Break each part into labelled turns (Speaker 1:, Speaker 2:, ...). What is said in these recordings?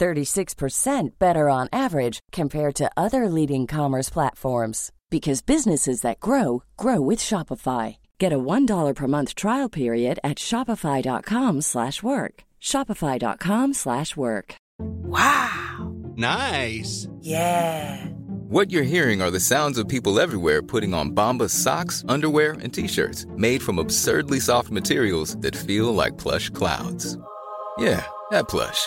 Speaker 1: 36% better on average compared to other leading commerce platforms because businesses that grow grow with Shopify. Get a $1 per month trial period at shopify.com/work. shopify.com/work.
Speaker 2: Wow.
Speaker 3: Nice.
Speaker 2: Yeah.
Speaker 4: What you're hearing are the sounds of people everywhere putting on Bombas socks, underwear, and t-shirts made from absurdly soft materials that feel like plush clouds. Yeah, that plush.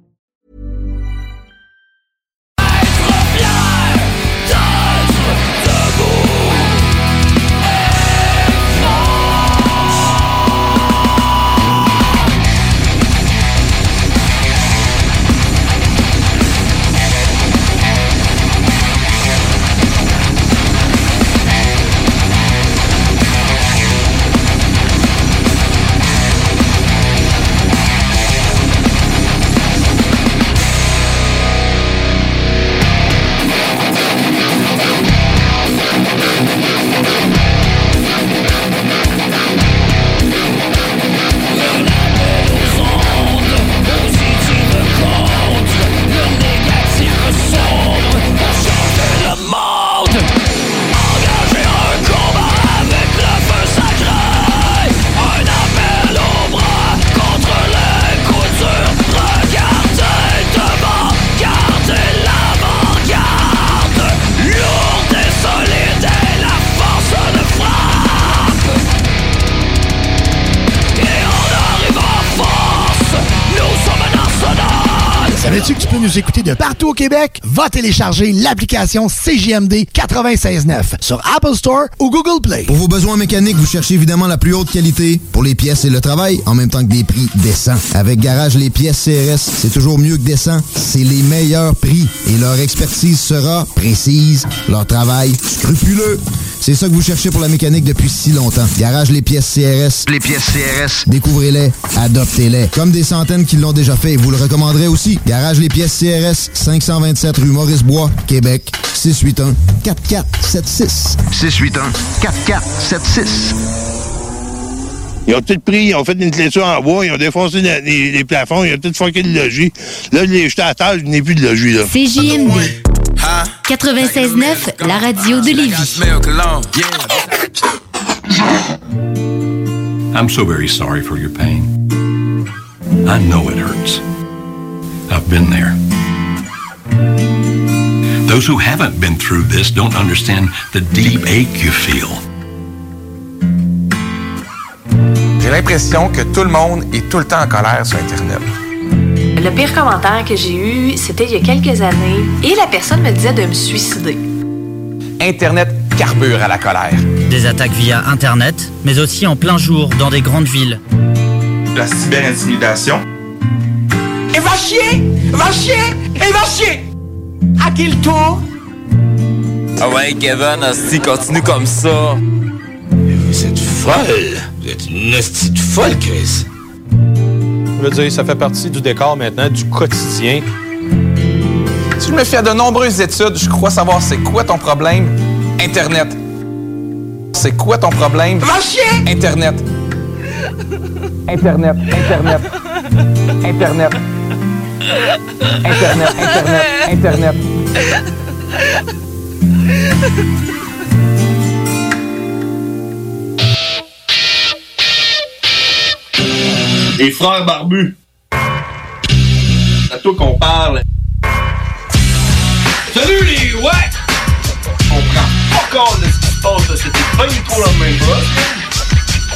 Speaker 5: Savais-tu que tu peux nous écouter de partout au Québec? Va télécharger l'application CGMD 96.9 sur Apple Store ou Google Play.
Speaker 6: Pour vos besoins mécaniques, vous cherchez évidemment la plus haute qualité pour les pièces et le travail, en même temps que des prix décents. Avec Garage, les pièces CRS, c'est toujours mieux que décent. C'est les meilleurs prix et leur expertise sera précise, leur travail scrupuleux. C'est ça que vous cherchez pour la mécanique depuis si longtemps. Garage, les pièces CRS.
Speaker 7: Les pièces CRS.
Speaker 6: Découvrez-les, adoptez-les. Comme des centaines qui l'ont déjà fait, vous le recommanderez aussi. Garage les pièces CRS, 527 rue Maurice-Bois, Québec, 681-4476.
Speaker 7: 681-4476.
Speaker 8: Ils ont tout pris, ils ont fait une clôture en bois, ils ont défoncé le- les, les plafonds, ils ont tout fucké le logis. Là, je l'ai jeté à terre, je n'ai plus de logis, là.
Speaker 9: CJMD 96.9, la radio de Lévis.
Speaker 10: I'm so very sorry for your pain. I know it hurts. I've been there. Those who haven't been through this don't understand the deep ache you feel.
Speaker 11: J'ai l'impression que tout le monde est tout le temps en colère sur Internet.
Speaker 12: Le pire commentaire que j'ai eu, c'était il y a quelques années, et la personne me disait de me suicider.
Speaker 13: Internet carbure à la colère. Des attaques via Internet, mais aussi en plein jour dans des grandes villes.
Speaker 14: La cyberintimidation.
Speaker 2: Et va chier, va chier, et va chier. À qui le tour?
Speaker 15: Ah ouais, Kevin, si continue comme ça.
Speaker 16: Vous êtes folle! Vous êtes une hostie de folle, Chris!
Speaker 17: Je veux dire, ça fait partie du décor maintenant, du quotidien.
Speaker 11: Si je me fie à de nombreuses études, je crois savoir c'est quoi ton problème. Internet. C'est quoi ton problème?
Speaker 2: Va chier!
Speaker 11: Internet. Internet. Internet. Internet. Internet. Internet. Internet.
Speaker 14: Les frères barbus. C'est à toi qu'on parle. Salut les ouais! On prend pas compte de ce qui se passe, là. c'était pas du tout la même chose.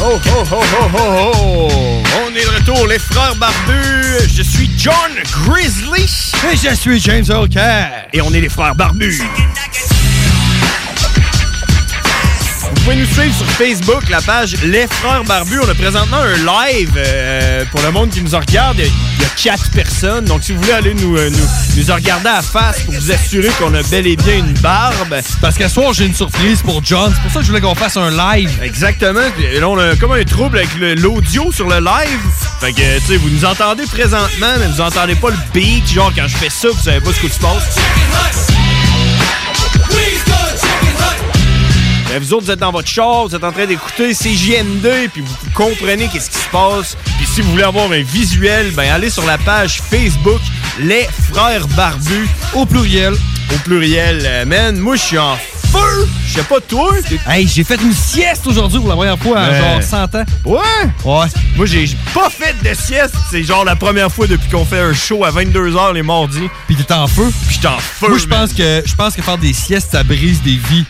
Speaker 14: ho, ho, ho, ho! oh, On est de retour, les frères barbus! Je suis John Grizzly! Et je suis James Holker! Et on est les frères barbus! Vous pouvez nous suivre sur Facebook, la page Les Frères Barbus. On a présentement un live euh, pour le monde qui nous en regarde. Il y a- il y a quatre personnes. Donc, si vous voulez aller nous, euh, nous, nous en regarder à la face pour vous assurer qu'on a bel et bien une barbe. Parce qu'à soir, j'ai une surprise pour John. C'est pour ça que je voulais qu'on fasse un live. Exactement. Puis Là, on a comme un trouble avec le- l'audio sur le live. Fait que, tu sais, vous nous entendez présentement, mais vous entendez pas le beat. Genre, quand je fais ça, vous savez pas ce que se passe. Ben, vous autres, vous êtes dans votre char, vous êtes en train d'écouter CJMD, puis vous comprenez qu'est-ce qui se passe. Puis si vous voulez avoir un visuel, ben allez sur la page Facebook Les Frères Barbus. Au pluriel. Au pluriel, euh, man. Moi, je suis en feu. Je sais pas toi. Hey, j'ai fait une sieste aujourd'hui pour la première fois, hein,
Speaker 18: à genre 100
Speaker 14: ans. Ouais? Ouais. Moi, j'ai j'ai pas fait de sieste. C'est genre la première fois depuis qu'on fait un show à 22h les mardis. Puis t'es en feu? Puis j'étais en feu.
Speaker 18: Moi, je pense que je pense que faire des siestes, ça brise des vies.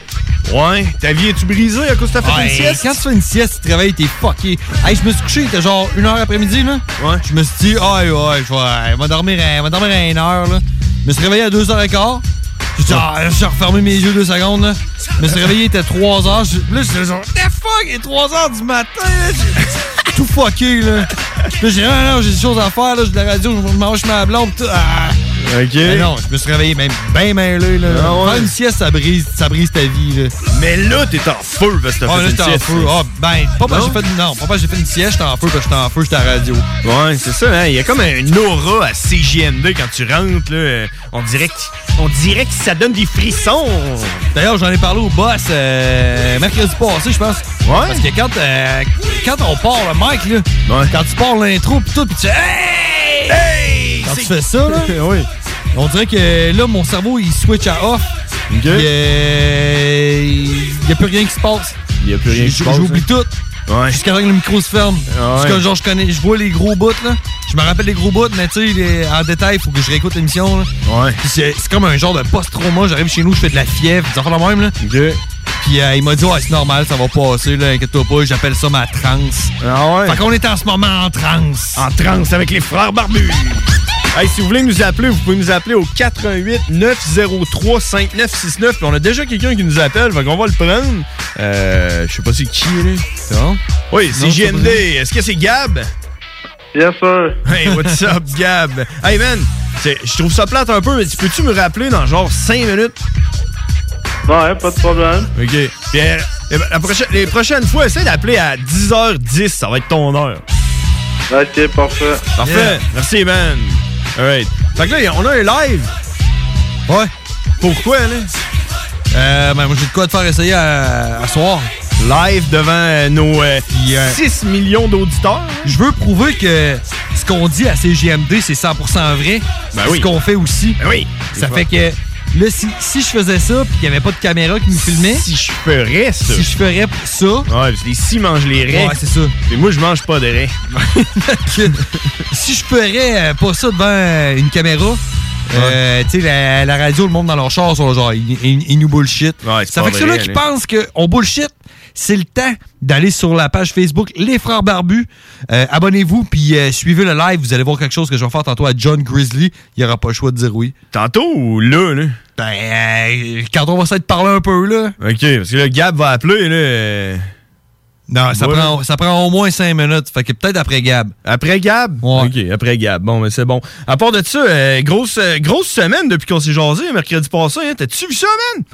Speaker 14: Ouais. Ta vie est-tu brisée à cause de
Speaker 18: faire
Speaker 14: fait une sieste?
Speaker 18: Quand tu fais une sieste, tu travailles, t'es fucké. Hey, je me suis couché, il était genre une heure après-midi, là.
Speaker 14: Ouais.
Speaker 18: Je me suis dit, aïe, aïe, je vais, je vais dormir, à, je vais dormir à une heure, là. Je me suis réveillé à deux heures et quart. J'ai dit, ah, j'ai refermé mes yeux deux secondes, là. Je me suis réveillé, il était trois heures. Je- Là, j'étais genre, the fuck, il est 3 heures du matin, là. J'ai- Tout fucké, là. Là, j'ai, ah, non, j'ai des choses à faire, là. J'ai de la radio, je mange chez ma blonde, tout. Ah.
Speaker 14: Ok.
Speaker 18: Mais non, je me suis réveillé même bien mêlé, là.
Speaker 14: Ah ouais.
Speaker 18: Faire une sieste, ça brise, ça brise ta vie, là.
Speaker 14: Mais là, t'es en feu parce que t'as
Speaker 18: Ah,
Speaker 14: fait
Speaker 18: là,
Speaker 14: une
Speaker 18: j'étais en
Speaker 14: sieste.
Speaker 18: feu. Ah, ben, pas parce que
Speaker 14: Non?
Speaker 18: j'ai fait une... Non, pas parce que j'ai fait une sieste, j'étais en feu, parce que j'étais en feu, j'étais à la radio.
Speaker 14: Ouais, c'est ça, hein. Il y a comme un aura à CGMD quand tu rentres, là. Euh, On dirait que, on dirait que ça donne des frissons.
Speaker 18: D'ailleurs, j'en ai parlé au boss euh, mercredi passé, je pense.
Speaker 14: Ouais.
Speaker 18: Parce que quand, euh, quand on part, le mic, là, quand tu pars l'intro, pis tout, pis tu... Hey! Quand tu fais ça, là... On dirait que là, mon cerveau, il switch à off. Il n'y a plus rien qui se passe.
Speaker 14: Il n'y a plus rien qui se passe, hein.
Speaker 18: J'oublie tout. Jusqu'à temps que le micro se ferme.
Speaker 14: Ah ouais.
Speaker 18: Jusqu'à genre, je connais, je vois les gros bouts, là. Je me rappelle les gros bouts, mais tu sais, les- en détail, il faut que je réécoute l'émission, là. Puis C'est c'est comme un genre de post-trauma. J'arrive chez nous, je fais de la fièvre, des affaires de même, là. Puis euh, il m'a dit, ouais, c'est normal, ça va passer, là, inquiète-toi pas, j'appelle ça ma transe.
Speaker 14: Ah
Speaker 18: Fait qu'on est en ce moment en transe.
Speaker 14: En transe avec les frères barbus. Hey, si vous voulez nous appeler, vous pouvez nous appeler au 88 903 5969. Puis on a déjà quelqu'un qui nous appelle, fait qu'on va le prendre. Euh, je sais pas c'est qui, là. Non? Oui, c'est
Speaker 5: Non, je sais pas.
Speaker 14: JMD. Est-ce que c'est Gab? Yes, sir. Hey, what's up, Gab? Hey, man, c'est- je trouve ça plate un peu, mais tu- peux-tu me rappeler dans genre 5 minutes? Ouais, pas de problème. OK. Puis, euh, eh ben, la prochaine- les prochaines fois, essaie d'appeler à 10h10. Ça va être ton heure.
Speaker 5: Ok, parfait.
Speaker 14: Parfait. Merci, man. Alright. Fait que là, on a un live.
Speaker 18: Ouais.
Speaker 14: Pourquoi, là?
Speaker 18: Euh, ben, moi, j'ai de quoi te faire essayer à, à soir.
Speaker 14: Live devant euh, nos euh, 6 millions d'auditeurs.
Speaker 18: Je veux prouver que ce qu'on dit à CGMD, c'est 100% vrai.
Speaker 14: Ben
Speaker 18: C'est
Speaker 14: oui. Ben
Speaker 18: Ce qu'on fait aussi.
Speaker 14: oui.
Speaker 18: Ça fait que là, si, si je faisais ça puis qu'il n'y avait pas de caméra qui me filmait.
Speaker 14: Si je ferais ça.
Speaker 18: Si je ferais ça. Ouais,
Speaker 14: parce que les six mangent les raies.
Speaker 18: Ouais, c'est ça.
Speaker 14: Et moi, je mange pas de raies.
Speaker 18: si je ferais euh, pas ça devant euh, une caméra. euh, tu sais, la, la radio, le monde dans leur char, sont genre, ils, ils- ils nous bullshit. ça
Speaker 14: pas
Speaker 18: fait que ceux-là
Speaker 14: vrai,
Speaker 18: qui
Speaker 14: là.
Speaker 18: pensent qu'on bullshit, c'est le temps d'aller sur la page Facebook Les Frères Barbus. Euh, Abonnez-vous, puis euh, suivez le live. Vous allez voir quelque chose que je vais faire tantôt à John Grizzly. Il n'y aura pas le choix de dire oui.
Speaker 14: Tantôt ou là, là?
Speaker 18: Ben, euh, quand on va essayer de parler un peu, là.
Speaker 14: OK, parce que là, Gab va appeler, là. euh,
Speaker 18: Non, ça,
Speaker 14: Ouais.
Speaker 18: prend, ça prend au moins 5 minutes. Fait que peut-être après Gab.
Speaker 14: Après Gab? OK, après Gab. Bon, mais c'est bon. À part de ça, euh, grosse, euh, grosse semaine depuis qu'on s'est jasé, mercredi passé. Hein. T'as-tu vu ça, man?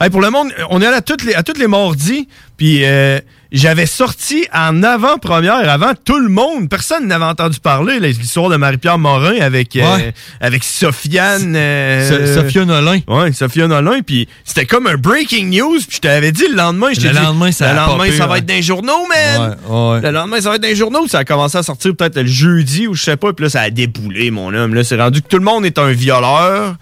Speaker 14: Hey, pour le monde, on est allé à toutes les, à toutes les mardis, puis euh, j'avais sorti en avant-première, avant tout le monde. Personne n'avait entendu parler, là, l'histoire de Marie-Pierre Morin avec, euh,
Speaker 18: Ouais.
Speaker 14: avec Sofiane... euh,
Speaker 18: So- Sophia Nolin.
Speaker 14: Ouais, Sophia Nolin, puis c'était comme un breaking news, puis je t'avais dit le lendemain, je
Speaker 18: Le
Speaker 14: t'ai dit,
Speaker 18: lendemain, ça
Speaker 14: le
Speaker 18: a hein.
Speaker 14: lendemain,
Speaker 18: popé,
Speaker 14: ça va
Speaker 18: ouais.
Speaker 14: être dans les journaux, man! Le lendemain, ça va être dans les journaux. Ça a commencé à sortir peut-être le jeudi ou je sais pas. Puis là, ça a déboulé, mon homme. Là, c'est rendu que tout le monde est un violeur.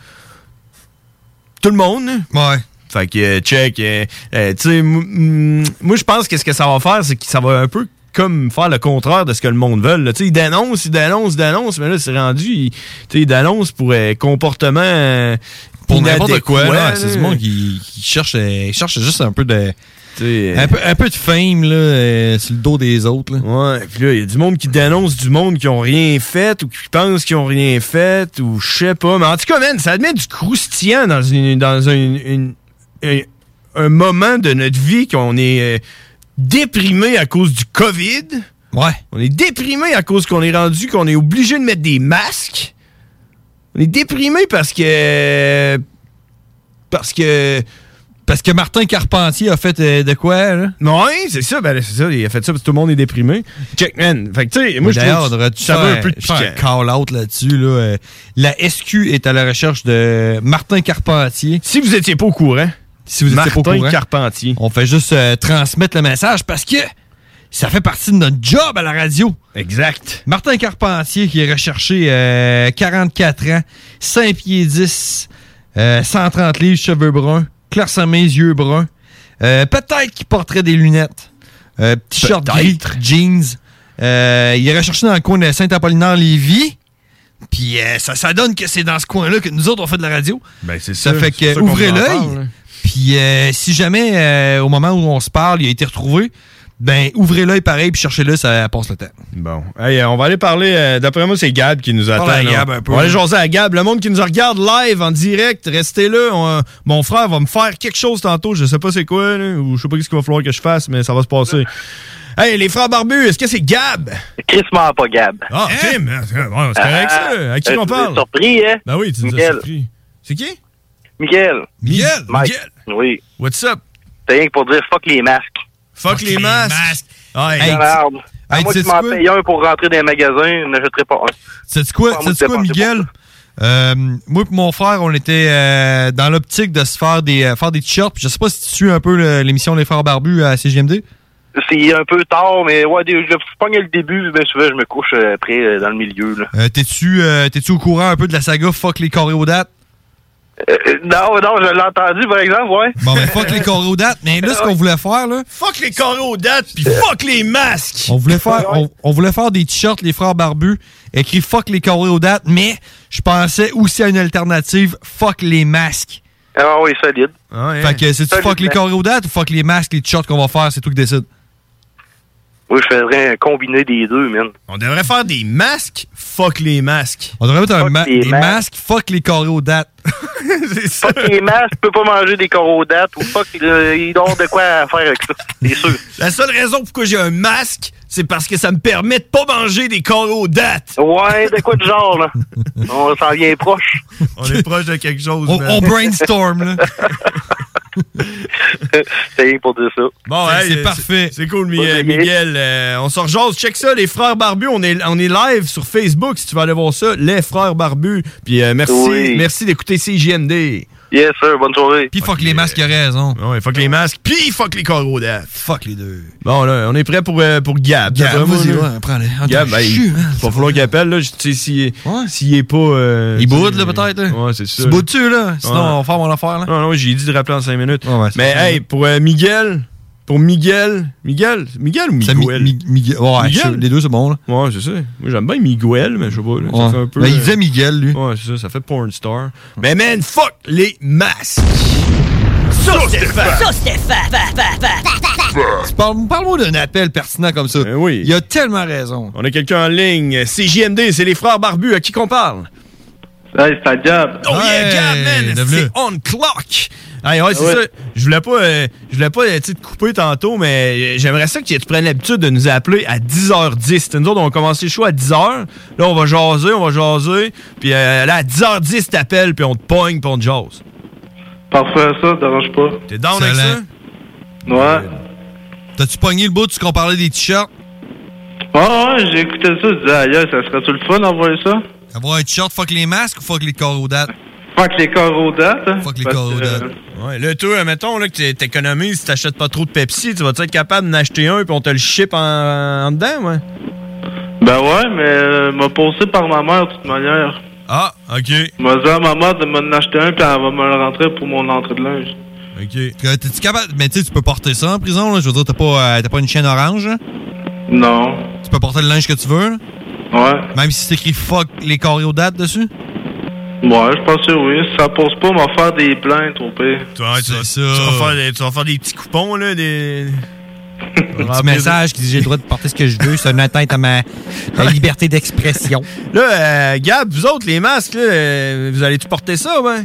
Speaker 14: Tout le monde.
Speaker 18: Ouais.
Speaker 14: Fait que, euh, check. euh, euh, tu sais, m- m- moi, je pense que ce que ça va faire, c'est que ça va un peu comme faire le contraire de ce que le monde veut. là. Tu sais, ils dénoncent, ils dénoncent, ils dénoncent. Mais là, c'est rendu, ils, tu sais, ils dénoncent pour euh, comportement. euh,
Speaker 18: Pour n'importe
Speaker 14: inadéquat,
Speaker 18: quoi, là,
Speaker 14: là.
Speaker 18: c'est du monde qui, qui cherche, euh, cherche juste un peu de. Un peu, un peu de fame, là, euh, sur le dos des autres. Là.
Speaker 14: Ouais, puis là, il y a du monde qui dénonce du monde qui ont rien fait ou qui pensent qu'ils ont rien fait ou je sais pas. Mais en tout cas, man, ça admet du croustillant dans, une, dans un, une- un- un moment de notre vie qu'on est euh, déprimé à cause du COVID.
Speaker 18: Ouais.
Speaker 14: On est déprimé à cause qu'on est rendu, qu'on est obligé de mettre des masques. On est déprimé parce que. Parce que.
Speaker 18: Parce que Martin Carpentier a fait euh, de quoi, là?
Speaker 14: Non, c'est ça, ben, c'est ça, il a fait ça parce que tout le monde est déprimé. Check, man. Fait que, tu sais, moi, je
Speaker 18: D'ailleurs,
Speaker 14: trouve que
Speaker 18: devrais-tu
Speaker 14: ça
Speaker 18: faire-
Speaker 14: veut un peu de
Speaker 18: faire un
Speaker 14: piquant.
Speaker 18: call-out là-dessus. Là, euh, la SQ est à la recherche de Martin Carpentier.
Speaker 14: Si vous étiez pas au courant.
Speaker 18: Si vous étiez pas au
Speaker 14: Martin
Speaker 18: courant.
Speaker 14: Carpentier.
Speaker 18: On fait juste euh, transmettre le message parce que ça fait partie de notre job à la radio.
Speaker 14: Exact.
Speaker 18: Martin Carpentier qui est recherché euh, 44 ans, 5 pieds 10, euh, 130 livres, cheveux bruns, clairsemés, yeux bruns. Euh, Peut-être qu'il porterait des lunettes. Euh, petit short gris, jeans. Euh, il est recherché dans le coin de Saint-Apollinaire-Lévis. Puis euh, ça, ça donne que c'est dans ce coin-là que nous autres on fait de la radio.
Speaker 14: Ben, c'est
Speaker 18: Ça
Speaker 14: ça.
Speaker 18: fait
Speaker 14: C'est
Speaker 18: que,
Speaker 14: ça qu'on
Speaker 18: ouvrez
Speaker 14: en
Speaker 18: l'œil.
Speaker 14: parle, là.
Speaker 18: Puis euh, si jamais, euh, au moment où on se parle, il a été retrouvé, ben ouvrez l'œil pareil, puis cherchez-le, ça passe le temps.
Speaker 14: Bon. Hey, euh, on va aller parler. euh, D'après moi, c'est Gab qui nous attend.
Speaker 18: Parle à
Speaker 14: là.
Speaker 18: Gab un peu.
Speaker 14: On va aller jaser à Gab. Le monde qui nous regarde live en direct, restez là. On- euh, mon frère va me faire quelque chose tantôt. Je sais pas c'est quoi, là, ou je sais pas ce qu'il va falloir que je fasse, mais ça va se passer. Hey, les frères barbus, est-ce que c'est Gab?
Speaker 19: Chris mord pas Gab.
Speaker 14: Ah,
Speaker 18: Hein?
Speaker 14: ok, mais- bon, c'est
Speaker 19: Ah,
Speaker 14: correct ça. À qui
Speaker 19: euh,
Speaker 14: on
Speaker 19: tu
Speaker 14: parle?
Speaker 19: m'as surpris, hein?
Speaker 14: Ben oui, tu nous as
Speaker 19: Miguel.
Speaker 14: surpris. C'est qui?
Speaker 19: Miguel.
Speaker 14: Miguel.
Speaker 19: Mike. Oui.
Speaker 14: What's up?
Speaker 19: C'est rien que pour dire fuck les masques.
Speaker 14: Fuck, les masques. Ah, hey,
Speaker 19: Hey,
Speaker 14: tu-
Speaker 19: à
Speaker 14: hey,
Speaker 19: moi
Speaker 14: tu
Speaker 19: qui
Speaker 14: sais
Speaker 19: m'en
Speaker 14: quoi?
Speaker 19: paye un pour rentrer dans les magasins, n'achèterai pas un.
Speaker 18: C'est quoi,
Speaker 19: Pas à moi de
Speaker 18: sais-tu quoi
Speaker 19: dépenser
Speaker 18: Miguel? Euh, moi et mon frère, on était euh, dans l'optique de se faire des euh, faire des t-shirts. Puis Je sais pas si tu suis un peu le- l'émission Les Frères Barbus à CGMD.
Speaker 19: C'est un peu tard, mais ouais, des- je pogne le début, bien souvent je me couche euh, après euh, dans le milieu. Là.
Speaker 18: Euh, T'es-tu euh, t'es-tu au courant un peu de la saga Fuck les choréodates?
Speaker 19: Euh, euh, non, non, je l'ai entendu par exemple, ouais.
Speaker 18: Bon, ben fuck les choréodates. Mais là, ce qu'on voulait faire, là,
Speaker 14: Fuck les dates puis
Speaker 19: Euh.
Speaker 14: fuck les masques!
Speaker 18: on voulait faire, on, on voulait faire des t-shirts Les Frères Barbus, écrit Fuck les choréodates, mais je pensais aussi à une alternative Fuck les masques.
Speaker 19: Ah oui, solide.
Speaker 18: Fait que c'est-tu Fuck les choréodates ou Fuck les masques, les t-shirts qu'on va faire, c'est toi qui décides?
Speaker 19: Oui, je ferais un combiné des deux, man.
Speaker 14: On devrait faire des masques, fuck les masques.
Speaker 18: On devrait mettre un
Speaker 19: Fuck
Speaker 18: ma-
Speaker 19: les
Speaker 18: des
Speaker 19: masques.
Speaker 18: masques, fuck les choréodates.
Speaker 19: Fuck les masques, tu peux pas manger des corodates ou fuck, euh, ils ont de quoi à faire avec ça, c'est sûr.
Speaker 14: La seule raison pourquoi j'ai un masque, c'est parce que ça me permet de pas manger des dates.
Speaker 19: Ouais, de quoi de genre, là? On s'en vient proche.
Speaker 14: On est proche de quelque chose.
Speaker 19: On-
Speaker 14: man.
Speaker 19: on brainstorm, là. C'est rien pour dire ça.
Speaker 14: Bon, hey, c'est parfait. C'est cool, Mi- euh, Miguel. Euh, on se rejase. Check ça, les frères barbus. On est, on est live sur Facebook si tu veux aller voir ça. Les frères barbus. Puis euh, merci,
Speaker 19: Oui.
Speaker 14: merci d'écouter CJMD.
Speaker 19: Yes, sir. Bonne journée.
Speaker 18: Puis fuck les masques, il a raison.
Speaker 14: Ouais, fuck les masques. Puis fuck les dates.
Speaker 18: Fuck les deux.
Speaker 14: Bon, là, on est prêt pour, euh, pour Gab.
Speaker 18: Gab,
Speaker 14: D'après moi,
Speaker 18: vas-y,
Speaker 14: là.
Speaker 18: ouais, prends-le. Ah,
Speaker 14: Gab,
Speaker 18: t'es
Speaker 14: ben,
Speaker 18: chiant,
Speaker 14: il
Speaker 18: hein,
Speaker 14: va falloir qu'il appelle, là. Je- Tu sais, s'il est, s'il est pas. euh,
Speaker 18: Il
Speaker 14: tu sais,
Speaker 18: boude, là, peut-être, là.
Speaker 14: Ouais, c'est ça.
Speaker 18: Tu boudes dessus, là. Sinon,
Speaker 14: Ouais.
Speaker 18: on va faire mon affaire, là.
Speaker 14: Non, non, j'ai dit de rappeler en 5 minutes.
Speaker 18: c'est
Speaker 14: Mais
Speaker 18: pas
Speaker 14: hey,
Speaker 18: grave.
Speaker 14: pour euh, Miguel, pour Miguel, Miguel, Miguel ou
Speaker 18: Ça,
Speaker 14: Miguel?
Speaker 18: Mi- Mi- Miguel- ouais, je- les deux, c'est bon, là.
Speaker 14: Ouais, c'est ça. Moi, j'aime bien Miguel, mais je sais pas, là, ça
Speaker 18: Ouais.
Speaker 14: fait un peu...
Speaker 18: Ben, il
Speaker 14: euh,
Speaker 18: disait Miguel, lui.
Speaker 14: Ouais, c'est ça, ça fait porn star. Mais man, fuck les masques! Sauce Stéphane! Bah,
Speaker 18: Tu parles- Parle-moi d'un appel pertinent comme ça.
Speaker 14: Ben oui.
Speaker 18: Il a tellement raison.
Speaker 14: On a quelqu'un en ligne. C'est JMD, c'est les frères barbus. À qui qu'on parle?
Speaker 8: Hey, c'est ta job.
Speaker 14: Oh yeah, Gab, man!
Speaker 8: devenu.
Speaker 14: C'est on clock! Hey, ouais, c'est
Speaker 8: Ah Ouais.
Speaker 14: ça. Je voulais pas, euh, je voulais pas euh, tu sais, te couper tantôt, mais euh, j'aimerais ça que tu prennes l'habitude de nous appeler à 10h10. T'sais, Nous autres, on a commencé le show à 10h. Là, on va jaser, on va jaser. Puis euh, là, à 10h10, t'appelles, puis on te pogne, puis on te jase.
Speaker 8: Parfait, ça, te dérange pas.
Speaker 14: T'es down avec ça?
Speaker 8: Ouais.
Speaker 18: T'as-tu pogné le bout de ce qu'on parlait des t-shirts?
Speaker 8: Ah ouais, j'ai écouté ça, je disais, aïe, aïe, ça serait-tu le fun d'envoyer ça?
Speaker 18: Avoir un t-shirt, fuck les masques ou fuck les corrodates?
Speaker 8: Fuck les corrodates. hein,
Speaker 18: Fuck les
Speaker 8: parce que,
Speaker 18: corrodates.
Speaker 14: Ouais, là, toi, mettons là, que t'é- t'économises, t'achètes pas trop de Pepsi, tu vas-tu être capable d'en acheter un, puis on te le ship en, en dedans, ouais?
Speaker 8: Ben ouais, mais euh, m'a posé par ma mère, de toute manière.
Speaker 14: Ah, ok.
Speaker 8: M'a dit à ma mère de m'en acheter un, puis elle va me le rentrer pour mon entrée de linge.
Speaker 14: Ok.
Speaker 18: T'es-tu capable. Mais tu sais, tu peux porter ça en prison, là. Je veux dire, t'as pas, euh, t'as pas une chaîne orange, là.
Speaker 8: Non.
Speaker 18: Tu peux porter le linge que tu veux, là.
Speaker 8: Ouais.
Speaker 18: Même si c'est écrit fuck les corrodates dessus?
Speaker 8: Ouais, je pense que oui. Si ça pose pas m'en faire des plaintes au pire.
Speaker 14: Toi, tu, vas, tu vas faire des, tu vas faire des petits coupons, là, des...
Speaker 18: Un petit message qui dit j'ai le droit de porter ce que je veux, c'est une atteinte à ma à la liberté d'expression.
Speaker 14: Là, euh, Gab, vous autres, les masques, là, euh, vous allez-tu porter ça, ouais?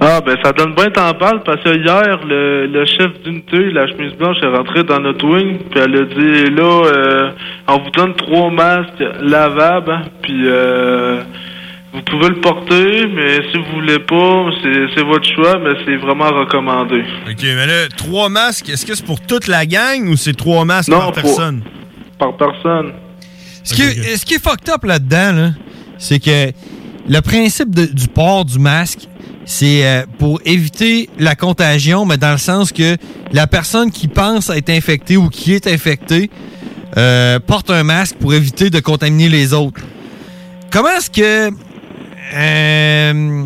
Speaker 8: Ah, ben ça donne bien t'en parles parce que hier, le, le chef d'unité, la chemise blanche, est rentré dans notre wing, puis elle a dit là, euh, on vous donne trois masques lavables, hein, puis euh, vous pouvez le porter, mais si vous voulez pas, c'est c'est votre choix, mais c'est vraiment recommandé.
Speaker 14: OK, mais là, trois masques, est-ce que c'est pour toute la gang ou c'est trois masques
Speaker 8: Non,
Speaker 14: par
Speaker 8: pour-
Speaker 14: personne?
Speaker 8: Par personne.
Speaker 18: Ce qui, est- ce qui est fucked up là-dedans, là, c'est que le principe de- du port du masque, c'est euh, pour éviter la contagion, mais dans le sens que la personne qui pense être infectée ou qui est infectée euh, porte un masque pour éviter de contaminer les autres. Comment est-ce que euh,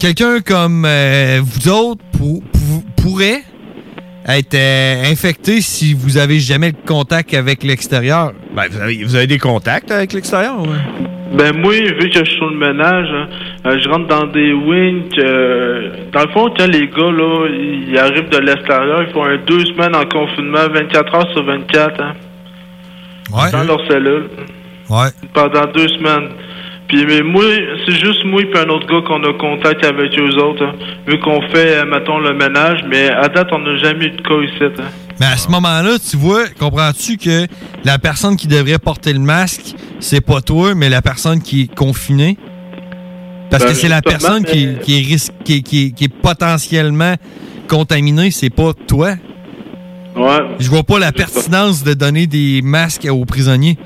Speaker 18: quelqu'un comme euh, vous autres pour- pour- pourrait être euh, infecté si vous avez jamais le contact avec l'extérieur?
Speaker 14: Ben, vous avez, vous avez des contacts avec l'extérieur, ouais?
Speaker 8: Ben moi, vu que je suis sur le ménage, hein, euh, je rentre dans des wings. euh, dans le fond, quand les gars, là, ils arrivent de l'extérieur, ils font un deux semaines en confinement, 24 heures sur 24, hein,
Speaker 18: Ouais.
Speaker 8: dans leur cellule,
Speaker 18: Ouais.
Speaker 8: pendant deux semaines. Puis mais moi, c'est juste moi et un autre gars qu'on a contact avec eux autres, hein, vu qu'on fait, euh, mettons, le ménage, mais à date, on n'a jamais eu de cas ici. hein.
Speaker 18: Mais à ce moment-là, tu vois, comprends-tu que la personne qui devrait porter le masque, c'est pas toi, mais la personne qui est confinée? Parce
Speaker 8: Ben,
Speaker 18: que c'est la
Speaker 8: justement,
Speaker 18: personne qui,
Speaker 8: mais-
Speaker 18: qui est risque, qui, qui- qui est potentiellement contaminée, c'est pas toi.
Speaker 8: Ouais.
Speaker 18: Je vois pas la pertinence de donner des masques aux prisonniers.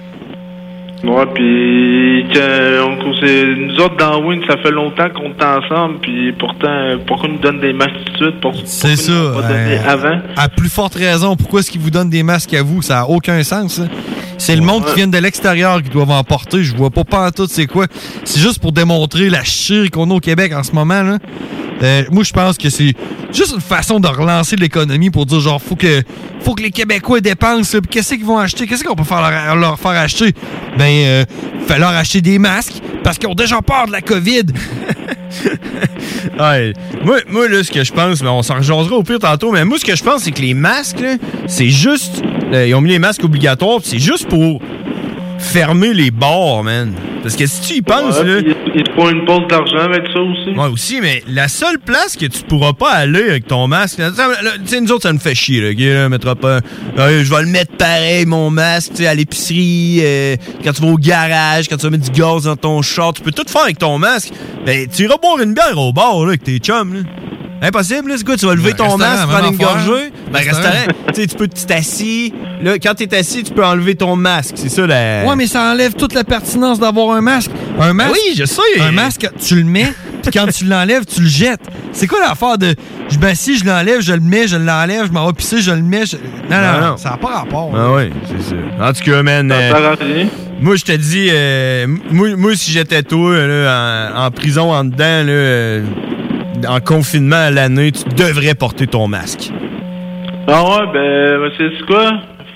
Speaker 8: Ouais, puis que- on- c'est- nous autres dans Win, ça fait longtemps qu'on est ensemble, puis pourtant, pourquoi ils nous donnent des masques tout de suite Pour-
Speaker 18: C'est ça.
Speaker 8: pourquoi ils nous ont pas donné
Speaker 18: euh,
Speaker 8: avant
Speaker 18: À plus forte raison, pourquoi est-ce qu'ils vous donnent des masques à vous? Ça n'a aucun sens. ça. C'est le monde qui vient de l'extérieur qui doivent en porter. Je vois pas pantoute c'est quoi. C'est juste pour démontrer la chire qu'on a au Québec en ce moment. Là. Euh, moi, je pense que c'est juste une façon de relancer l'économie pour dire genre, faut que, faut que les Québécois dépensent. là. Puis Qu'est-ce qu'ils vont acheter? Qu'est-ce qu'on peut faire leur, leur faire acheter? Ben, euh, fait leur acheter des masques parce qu'ils ont déjà peur de la COVID.
Speaker 14: Ouais. Moi, moi, là, ce que je pense, mais on s'en rejoindra au pire tantôt, mais moi, ce que je pense, c'est que les masques, là, c'est juste. là, ils ont mis les masques obligatoires, puis c'est juste pour fermer les bars, man. Parce que si tu y penses,
Speaker 8: Ouais,
Speaker 14: là.
Speaker 8: puis Ils te font une bosse d'argent avec ça aussi.
Speaker 14: Moi aussi, mais la seule place que tu pourras pas aller avec ton masque. là, ça, là, Tu sais, nous autres, ça nous fait chier, là. ok, là, on mettra pas. Euh, je vais le mettre pareil, mon masque, tu sais, à l'épicerie, euh, quand tu vas au garage, quand tu vas mettre du gaz dans ton char. Tu peux tout faire avec ton masque. Ben, tu iras boire une bière au bar, là, avec tes chums, là. Impossible, là, c'est quoi? Tu vas lever
Speaker 18: Ouais,
Speaker 14: ton
Speaker 18: Ben, restaurant,
Speaker 14: masque,
Speaker 18: même
Speaker 14: prendre une
Speaker 18: affaire.
Speaker 14: gorgée? Ben,
Speaker 18: Restaurant.
Speaker 14: restaurant. tu sais, tu peux, tu t'assis. Là, quand t'es assis, tu peux enlever ton masque. C'est ça, la.
Speaker 18: Ouais, mais ça enlève toute la pertinence d'avoir un masque. Un masque.
Speaker 14: Oui, je sais.
Speaker 18: Un masque, tu le mets, puis quand tu l'enlèves, tu le jettes. C'est quoi l'affaire de je m'assis, je l'enlève, je le mets, je l'enlève, je m'en vais pisser, je le mets. je- Non, non,
Speaker 14: Non,
Speaker 18: non,
Speaker 14: non.
Speaker 18: ça n'a pas rapport.
Speaker 14: Ah oui, c'est ça. En tout cas, man. euh,
Speaker 18: sert à
Speaker 14: moi, je te dis, euh, m- moi, moi, si j'étais toi, là, en, en prison, en dedans, là, euh, en confinement à l'année, tu devrais porter ton masque.
Speaker 8: Ah ouais, ben, c'est c'est quoi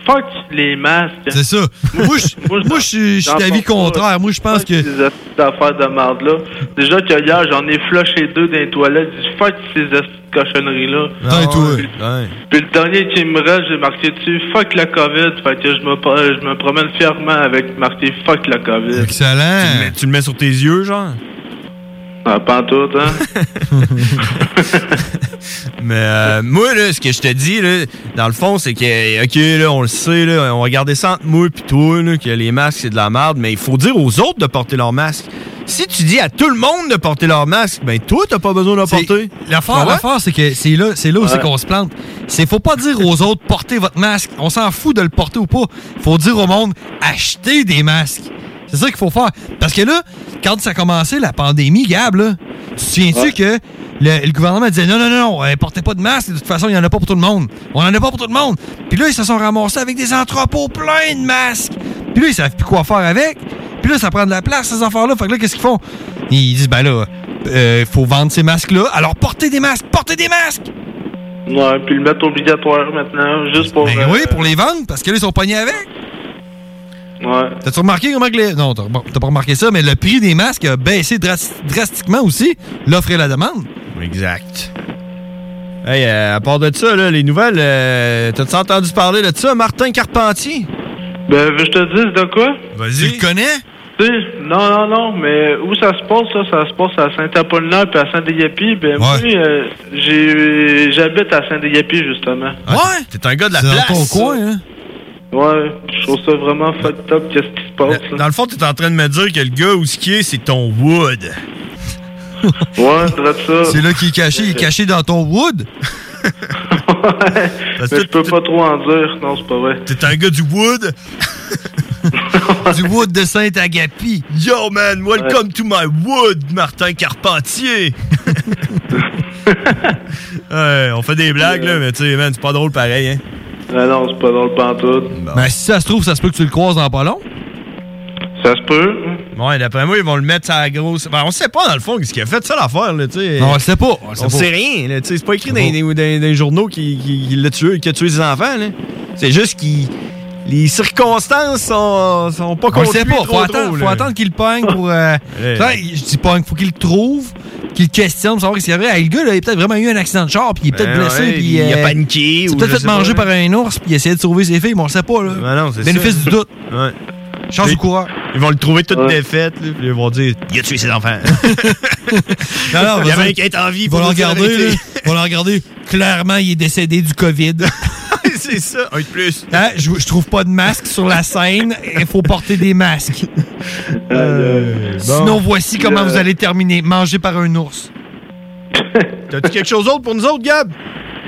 Speaker 8: Fuck les masques.
Speaker 18: C'est ça. Moi, je moi, je suis je suis d'avis contraire. Moi, je pense que.
Speaker 8: Ces astuces d'affaires de merde là. Déjà que hier, j'en ai flushé deux dans les toilettes. J'ai dit, fuck ces astuces de cochonneries-là.
Speaker 14: Ah
Speaker 8: Puis le dernier qui me reste, j'ai marqué dessus fuck la COVID. Fait que je me, pro- je me promène fièrement avec marqué fuck la COVID.
Speaker 18: Excellent.
Speaker 14: Tu le, mets, tu le mets sur tes yeux, genre?
Speaker 8: Ah, pas en tout, hein?
Speaker 14: Mais euh, moi, là, ce que je te dis, là, dans le fond, c'est que, OK, là, on le sait, là, on va garder ça entre moi et toi, là, que les masques, c'est de la merde, mais il faut dire aux autres de porter leur masque. Si tu dis à tout le monde de porter leur masque, ben toi, t'as pas besoin de le porter.
Speaker 18: L'affaire,
Speaker 14: Ah ouais?
Speaker 18: l'affaire, c'est que c'est là, c'est là où
Speaker 14: Ouais.
Speaker 18: c'est qu'on se plante. C'est faut pas dire aux autres portez votre masque. On s'en fout de le porter ou pas. Faut dire au monde achetez des masques. C'est ça qu'il faut faire. Parce que là, quand ça a commencé la pandémie, Gab, là, tu te souviens-tu
Speaker 2: Ouais.
Speaker 18: que le, le gouvernement disait non, non, non, non, euh, portez pas de masque. De toute façon, il y en a pas pour tout le monde. On en a pas pour tout le monde. Puis là, ils se sont ramassés avec des entrepôts pleins de masques. Puis là, ils savent plus quoi faire avec. Puis là, ça prend de la place, ces affaires-là. Fait que là, qu'est-ce qu'ils font? Ils disent, ben là, euh, faut vendre ces masques-là. Alors, portez des masques, portez des masques!
Speaker 8: ouais, puis le mettre obligatoire maintenant, juste pour. euh,
Speaker 18: Ben oui, pour les vendre, parce que là, ils sont pognés avec.
Speaker 8: Ouais.
Speaker 18: T'as-tu remarqué comment que les. Non, t'as bon, t'as pas remarqué ça, mais le prix des masques a baissé dras- drastiquement aussi, l'offre et la demande.
Speaker 14: Exact. Hey, euh, à part de ça, là, les nouvelles, euh, t'as-tu entendu parler de ça, Martin Carpentier?
Speaker 8: Ben, veux que je te dise de quoi?
Speaker 14: Vas-y. Tu le connais?
Speaker 8: Tu sais, non, non, non, mais où ça se passe, là? Ça se passe à Saint-Apollinaire puis à Saint-Déguépi. Ben, moi, euh, j'ai- j'habite à Saint-Déguépi, justement.
Speaker 14: ouais! Ah, T'es un gars de la
Speaker 8: C'est dans
Speaker 14: place.
Speaker 8: ton coin,
Speaker 18: hein?
Speaker 8: Ouais, je trouve ça vraiment fucked up, qu'est-ce qui se passe, là.
Speaker 14: Dans le fond, t'es en train de me dire que le gars où ce qui est, c'est ton Wood.
Speaker 8: Ouais, je dirais ça.
Speaker 18: C'est là qu'il est caché, il est caché dans ton wood.
Speaker 8: Mais je peux pas trop en dire, non, c'est pas vrai.
Speaker 14: T'es un gars du Wood?
Speaker 18: du Wood de Saint-Agapi.
Speaker 14: Yo, man, welcome to my Wood, Martin Carpentier. Ouais, on fait des blagues, là, mais tu sais, man, c'est pas drôle pareil, hein?
Speaker 8: Non, non, c'est pas dans le pantoute.
Speaker 14: Ben,
Speaker 18: Mais Ben, si ça se trouve, ça se peut que tu le croises dans pas long.
Speaker 8: Ça se peut.
Speaker 14: Ouais, d'après moi, ils vont le mettre à la grosse. Ben, on sait pas, dans le fond, ce qu'il a fait, ça, l'affaire, là, tu sais.
Speaker 18: Non, on le sait pas, on
Speaker 14: On,
Speaker 18: le sait pas.
Speaker 14: sait rien, là, tu sais. C'est pas écrit dans, les- dans- dans les journaux qu'il qu'il- qu'il l'a tué, qu'il a tué ses enfants, là. C'est juste qu'il. Les circonstances sont, sont pas
Speaker 18: on le sait
Speaker 14: conclues
Speaker 18: pas,
Speaker 14: trop
Speaker 18: faut attendre,
Speaker 14: trop,
Speaker 18: faut
Speaker 14: là.
Speaker 18: attendre qu'il le pogne pour. euh,
Speaker 14: Ouais.
Speaker 18: ça, je dis pogne, faut qu'il le trouve, qu'il le questionne, pour savoir si c'est vrai. Ah, le gars, là, il a peut-être vraiment eu un accident de char, puis il est peut-être
Speaker 14: Ben
Speaker 18: blessé,
Speaker 14: ouais,
Speaker 18: puis.
Speaker 14: il a
Speaker 18: euh,
Speaker 14: paniqué,
Speaker 18: il s'est
Speaker 14: ou je
Speaker 18: peut-être
Speaker 14: sais
Speaker 18: fait manger
Speaker 14: pas,
Speaker 18: par un ours, puis il essayait de sauver ses filles, mais on le sait pas, là.
Speaker 14: Ben non, c'est
Speaker 18: Bénéfice
Speaker 14: ça.
Speaker 18: du doute.
Speaker 14: Ouais.
Speaker 18: Chance
Speaker 14: Mais
Speaker 18: du coureur.
Speaker 14: Ils vont le trouver toute
Speaker 18: Ouais.
Speaker 14: défaite, là, puis ils vont dire Il a tué ses enfants.
Speaker 18: Non, non,
Speaker 14: il y
Speaker 18: vas-y.
Speaker 14: avait un qui est en vie.
Speaker 18: Ils
Speaker 14: pour
Speaker 18: vont le
Speaker 14: nous dire la
Speaker 18: regarder,
Speaker 14: vérité.
Speaker 18: là. Ils vont le regarder. Clairement, il est décédé du COVID.
Speaker 14: c'est ça, un de plus.
Speaker 18: Hein, je, je trouve pas de masque sur la scène. Il faut porter des masques.
Speaker 14: Euh, bon.
Speaker 18: Sinon, voici
Speaker 14: Puis,
Speaker 18: comment
Speaker 14: euh,
Speaker 18: vous allez terminer. Mangé par un ours.
Speaker 14: T'as-tu quelque chose d'autre pour nous autres, Gab?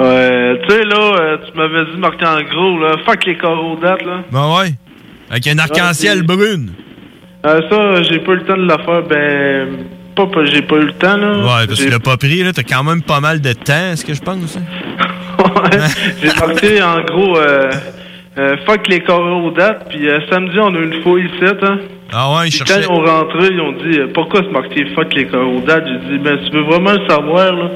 Speaker 8: Ouais, tu sais, là, euh, tu m'avais dit marquer en gros, là, fuck les dates là.
Speaker 14: Ben ouais. Avec un arc-en-ciel
Speaker 8: Ouais,
Speaker 14: brune.
Speaker 8: Euh, ça, j'ai pas eu le temps de la faire, ben, pas, pas- j'ai pas eu le temps, là.
Speaker 14: Ouais, parce que
Speaker 8: J'ai-
Speaker 14: tu l'as pas pris, là. T'as quand même pas mal de temps, est-ce que je pense? hein?
Speaker 8: J'ai marqué en gros euh, euh, fuck les dates puis euh, samedi on a eu une fouille ici, hein.
Speaker 14: Ah ouais, ils
Speaker 8: Puis
Speaker 14: cherchaient.
Speaker 8: quand ils ont rentré, ils ont dit euh, pourquoi se marquer fuck les dates J'ai dit ben tu veux vraiment le savoir là,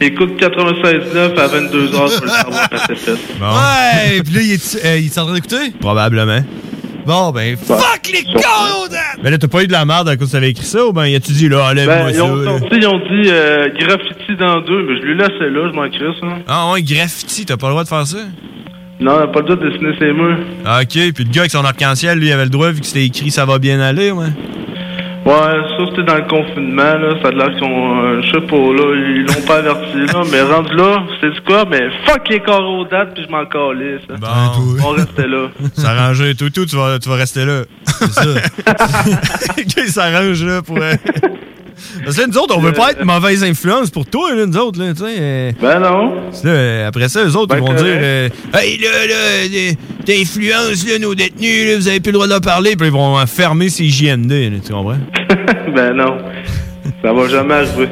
Speaker 8: écoute 96.9 à 22 h tu peux le savoir à cette fête.
Speaker 18: Ouais, puis là, il est, euh, il est en train d'écouter?
Speaker 14: Ah. Probablement.
Speaker 18: Bon, ben, fuck les dates!
Speaker 14: Mais là, t'as pas eu de la merde à cause que t'avais écrit ça ou ben, tu dit, là,
Speaker 8: Ben,
Speaker 14: enlève-moi
Speaker 8: ils
Speaker 14: ça.
Speaker 8: ont
Speaker 14: là.
Speaker 8: sorti, ils ont dit euh, graffiti dans deux, mais je lui laissais là, je m'en crisse. Hein.
Speaker 14: Ah ouais, graffiti, t'as pas le droit de faire ça?
Speaker 8: Non, on a pas le droit de dessiner ses murs.
Speaker 14: Ah, ok, puis le gars avec son arc-en-ciel, lui, il avait le droit vu que c'était écrit ça va bien aller, ouais.
Speaker 8: Ouais, ça c'était dans le confinement, là, ça a l'air qu'on, euh, je sais pas, là, ils l'ont pas averti, là, mais rendu là, c'est quoi, mais fuck les coraux dates, puis je m'en calais, ça. On restait là.
Speaker 14: S'arranger, tout, tout, tu vas, tu vas rester là. C'est ça. Qu'ils s'arrangent, là, pour. euh, Parce que là, nous autres, on veut pas être mauvaise influence pour toi, là, nous autres, là, tu sais. euh,
Speaker 8: Ben non.
Speaker 14: Parce que, euh, Après ça, eux autres,
Speaker 8: Ben
Speaker 14: ils vont
Speaker 8: correct.
Speaker 14: dire euh, Hey, là, là, euh, t'influences, là, nos détenus, là, vous avez plus le droit de leur parler. Puis ils vont euh, fermer ces JMD, là, tu comprends?
Speaker 8: ben non. Ça va jamais arriver.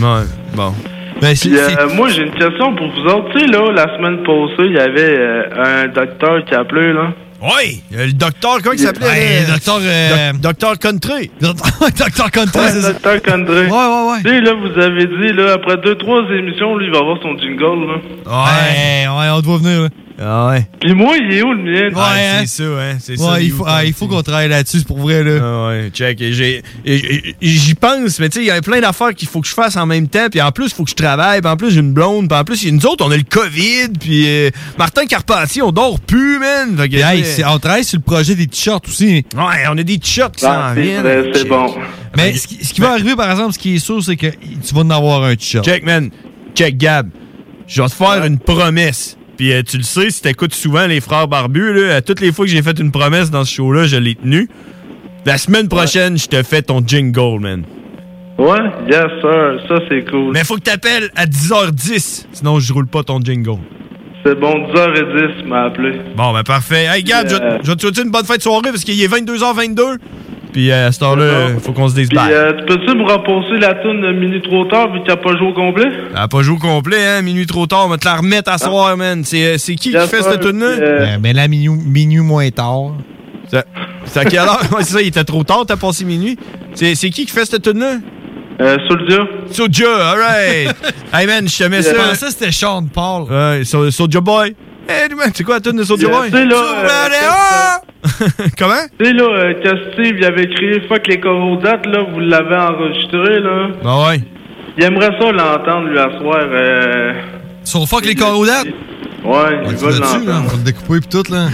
Speaker 14: Ouais, bon.
Speaker 8: Puis, euh, moi, j'ai une question pour vous autres. Tu sais, là, la semaine passée, il y avait euh, un docteur qui appelait, là.
Speaker 14: Oui! euh, Le docteur, comment il s'appelait?
Speaker 8: Ouais,
Speaker 14: là?
Speaker 8: le docteur, euh,
Speaker 14: Doc- docteur Country.
Speaker 18: docteur Country,
Speaker 8: Ouais, docteur Condré. Ouais,
Speaker 18: ouais, ouais.
Speaker 8: Tu sais, là, vous avez dit, là, après deux, trois émissions, lui, il va avoir son jingle, là.
Speaker 18: Ouais, ouais, on te voit venir, là.
Speaker 14: Ah ouais.
Speaker 8: Puis moi, il est où le mien?
Speaker 18: Ouais, hein?
Speaker 14: C'est ça, hein? C'est
Speaker 18: Ouais,
Speaker 14: ça.
Speaker 18: il faut, ah, il faut qu'on travaille là-dessus, c'est pour vrai, là.
Speaker 14: Ah ouais, check. Et j'ai- et- et- et J'y pense, mais tu sais, il y a plein d'affaires qu'il faut que je fasse en même temps. Puis en plus, il faut que je travaille. Puis en plus, j'ai une blonde. Puis en plus, nous autres, on a le COVID. Puis euh, Martin Carpentier, on dort plus, man. Fait que,
Speaker 18: Puis, hey,
Speaker 14: tu sais,
Speaker 18: c'est- ah, on travaille sur le projet des t-shirts aussi.
Speaker 14: Ouais, on a des t-shirts qui
Speaker 8: Ben,
Speaker 14: s'en viennent. Check.
Speaker 18: Mais ce qui, ce qui va arriver, par exemple, ce qui est sûr, c'est que tu vas en avoir un t-shirt.
Speaker 14: Check, man. Check, Gab. Je vais te faire une promesse. Puis euh, tu le sais, si t'écoutes souvent les frères barbus, là, à toutes les fois que j'ai fait une promesse dans ce show-là, je l'ai tenue. La semaine prochaine, je te fais ton jingle, man.
Speaker 8: Ouais, yes, sir. Ça, c'est cool.
Speaker 14: Mais faut que t'appelles à 10h10, sinon je roule pas ton jingle.
Speaker 8: C'est bon, 10h10 m'a appelé.
Speaker 14: Bon, ben parfait. Hey, Gab,
Speaker 8: Euh.
Speaker 14: je vais- je vais te souhaiter une bonne fête de soirée parce qu'il est 22h22. Puis euh, à cette heure-là, euh, faut qu'on se dise
Speaker 8: Puis,
Speaker 14: bye.
Speaker 8: euh, tu peux-tu me repasser la toune de minuit trop tard vu que t'as pas joué au complet?
Speaker 14: Elle a pas joué au complet, hein? Minuit trop tard, on va te la remettre à
Speaker 8: Ah.
Speaker 14: soir, man. C'est euh, c'est qui qui fait cette tune-là?
Speaker 8: euh,
Speaker 18: Ben, ben là, minuit, minuit moins tard.
Speaker 14: C'est- C'est à quelle heure? Ouais, c'est ça, il était trop tard, t'as passé minuit. C'est c'est qui qui fait cette tune-là?
Speaker 8: Euh, Soldier.
Speaker 14: Soldier, alright. hey man, je te mets
Speaker 18: Je
Speaker 14: ça.
Speaker 18: pensais que c'était Sean Paul.
Speaker 14: Ouais, Sol- Soldier Boy. Hey, man, Eh, c'est quoi la tune de Soldier
Speaker 18: Yeah,
Speaker 14: Boy?
Speaker 18: tu sais, là, euh,
Speaker 14: Super-héros! Comment?
Speaker 8: Tu sais, là, euh, quand Steve il avait crié « Fuck les corrodates », là, vous l'avez enregistré, là.
Speaker 18: Ben ouais.
Speaker 8: Il aimerait ça l'entendre, lui, à soir. Euh...
Speaker 18: Sur fuck les corrodates?
Speaker 8: Ouais, il va
Speaker 18: Là-dessus, là, on
Speaker 8: l'entendre.
Speaker 18: va le découper pis tout, là.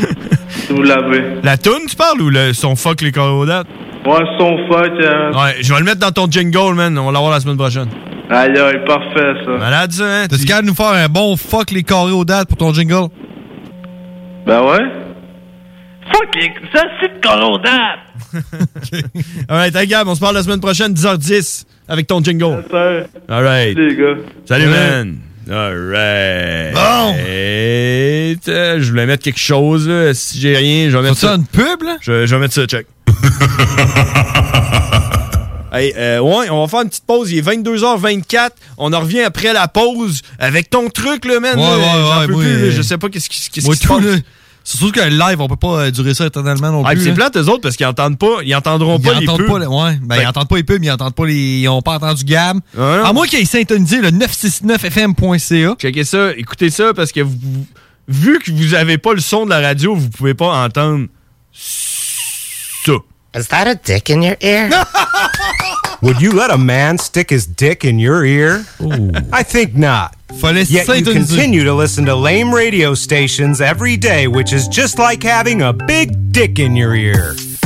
Speaker 8: si Vous l'avez.
Speaker 14: La toune, tu parles ou le, son fuck les corrodates?
Speaker 8: Ouais, son fuck. euh,
Speaker 14: Ouais, je vais le mettre dans ton jingle, man. On va l'avoir la semaine prochaine.
Speaker 8: Aïe, aïe, parfait, ça.
Speaker 14: Malade, ça, hein?
Speaker 18: T'es capable de nous faire un bon fuck les corrodates pour ton jingle?
Speaker 8: Ben ouais. Fuck les... Ça, c'est de corrodates!
Speaker 14: Alright, hey, Gab, on se parle la semaine prochaine, 10h10, avec ton jingle. Alright.
Speaker 8: Les gars.
Speaker 14: Salut,
Speaker 8: Ouais.
Speaker 14: man. Alright. Bon! euh, je voulais mettre quelque chose, là. Si j'ai rien, je vais mettre
Speaker 18: Faut-tu
Speaker 14: ça.
Speaker 18: une pub, là?
Speaker 14: Je, je vais mettre ça, check. hey, euh, ouais, on va faire une petite pause. Il est 22h24. On en revient après la pause avec ton truc, là, man.
Speaker 18: Ouais,
Speaker 14: là.
Speaker 18: ouais,
Speaker 14: J'en
Speaker 18: ouais,
Speaker 14: peux
Speaker 18: moi,
Speaker 14: plus, là.
Speaker 18: euh,
Speaker 14: Je sais pas qu'est-ce qui qu'est-ce
Speaker 18: Moi,
Speaker 14: qui se
Speaker 18: tout,
Speaker 14: passe.
Speaker 18: là. C'est surtout qu'un live, on peut pas euh, durer ça éternellement non
Speaker 14: Ah, puis
Speaker 18: plus.
Speaker 14: c'est
Speaker 18: là.
Speaker 14: plate, eux autres, parce qu'ils entendent pas, ils entendront
Speaker 18: Ils
Speaker 14: pas les
Speaker 18: entendent
Speaker 14: pubs.
Speaker 18: pas le- ouais, ben,
Speaker 14: Fait- Ah,
Speaker 18: ils entendent pas les pubs, ils entendent pas les. Ils ont pas entendu Gab. à moins qu'ils aient syntonisé le 969fm.ca.
Speaker 14: Checkez ça, écoutez ça, parce que vous- vous- vu que vous avez pas le son de la radio, vous pouvez pas entendre ça.
Speaker 20: Is that a dick in your ear?
Speaker 21: Would you let a man stick his dick in your ear? I think not.
Speaker 18: Fallait
Speaker 21: Yet you
Speaker 18: syntoniser.
Speaker 21: continue to listen to lame radio stations every day, which is just like having a big dick in your ear.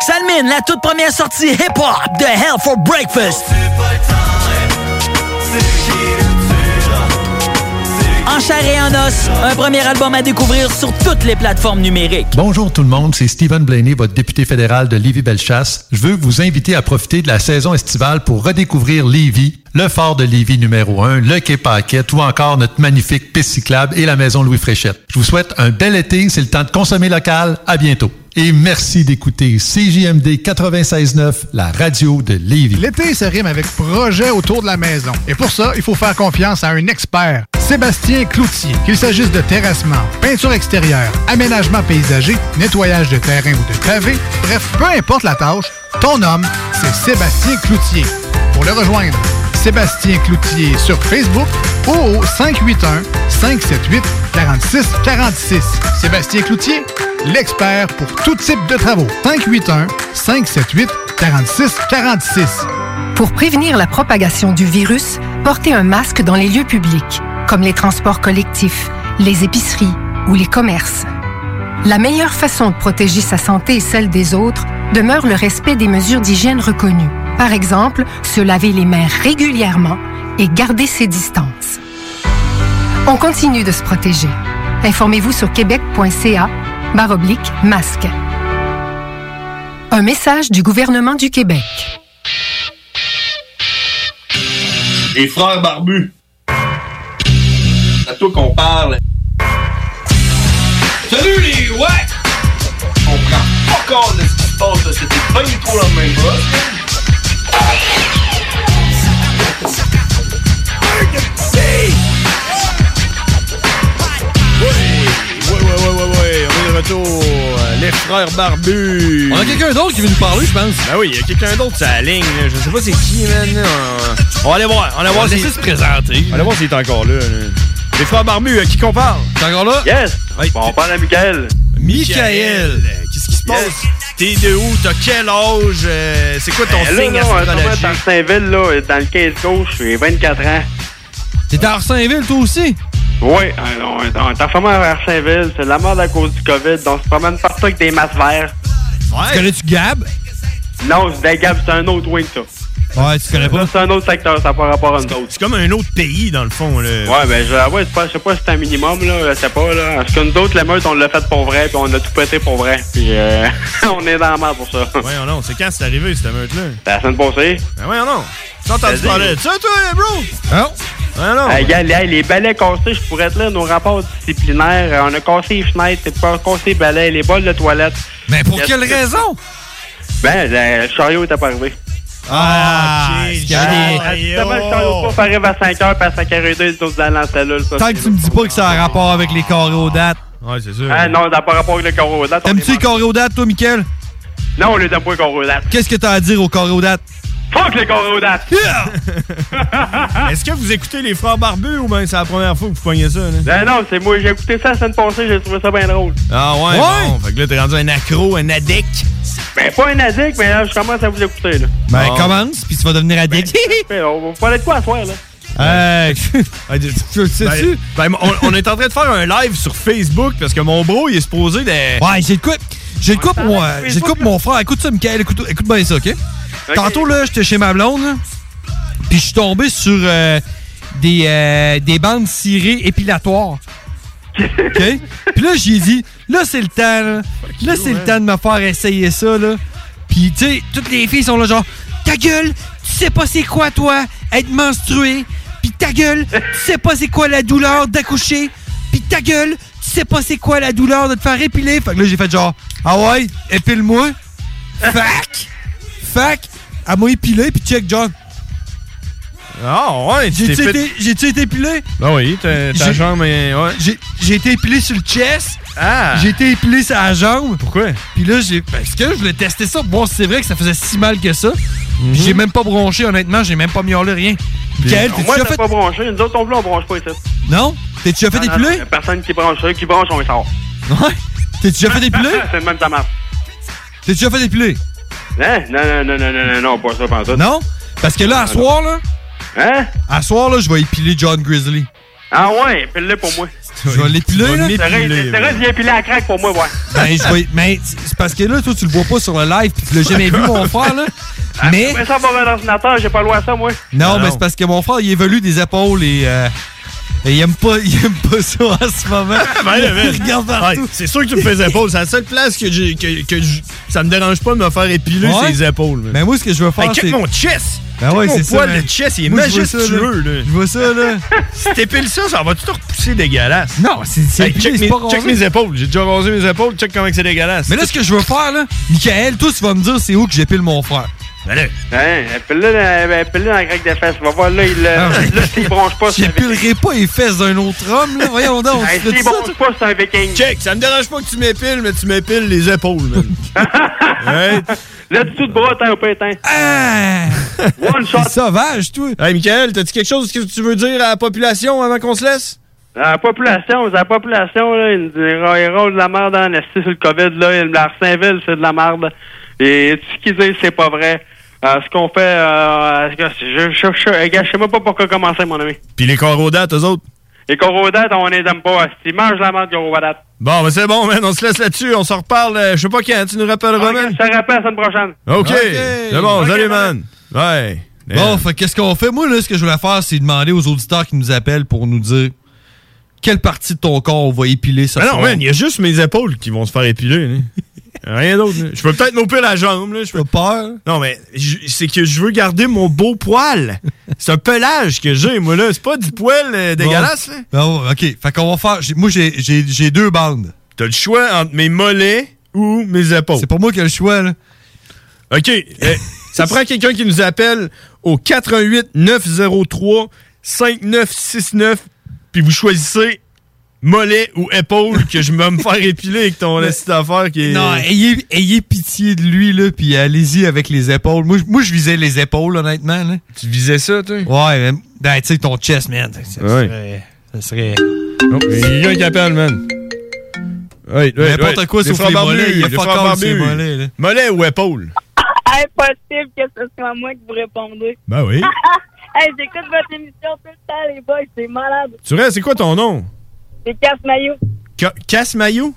Speaker 13: Salmine, la toute première sortie hip-hop de Hell for Breakfast. En chair et en os, un premier album à découvrir sur toutes les plateformes numériques.
Speaker 22: Bonjour tout le monde, c'est Stephen Blaney, votre député fédéral de Lévis-Bellechasse. Je veux vous inviter à profiter de la saison estivale pour redécouvrir Lévis, le fort de Lévis numéro 1, le Quai Paquette ou encore notre magnifique piste cyclable et la maison Louis Fréchette. Je vous souhaite un bel été, c'est le temps de consommer local. À bientôt. Et merci d'écouter CJMD 96.9, la radio de Lévis.
Speaker 17: L'été se rime avec projet autour de la maison. Et pour ça, il faut faire confiance à un expert, Sébastien Cloutier. Qu'il s'agisse de terrassement, peinture extérieure, aménagement paysager, nettoyage de terrain ou de pavé, bref, peu importe la tâche, ton homme, c'est Sébastien Cloutier. Pour le rejoindre, Sébastien Cloutier sur Facebook ou au 581-578-4646. Sébastien Cloutier, l'expert pour tout type de travaux. 581-578-4646.
Speaker 23: Pour prévenir la propagation du virus, portez un masque dans les lieux publics, comme les transports collectifs, les épiceries ou les commerces. La meilleure façon de protéger sa santé et celle des autres demeure le respect des mesures d'hygiène reconnues. Par exemple, se laver les mains régulièrement et garder ses distances. On continue de se protéger. Informez-vous sur québec.ca baroblique masque. Un message du gouvernement du Québec.
Speaker 5: Les frères barbus. C'est à toi qu'on parle. Salut les ouais! On prend pas compte de ce qui se passe, là. c'était pas du tout la même
Speaker 14: Ouais, ouais, ouais, ouais, ouais, on est de retour. euh, Les frères barbus.
Speaker 18: On a quelqu'un d'autre qui veut nous parler, je pense.
Speaker 14: Ben oui, il y a quelqu'un d'autre sur la ligne. là. Je sais pas c'est qui, man. là. On va aller voir. On va aller
Speaker 18: On
Speaker 14: voir
Speaker 18: va
Speaker 14: s'il-
Speaker 18: laisser se présenter.
Speaker 14: On va aller voir s'il est encore là. là. Les frères barbus, à qui qu'on parle?
Speaker 18: T'es encore là?
Speaker 14: Yes!
Speaker 19: on parle à Michael.
Speaker 14: Michael! Qu'est-ce qui se passe? T'es de où? T'as quel âge? Euh, C'est quoi ton
Speaker 19: Ben,
Speaker 14: signe
Speaker 19: là, là, en ce moment,
Speaker 14: astrologique?
Speaker 19: dans Saint-Ville, là, dans le 15 gauche, j'ai 24 ans.
Speaker 18: T'es à Arsainville, toi aussi?
Speaker 19: Oui, on on est en ce moment à Saint-Ville. C'est la mort à cause du COVID. Donc, on se promène partout avec des masques verts.
Speaker 18: Tu connais-tu Gab?
Speaker 19: Non, c'est des Gab, c'est un autre wing, ça.
Speaker 18: Ouais, tu connais pas?
Speaker 19: Ça, c'est un autre secteur, ça n'a pas rapport à nous autres.
Speaker 14: C'est comme un autre pays, dans le fond, là.
Speaker 19: Ouais, ben,
Speaker 14: ah
Speaker 19: je, ouais, c'est pas- je sais pas si c'est un minimum, là, je sais pas, là. Parce que nous autres, la meute, on l'a fait pour vrai, puis on a tout pété pour vrai. Puis, euh, on est dans la merde pour ça.
Speaker 14: Ouais, non, c'est quand c'est arrivé, cette meute-là?
Speaker 19: La semaine passée.
Speaker 14: Ben ouais, non. Tu as entendu
Speaker 19: Vas-y.
Speaker 14: parler de ça, toi, là, bro?
Speaker 18: Non.
Speaker 14: Ah non.
Speaker 19: Hey, regarde, les, les balais cassés, je pourrais être là, nos rapports disciplinaires. euh, On a cassé les fenêtres, on a cassé les balais, les bols de toilette.
Speaker 18: Mais pour
Speaker 19: Yes.
Speaker 18: quelle raison?
Speaker 19: Ben, le chariot est pas arrivé.
Speaker 14: Ah,
Speaker 24: ok,
Speaker 14: il y avait des-
Speaker 24: Justement, le cardio arrive à 5 heures, passe à 42, ils sont dans la cellule. ça,
Speaker 18: Tant
Speaker 24: c'est
Speaker 18: que tu me dis pas que ça a rapport avec les carreaux dates.
Speaker 14: Ouais, c'est sûr.
Speaker 24: Ah non, ça n'a pas rapport avec le carreau date.
Speaker 18: T'aimes-tu les carreaux dates, toi, Michael?
Speaker 24: Non, on les aime pas, les carreaux date.
Speaker 18: Qu'est-ce que t'as à dire aux carreaux dates?
Speaker 24: Fuck les carreaux date!
Speaker 14: Est-ce que vous écoutez les frères barbus ou bien c'est la première fois que vous pognez ça? hein?
Speaker 24: Ben non, c'est moi, j'ai écouté ça la semaine passée, j'ai trouvé ça bien drôle.
Speaker 14: Ah ouais,
Speaker 24: Ouais.
Speaker 14: bon. Fait que là, t'es rendu un accro, un addict.
Speaker 24: Ben pas un addict, mais là, je commence à vous écouter, là.
Speaker 18: Ben, commence, puis tu vas devenir addict. Euh,
Speaker 24: Ben, on va parler de quoi à soir, là?
Speaker 18: Hey,
Speaker 14: ben, ben, on, on est en train de faire un live sur Facebook parce que mon bro, il est supposé de.
Speaker 18: Ouais, j'ai de quoi. J'ai de quoi pour moi. J'ai de quoi pour mon frère. Écoute ça, Michael. Écoute, écoute bien ça, OK? Tantôt, là, j'étais chez ma blonde, là, puis je suis tombé sur euh, des, euh, des bandes cirées épilatoires. OK? Puis là, j'ai dit, là, c'est le temps, là. Là, c'est
Speaker 14: hein.
Speaker 18: le temps de me faire essayer ça, là. Puis, tu sais, toutes les filles sont là, genre, ta gueule, tu sais pas c'est quoi, toi, être menstrué. Puis ta gueule, tu sais pas c'est quoi la douleur d'accoucher. Puis ta gueule, tu sais pas c'est quoi la douleur de te faire épiler. Fait que là, j'ai fait genre, ah ouais, épile-moi. Fac! Fac! Elle m'a épilé, puis check, genre.
Speaker 14: Ah ouais, tu t'es
Speaker 18: J'ai-tu
Speaker 14: fait-
Speaker 18: été, j'ai-tu été épilé?
Speaker 14: Ah oui, ta, ta
Speaker 18: J'ai-
Speaker 14: jambe est. Ouais.
Speaker 18: J'ai, j'ai été épilé sur le chest.
Speaker 14: Ah!
Speaker 18: J'ai été épilé sur la jambe.
Speaker 14: Pourquoi?
Speaker 18: Puis là, j'ai. Parce que je voulais tester ça pour voir si c'est vrai que ça faisait si mal que ça.
Speaker 14: Mm-hmm.
Speaker 18: Puis j'ai même pas bronché, honnêtement, j'ai même pas miaulé rien. Michael, t'es-tu
Speaker 24: Moi,
Speaker 18: déjà
Speaker 24: t'as
Speaker 18: fait.
Speaker 24: pas branché, nous autres, on veut, on branche pas ici.
Speaker 18: Non? T'es déjà fait
Speaker 24: Non, non,
Speaker 18: épiler?
Speaker 24: y a Personne qui branche, ceux qui branche, on les sort.
Speaker 18: Ouais? T'es déjà fait épiler?
Speaker 24: C'est le même ça marche.
Speaker 18: T'es déjà fait épiler?
Speaker 24: Hein? Non, non, non, non, non, non, non, pas ça, pas ça.
Speaker 18: Non? Parce que là, à soir, là.
Speaker 24: Hein?
Speaker 18: À soir, là, je vais épiler John Grizzly.
Speaker 24: Ah ouais, pile-le pour moi.
Speaker 18: Je vais l'épiler, là.
Speaker 24: C'est vrai, viens piler à craque pour moi, ouais.
Speaker 18: Ben, je vais- mais c'est parce que là, toi, tu le vois pas sur le live, puis tu l'as jamais vu, mon frère, là.
Speaker 14: Ah,
Speaker 18: Mais.
Speaker 24: Mais ça va vers l'ordinateur, j'ai pas le droit à ça, moi.
Speaker 18: Non, mais c'est parce que mon frère, il évolue des épaules et, euh, et il aime pas, il aime pas ça en ce moment.
Speaker 14: Ben, là, ben.
Speaker 18: il regarde
Speaker 14: Ouais,
Speaker 18: partout.
Speaker 14: c'est sûr que tu me fais épaules. C'est la seule place que, j'ai- que, que j- ça me dérange pas de me faire épiler
Speaker 18: Ouais.
Speaker 14: ses épaules.
Speaker 18: Mais moi, ce que je veux faire,
Speaker 14: Hey, check
Speaker 18: c'est-
Speaker 14: mon chest!
Speaker 18: Ben
Speaker 14: Check
Speaker 18: ouais,
Speaker 14: mon
Speaker 18: c'est ça,
Speaker 14: poil
Speaker 18: man.
Speaker 14: de chest, il est
Speaker 18: Moi, je vois ça, là.
Speaker 14: majestueux. là.
Speaker 18: Je vois ça, là.
Speaker 14: si t'épiles ça, ça va tout te repousser dégueulasse.
Speaker 18: Non, c'est- c'est épilé,
Speaker 14: check,
Speaker 18: c'est
Speaker 14: mes,
Speaker 18: pas rasé.
Speaker 14: check mes épaules. J'ai déjà rasé mes épaules. Check comment que c'est dégueulasse.
Speaker 18: Mais là, ce que je veux faire, là, Michael, toi, tu vas me dire c'est où que j'épile mon frère.
Speaker 14: Allez.
Speaker 24: Hein, pile-le dans, pile-le dans la craque des fesses. Va voir, là, il,
Speaker 18: Ah,
Speaker 24: euh, là, s'il bronche pas, c'est un viking.
Speaker 18: J'épilerai pas les fesses d'un autre homme, là. Voyons donc, on se
Speaker 24: Hey,
Speaker 18: fait
Speaker 24: S'il
Speaker 18: ça.
Speaker 24: bronche pas, c'est un viking.
Speaker 14: Check, ça me dérange pas que tu m'épiles, mais tu m'épiles les épaules, man. Hey.
Speaker 24: Là, dessous de bras, t'es un pétin. One shot.
Speaker 18: Ah! sauvage, toi.
Speaker 14: Hey, Michael, t'as-tu quelque chose que tu veux dire à la population avant qu'on se laisse?
Speaker 24: La population, la population, là, ils nous diront, ils rôdent de la merde en esti sur le COVID, là. Et La Saint-Ville, c'est de la merde. Et tout ce qu'ils disent, c'est pas vrai. Euh, ce qu'on fait, euh, je, je, je, je, je sais même pas pourquoi commencer, mon ami.
Speaker 14: Puis les corodates, eux autres?
Speaker 24: Les corodates, on les aime pas. Ils mangent la merde, corodates.
Speaker 14: Bon, ben c'est bon, man. On se laisse là-dessus. On s'en reparle. euh, je sais pas quand. Tu nous rappelleras, man?
Speaker 24: Je te rappelle la semaine prochaine.
Speaker 14: OK. C'est bon.
Speaker 24: Ok,
Speaker 14: salut, man. Ouais.
Speaker 18: Bon, fait qu'est-ce qu'on fait? Moi, là, ce que je voulais faire, c'est demander aux auditeurs qui nous appellent pour nous dire quelle partie de ton corps on va épiler ça.
Speaker 14: Ah non, man, il y a juste mes épaules qui vont se faire épiler. là. Rien d'autre. là. Je peux peut-être m'opérer la jambe. là. Je peux
Speaker 18: peur.
Speaker 14: Non, mais je- c'est que je veux garder mon beau poil. C'est un pelage que j'ai, moi, là. C'est pas du poil euh, dégueulasse, là.
Speaker 18: Non, Ben, oh, ok. Fait qu'on va faire. j'ai- Moi, j'ai- j'ai j'ai deux bandes.
Speaker 14: T'as le choix entre mes mollets ou mes épaules. C'est
Speaker 18: pas moi qui ai le choix, là.
Speaker 14: OK. euh, ça prend quelqu'un qui nous appelle au 88 903 5969 puis vous choisissez mollet ou épaule que je vais me faire épiler avec ton liste d'affaires qui est...
Speaker 18: Non, ayez, ayez pitié de lui, là, puis allez-y avec les épaules. Moi, je- moi je visais les épaules, honnêtement. Là.
Speaker 14: Tu visais ça, toi?
Speaker 18: Ouais, mais, ben, tu sais, ton chest, man. Ça
Speaker 14: Ouais.
Speaker 18: serait. Ça serait...
Speaker 14: Oh, il y a quelqu'un qui appelle, man. Ouais, ouais,
Speaker 18: N'importe
Speaker 14: ouais.
Speaker 18: quoi,
Speaker 14: Les
Speaker 18: sauf
Speaker 14: frères
Speaker 18: les
Speaker 14: barbus,
Speaker 18: mollets, il y a
Speaker 14: les
Speaker 18: fuck
Speaker 14: frères
Speaker 18: all sur les
Speaker 14: barbus.
Speaker 18: mollets, là.
Speaker 14: Mollet ou épaule?
Speaker 25: Impossible que ce soit moi qui vous répondez.
Speaker 18: Bah
Speaker 14: Ben oui.
Speaker 25: hey, j'écoute votre émission tout le temps, les boys. C'est malade.
Speaker 14: Tu restes, c'est quoi ton nom?
Speaker 25: C'est casse-maillot.
Speaker 14: Ca- Casse Maillot?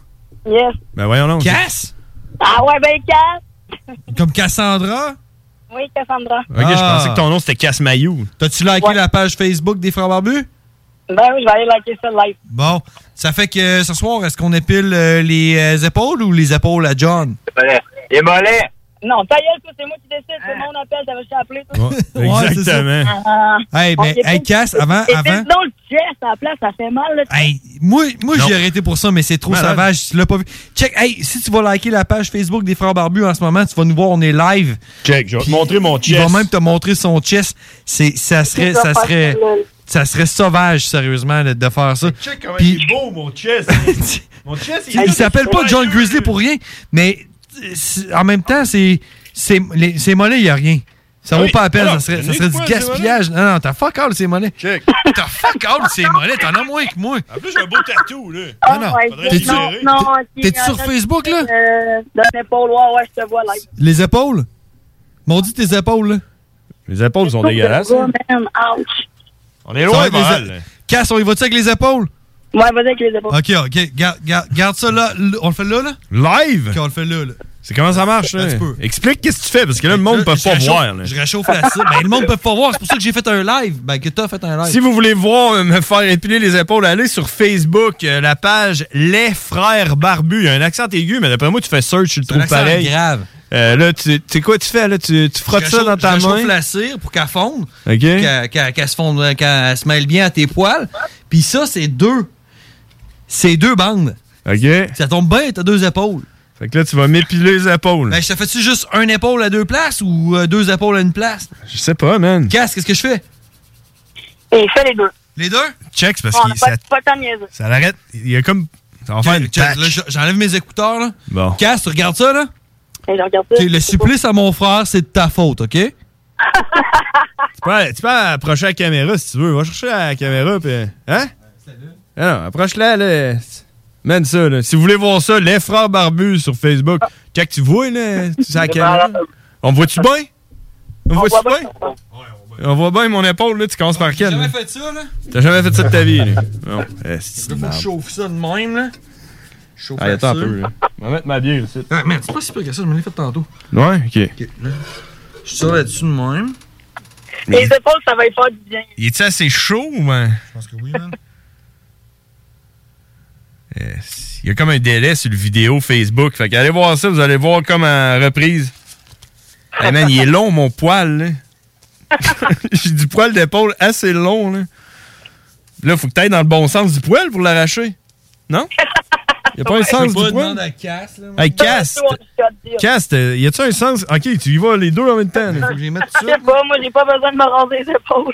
Speaker 25: Yes.
Speaker 14: Ben voyons non.
Speaker 18: Casse?
Speaker 25: Ah ouais, ben casse.
Speaker 18: Comme Cassandra? Ah.
Speaker 25: Oui, Cassandra.
Speaker 14: Ok, je pensais que ton nom c'était Casse Maillot.
Speaker 18: T'as-tu liké la page Facebook des Frères Barbus?
Speaker 25: Ben oui, je vais aller liker ça live.
Speaker 18: Bon. Ça fait que euh, ce soir, est-ce qu'on épile euh, les euh, épaules ou les épaules à John?
Speaker 25: Les mollets. Non, ta gueule, ça, c'est moi qui décide. C'est mon appel, t'avais juste appelé. toi.
Speaker 14: Ouais, Ouais, exactement. c'est
Speaker 25: Ah, ah.
Speaker 18: Hey, mais,
Speaker 25: On s'est
Speaker 18: hey,
Speaker 25: pas-
Speaker 18: Cass, avant-
Speaker 25: Et
Speaker 18: avant-
Speaker 25: puis, Non, le geste à la place, ça fait mal. là.
Speaker 18: Hey, moi, moi
Speaker 25: Non.
Speaker 18: j'ai arrêté pour ça, mais c'est trop
Speaker 25: Malade.
Speaker 18: sauvage. Tu l'as pas vu. Check, hey, si tu vas liker la page Facebook des Frères Barbus en ce moment, tu vas nous voir, on est live.
Speaker 14: Check, je vais te montrer mon
Speaker 18: Il va
Speaker 14: chest.
Speaker 18: même te montrer son chest. C'est, ça serait, ça serait, ça serait sauvage, sérieusement, de, de faire ça.
Speaker 14: Check comment
Speaker 18: Puis-
Speaker 14: il est beau, mon chest. mon chest, il est
Speaker 18: il s'appelle pas John Grizzly pour rien, mais c'est- en même temps, c'est, c'est, les- ces mollets, il n'y a rien. Ça vaut
Speaker 14: Oui,
Speaker 18: pas la peine,
Speaker 14: alors,
Speaker 18: ça serait, ça
Speaker 14: c'est
Speaker 18: serait
Speaker 14: quoi,
Speaker 18: du
Speaker 14: ces
Speaker 18: gaspillage. Non, non, t'as fuck all ces mollets. T'as fuck all ces mollets, t'en as moins que moi.
Speaker 14: En plus, j'ai un beau tatou, là.
Speaker 25: Ah, ouais,
Speaker 14: Faudrait
Speaker 25: c'est-
Speaker 14: le serrer.
Speaker 25: non, non,
Speaker 18: t'es-tu
Speaker 25: ok,
Speaker 18: sur
Speaker 25: euh,
Speaker 18: Facebook, là?
Speaker 25: euh, Donne l'épaule, ouais, ouais, je te vois, là.
Speaker 18: Les épaules? M'ont dit tes épaules, là.
Speaker 14: Les épaules sont dégueulasses. hein?
Speaker 25: Ouais, man, ouch.
Speaker 14: On est loin, mal.
Speaker 18: Casse, on y va-tu avec les épaules?
Speaker 25: Ouais, vas-y avec les épaules.
Speaker 18: Ok, ok. Garde, garde, garde ça là. L- On le fait là, là?
Speaker 14: Live?
Speaker 18: Ok, on le fait là, là.
Speaker 14: C'est comment ça marche,
Speaker 18: Un
Speaker 14: là?
Speaker 18: petit peu.
Speaker 14: Explique qu'est-ce que tu fais, parce que là, le monde ne peut
Speaker 18: Je
Speaker 14: pas
Speaker 18: réchauffe-
Speaker 14: voir. là.
Speaker 18: Je réchauffe la cible. Ben, le monde peut pas voir. C'est pour ça que j'ai fait un live. Ben, que t'as fait un live.
Speaker 14: Si vous voulez voir euh, me faire épiler les épaules, allez sur Facebook, euh, la page Les Frères Barbus. Il y a un accent aigu, mais d'après moi, tu fais search, tu le
Speaker 18: C'est un
Speaker 14: trouves
Speaker 18: accent
Speaker 14: pareil.
Speaker 18: grave.
Speaker 14: Euh, là, tu tu sais quoi tu fais? Là, tu, tu frottes
Speaker 18: Je
Speaker 14: ça
Speaker 18: réchauffe-
Speaker 14: dans ta
Speaker 18: Je
Speaker 14: main.
Speaker 18: réchauffe la cire pour qu'elle fonde.
Speaker 14: OK.
Speaker 18: Qu'elle qu'elle- qu'elle se fonde, euh, qu'elle se mêle bien à tes poils. Puis ça, c'est deux. C'est deux bandes.
Speaker 14: OK.
Speaker 18: Ça tombe bien, t'as deux épaules.
Speaker 14: Fait que là, tu vas m'épiler les épaules.
Speaker 18: Ben, je te fais-tu juste un épaule à deux places ou euh, deux épaules à une place?
Speaker 14: Je sais pas, man.
Speaker 18: Casse, qu'est-ce que je fais?
Speaker 25: Et fais les deux.
Speaker 18: Les deux?
Speaker 14: Check, c'est parce
Speaker 25: On
Speaker 14: que
Speaker 25: n'a Ah, pas,
Speaker 14: ça,
Speaker 25: pas le temps de niaiser.
Speaker 14: ça l'arrête. Il y a comme. Ça va faire une
Speaker 18: Check,
Speaker 14: patch.
Speaker 18: là, j- J'enlève mes écouteurs, là.
Speaker 14: Bon.
Speaker 18: Casse, tu regardes ça, là?
Speaker 25: Et je regarde
Speaker 18: Ok, le supplice à mon frère, c'est de ta faute, OK?
Speaker 14: Tu peux, aller- tu peux approcher la caméra si tu veux. Va chercher la caméra. Pis, hein? Ah non, approche-la. Là. Man, ça. Là. Si vous voulez voir ça, les frères barbus sur Facebook. Quand tu vois, là, tu sais la caméra. On me voit-tu bien? On me voit-tu bien? On voit bien mon épaule, là, tu commences par quelle? là?
Speaker 18: fait ça, là?
Speaker 14: T'as jamais fait ça de ta vie, là. Non. Eh, c'est une
Speaker 18: Faut que je
Speaker 14: merde.
Speaker 18: chauffe ça de même, là. Je chauffe
Speaker 14: Ah, attends un
Speaker 18: là-dessus.
Speaker 14: peu, là. Je vais mettre ma bière ici.
Speaker 18: Ah, man, c'est pas si pire que ça, je me l'ai fait tantôt.
Speaker 14: Ouais, ok.
Speaker 18: Je suis là-dessus de même.
Speaker 25: Les épaules, ça va y faire du bien.
Speaker 14: Il est-tu assez chaud ou ben?
Speaker 18: Je pense que oui, man.
Speaker 14: Eh, Il y a comme un délai sur le vidéo Facebook. Fait qu'allez voir ça, vous allez voir comme en reprise. Hey man, il est long mon poil, là. J'ai du poil d'épaule assez long, là. Là, faut que t'ailles dans le bon sens du poil pour l'arracher. Non? Y a pas un sens du poil?
Speaker 18: à casse, là.
Speaker 14: Hey, casse! Casse, t'es- y a-tu un sens? Ok, tu y vas les deux en même temps, là.
Speaker 25: Je sais pas, moi, j'ai pas besoin de me raser les épaules.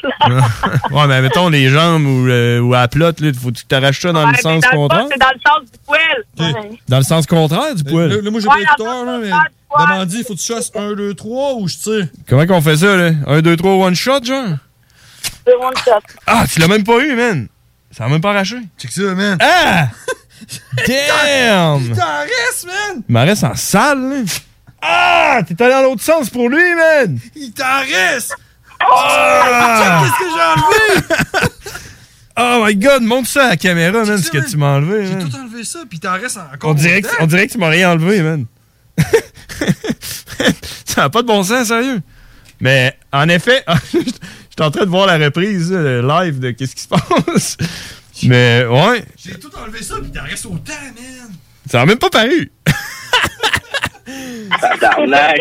Speaker 14: ouais, mais mettons les jambes ou, euh, ou à la plate, là, faut que tu t'arraches ça dans
Speaker 25: Ouais,
Speaker 14: le
Speaker 25: mais
Speaker 14: sens
Speaker 25: dans le
Speaker 14: contraire.
Speaker 25: fond, C'est dans le sens du poil. Ouais.
Speaker 14: Dans le sens contraire du poil.
Speaker 18: Euh, Là, là, moi, j'ai
Speaker 25: Ouais,
Speaker 18: pas d'écouteurs, là, mais.
Speaker 25: dans le poil.
Speaker 18: Demandé, faut que tu chasses 1, 2, 3 ou je tire?
Speaker 14: Comment qu'on fait ça, là? Un, deux, trois, one shot, genre?
Speaker 25: Deux one shot.
Speaker 14: Ah, tu l'as même pas eu, man! Ça a même pas arraché.
Speaker 18: Check ça, man.
Speaker 14: Ah! Damn!
Speaker 18: T'en restes, man!
Speaker 14: Il m'en reste en salle, là. Ah! T'es allé dans l'autre sens pour lui, man!
Speaker 18: Il t'en reste!
Speaker 25: Oh!
Speaker 14: Ah!
Speaker 18: Check qu'est-ce que j'ai enlevé!
Speaker 14: Oh my god, montre ça à la caméra, man, ce que tu m'as enlevé,
Speaker 18: J'ai
Speaker 14: man.
Speaker 18: tout enlevé hein. ça, pis t'en restes encore.
Speaker 14: On dirait, que,
Speaker 18: autant.
Speaker 14: on dirait que tu m'as rien enlevé, man. ça n'a pas de bon sens, sérieux. Mais en effet, je suis en train de voir la reprise euh, live de Qu'est-ce qui se passe. Mais ouais,
Speaker 18: J'ai tout enlevé ça, pis t'en restes autant, man!
Speaker 14: ça n'a même pas paru.
Speaker 5: Tabarnak.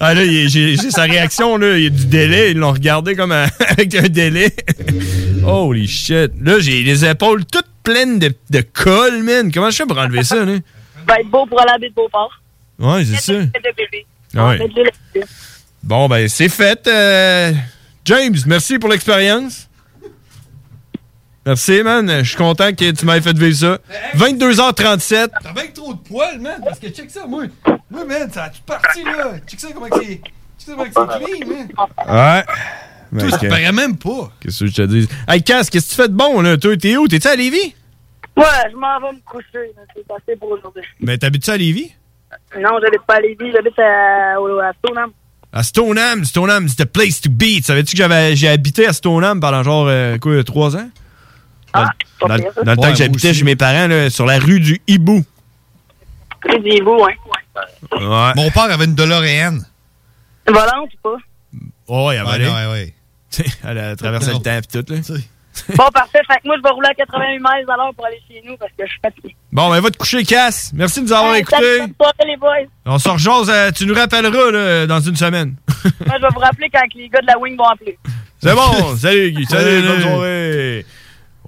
Speaker 14: Ah là, il- j'ai j'ai sa réaction, là. Il y a du délai. Ils l'ont regardé comme un- avec un délai. Holy shit. Là, j'ai les épaules toutes pleines de, de colle, man. Comment je fais pour enlever ça, là?
Speaker 25: Va être Ben, beau pour aller à de Beauport.
Speaker 14: Ouais, c'est ça.
Speaker 25: C'est de bébé.
Speaker 14: Ah ouais.
Speaker 25: Faites le là-dessus.
Speaker 14: Bon, ben, c'est fait. euh, James, merci pour l'expérience. Merci, man. Je suis content que tu m'aies fait vivre ça. 22h37.
Speaker 18: T'as bien que trop de poils, man, parce que check ça, moi. Moi, man, ça a tout parti, là. Check ça, comment que c'est. Check ça, comment que c'est clean, man.
Speaker 14: Ouais.
Speaker 18: Toi,
Speaker 14: Ben,
Speaker 18: tu te parais même pas.
Speaker 14: Qu'est-ce que je te dis? Hey, Cass, qu'est-ce que tu fais de bon, là? Toi, t'es où? T'es-tu à Lévis?
Speaker 25: Ouais, je m'en vais me coucher. là. C'est assez pour aujourd'hui.
Speaker 14: Ben, t'habites-tu à Lévis?
Speaker 25: Non, j'habite pas à Lévis, j'habite à, euh, au- à hein. Stoneham.
Speaker 14: À Stoneham, Stoneham, c'est the place to be. Tu Savais-tu que j'avais, j'ai habité à Stoneham pendant genre, euh, quoi, trois ans?
Speaker 25: Ah,
Speaker 14: Dans, dans le temps
Speaker 18: Ouais,
Speaker 14: que
Speaker 18: moi
Speaker 14: j'habitais
Speaker 18: aussi.
Speaker 14: chez mes parents, là, sur la rue du Hibou.
Speaker 25: C'est des beaux, hein.
Speaker 14: Ouais.
Speaker 18: Mon père avait une DeLorean.
Speaker 25: Volante ou pas?
Speaker 14: Ouais, ouais, elle va
Speaker 18: Ouais,
Speaker 14: aller.
Speaker 18: ouais, ouais.
Speaker 14: Tu sais, Elle a traversé le temps et tout, là.
Speaker 25: Bon, parfait. Fait que moi, je vais rouler à 88 miles à l'heure pour aller chez nous parce que je suis fatigué.
Speaker 14: Bon, ben va te coucher, Cass. Merci de nous avoir
Speaker 25: Hey,
Speaker 14: écoutés.
Speaker 25: salut, bonne soirée, les boys.
Speaker 14: On se rejase, euh, tu nous rappelleras là, dans une semaine.
Speaker 25: Moi, je vais vous rappeler quand les gars de la Wing vont appeler.
Speaker 14: C'est bon, salut Guy, salut,
Speaker 25: Salut.
Speaker 14: bonne soirée.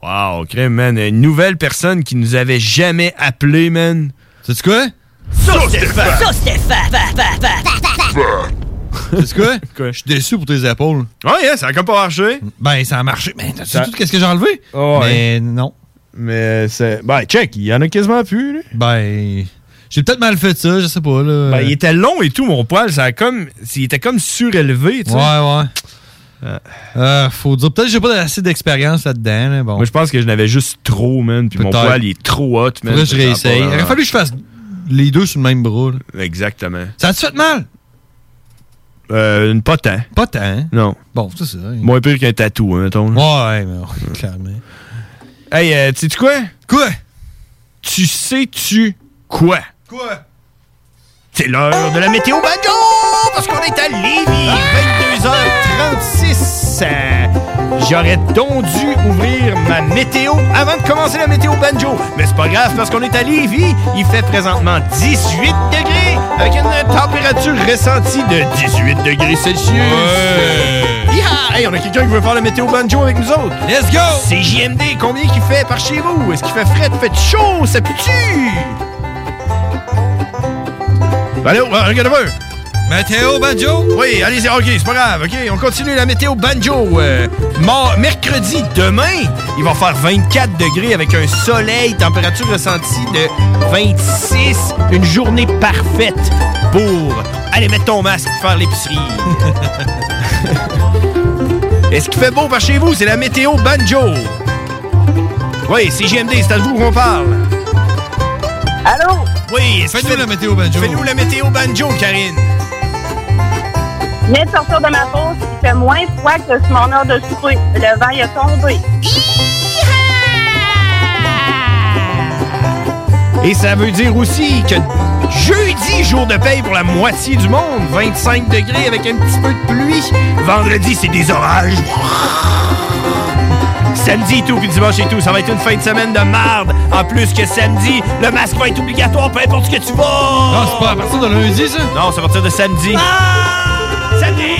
Speaker 14: Wow, crème, man, une nouvelle personne qui nous avait jamais appelé, man. C'est quoi?
Speaker 26: Sauce Stéphane!
Speaker 13: Sauce Stéphane! Fa, fa, fa, fa, fa.
Speaker 18: C'est quoi? Je suis déçu pour tes épaules.
Speaker 14: Ouais, yeah, ça a comme pas marché.
Speaker 18: Ben, ça a marché. Ben, t'as
Speaker 14: Ça-
Speaker 18: tout qu'est-ce que j'ai enlevé? mais Oh, non.
Speaker 14: Mais c'est. Ben, check, il y en a quasiment plus, là.
Speaker 18: Ben. J'ai peut-être mal fait ça, je sais pas, là.
Speaker 14: Ben, il était long et tout, mon poil, ça a comme. Il était comme surélevé, tu sais.
Speaker 18: Ouais, ouais. Euh, faut dire, peut-être que j'ai pas assez d'expérience là-dedans. là, Bon.
Speaker 14: Moi, je pense que je n'avais juste trop, man. Puis mon
Speaker 18: Peut-être.
Speaker 14: poil, il est trop hot, man.
Speaker 18: Faudrait que je réessaye. Il aurait fallu que je fasse les deux sur le même bras. là.
Speaker 14: Exactement.
Speaker 18: Ça a-tu fait mal?
Speaker 14: Euh, une pas tant.
Speaker 18: Pas tant. hein?
Speaker 14: Non.
Speaker 18: Bon, c'est ça.
Speaker 14: Moins pire qu'un tatou, hein, mettons.
Speaker 18: Ouais, mais clairement.
Speaker 14: Hey, euh, tu sais quoi?
Speaker 18: Quoi?
Speaker 14: Tu sais-tu quoi?
Speaker 18: Quoi?
Speaker 14: C'est l'heure de la météo banjo! Parce qu'on est à Lévis, 22h36. Euh, J'aurais donc dû ouvrir ma météo avant de commencer la météo banjo. Mais c'est pas grave parce qu'on est à Lévis. Il fait présentement 18 degrés avec une température ressentie de 18 degrés Celsius. Hi-ha! Hey, on a quelqu'un qui veut faire la météo banjo avec nous autres. Let's go! C'est JMD. Combien qu'il fait par chez vous? Est-ce qu'il fait frais? Fait chaud? Ça pue-tu? Allez, regarde un Météo banjo? Oui, allez-y, ok, c'est pas grave, ok. On continue la météo banjo. Euh, mar- mercredi, demain, il va faire 24 degrés avec un soleil, température ressentie de 26. Une journée parfaite pour aller mettre ton masque faire l'épicerie. Est-ce qu'il fait beau par chez vous? C'est la météo banjo. Oui, c'est GMD, c'est à vous qu'on parle. Allô? Oui, fais-nous la météo banjo. Fais-nous la météo banjo, Karine.
Speaker 25: Je viens de sortir de ma pause, il fait moins froid que sur mon heure de souper. Le vent il a tombé.
Speaker 14: Et ça veut dire aussi que jeudi, jour de paye pour la moitié du monde, 25 degrés avec un petit peu de pluie. Vendredi, c'est des orages. Samedi et tout, puis dimanche et tout, ça va être une fin de semaine de marde. En plus que samedi, le masque va être obligatoire, peu importe ce que tu vas. Non, c'est pas à partir de lundi, ça? Ah! Non, c'est à partir de samedi. Samedi!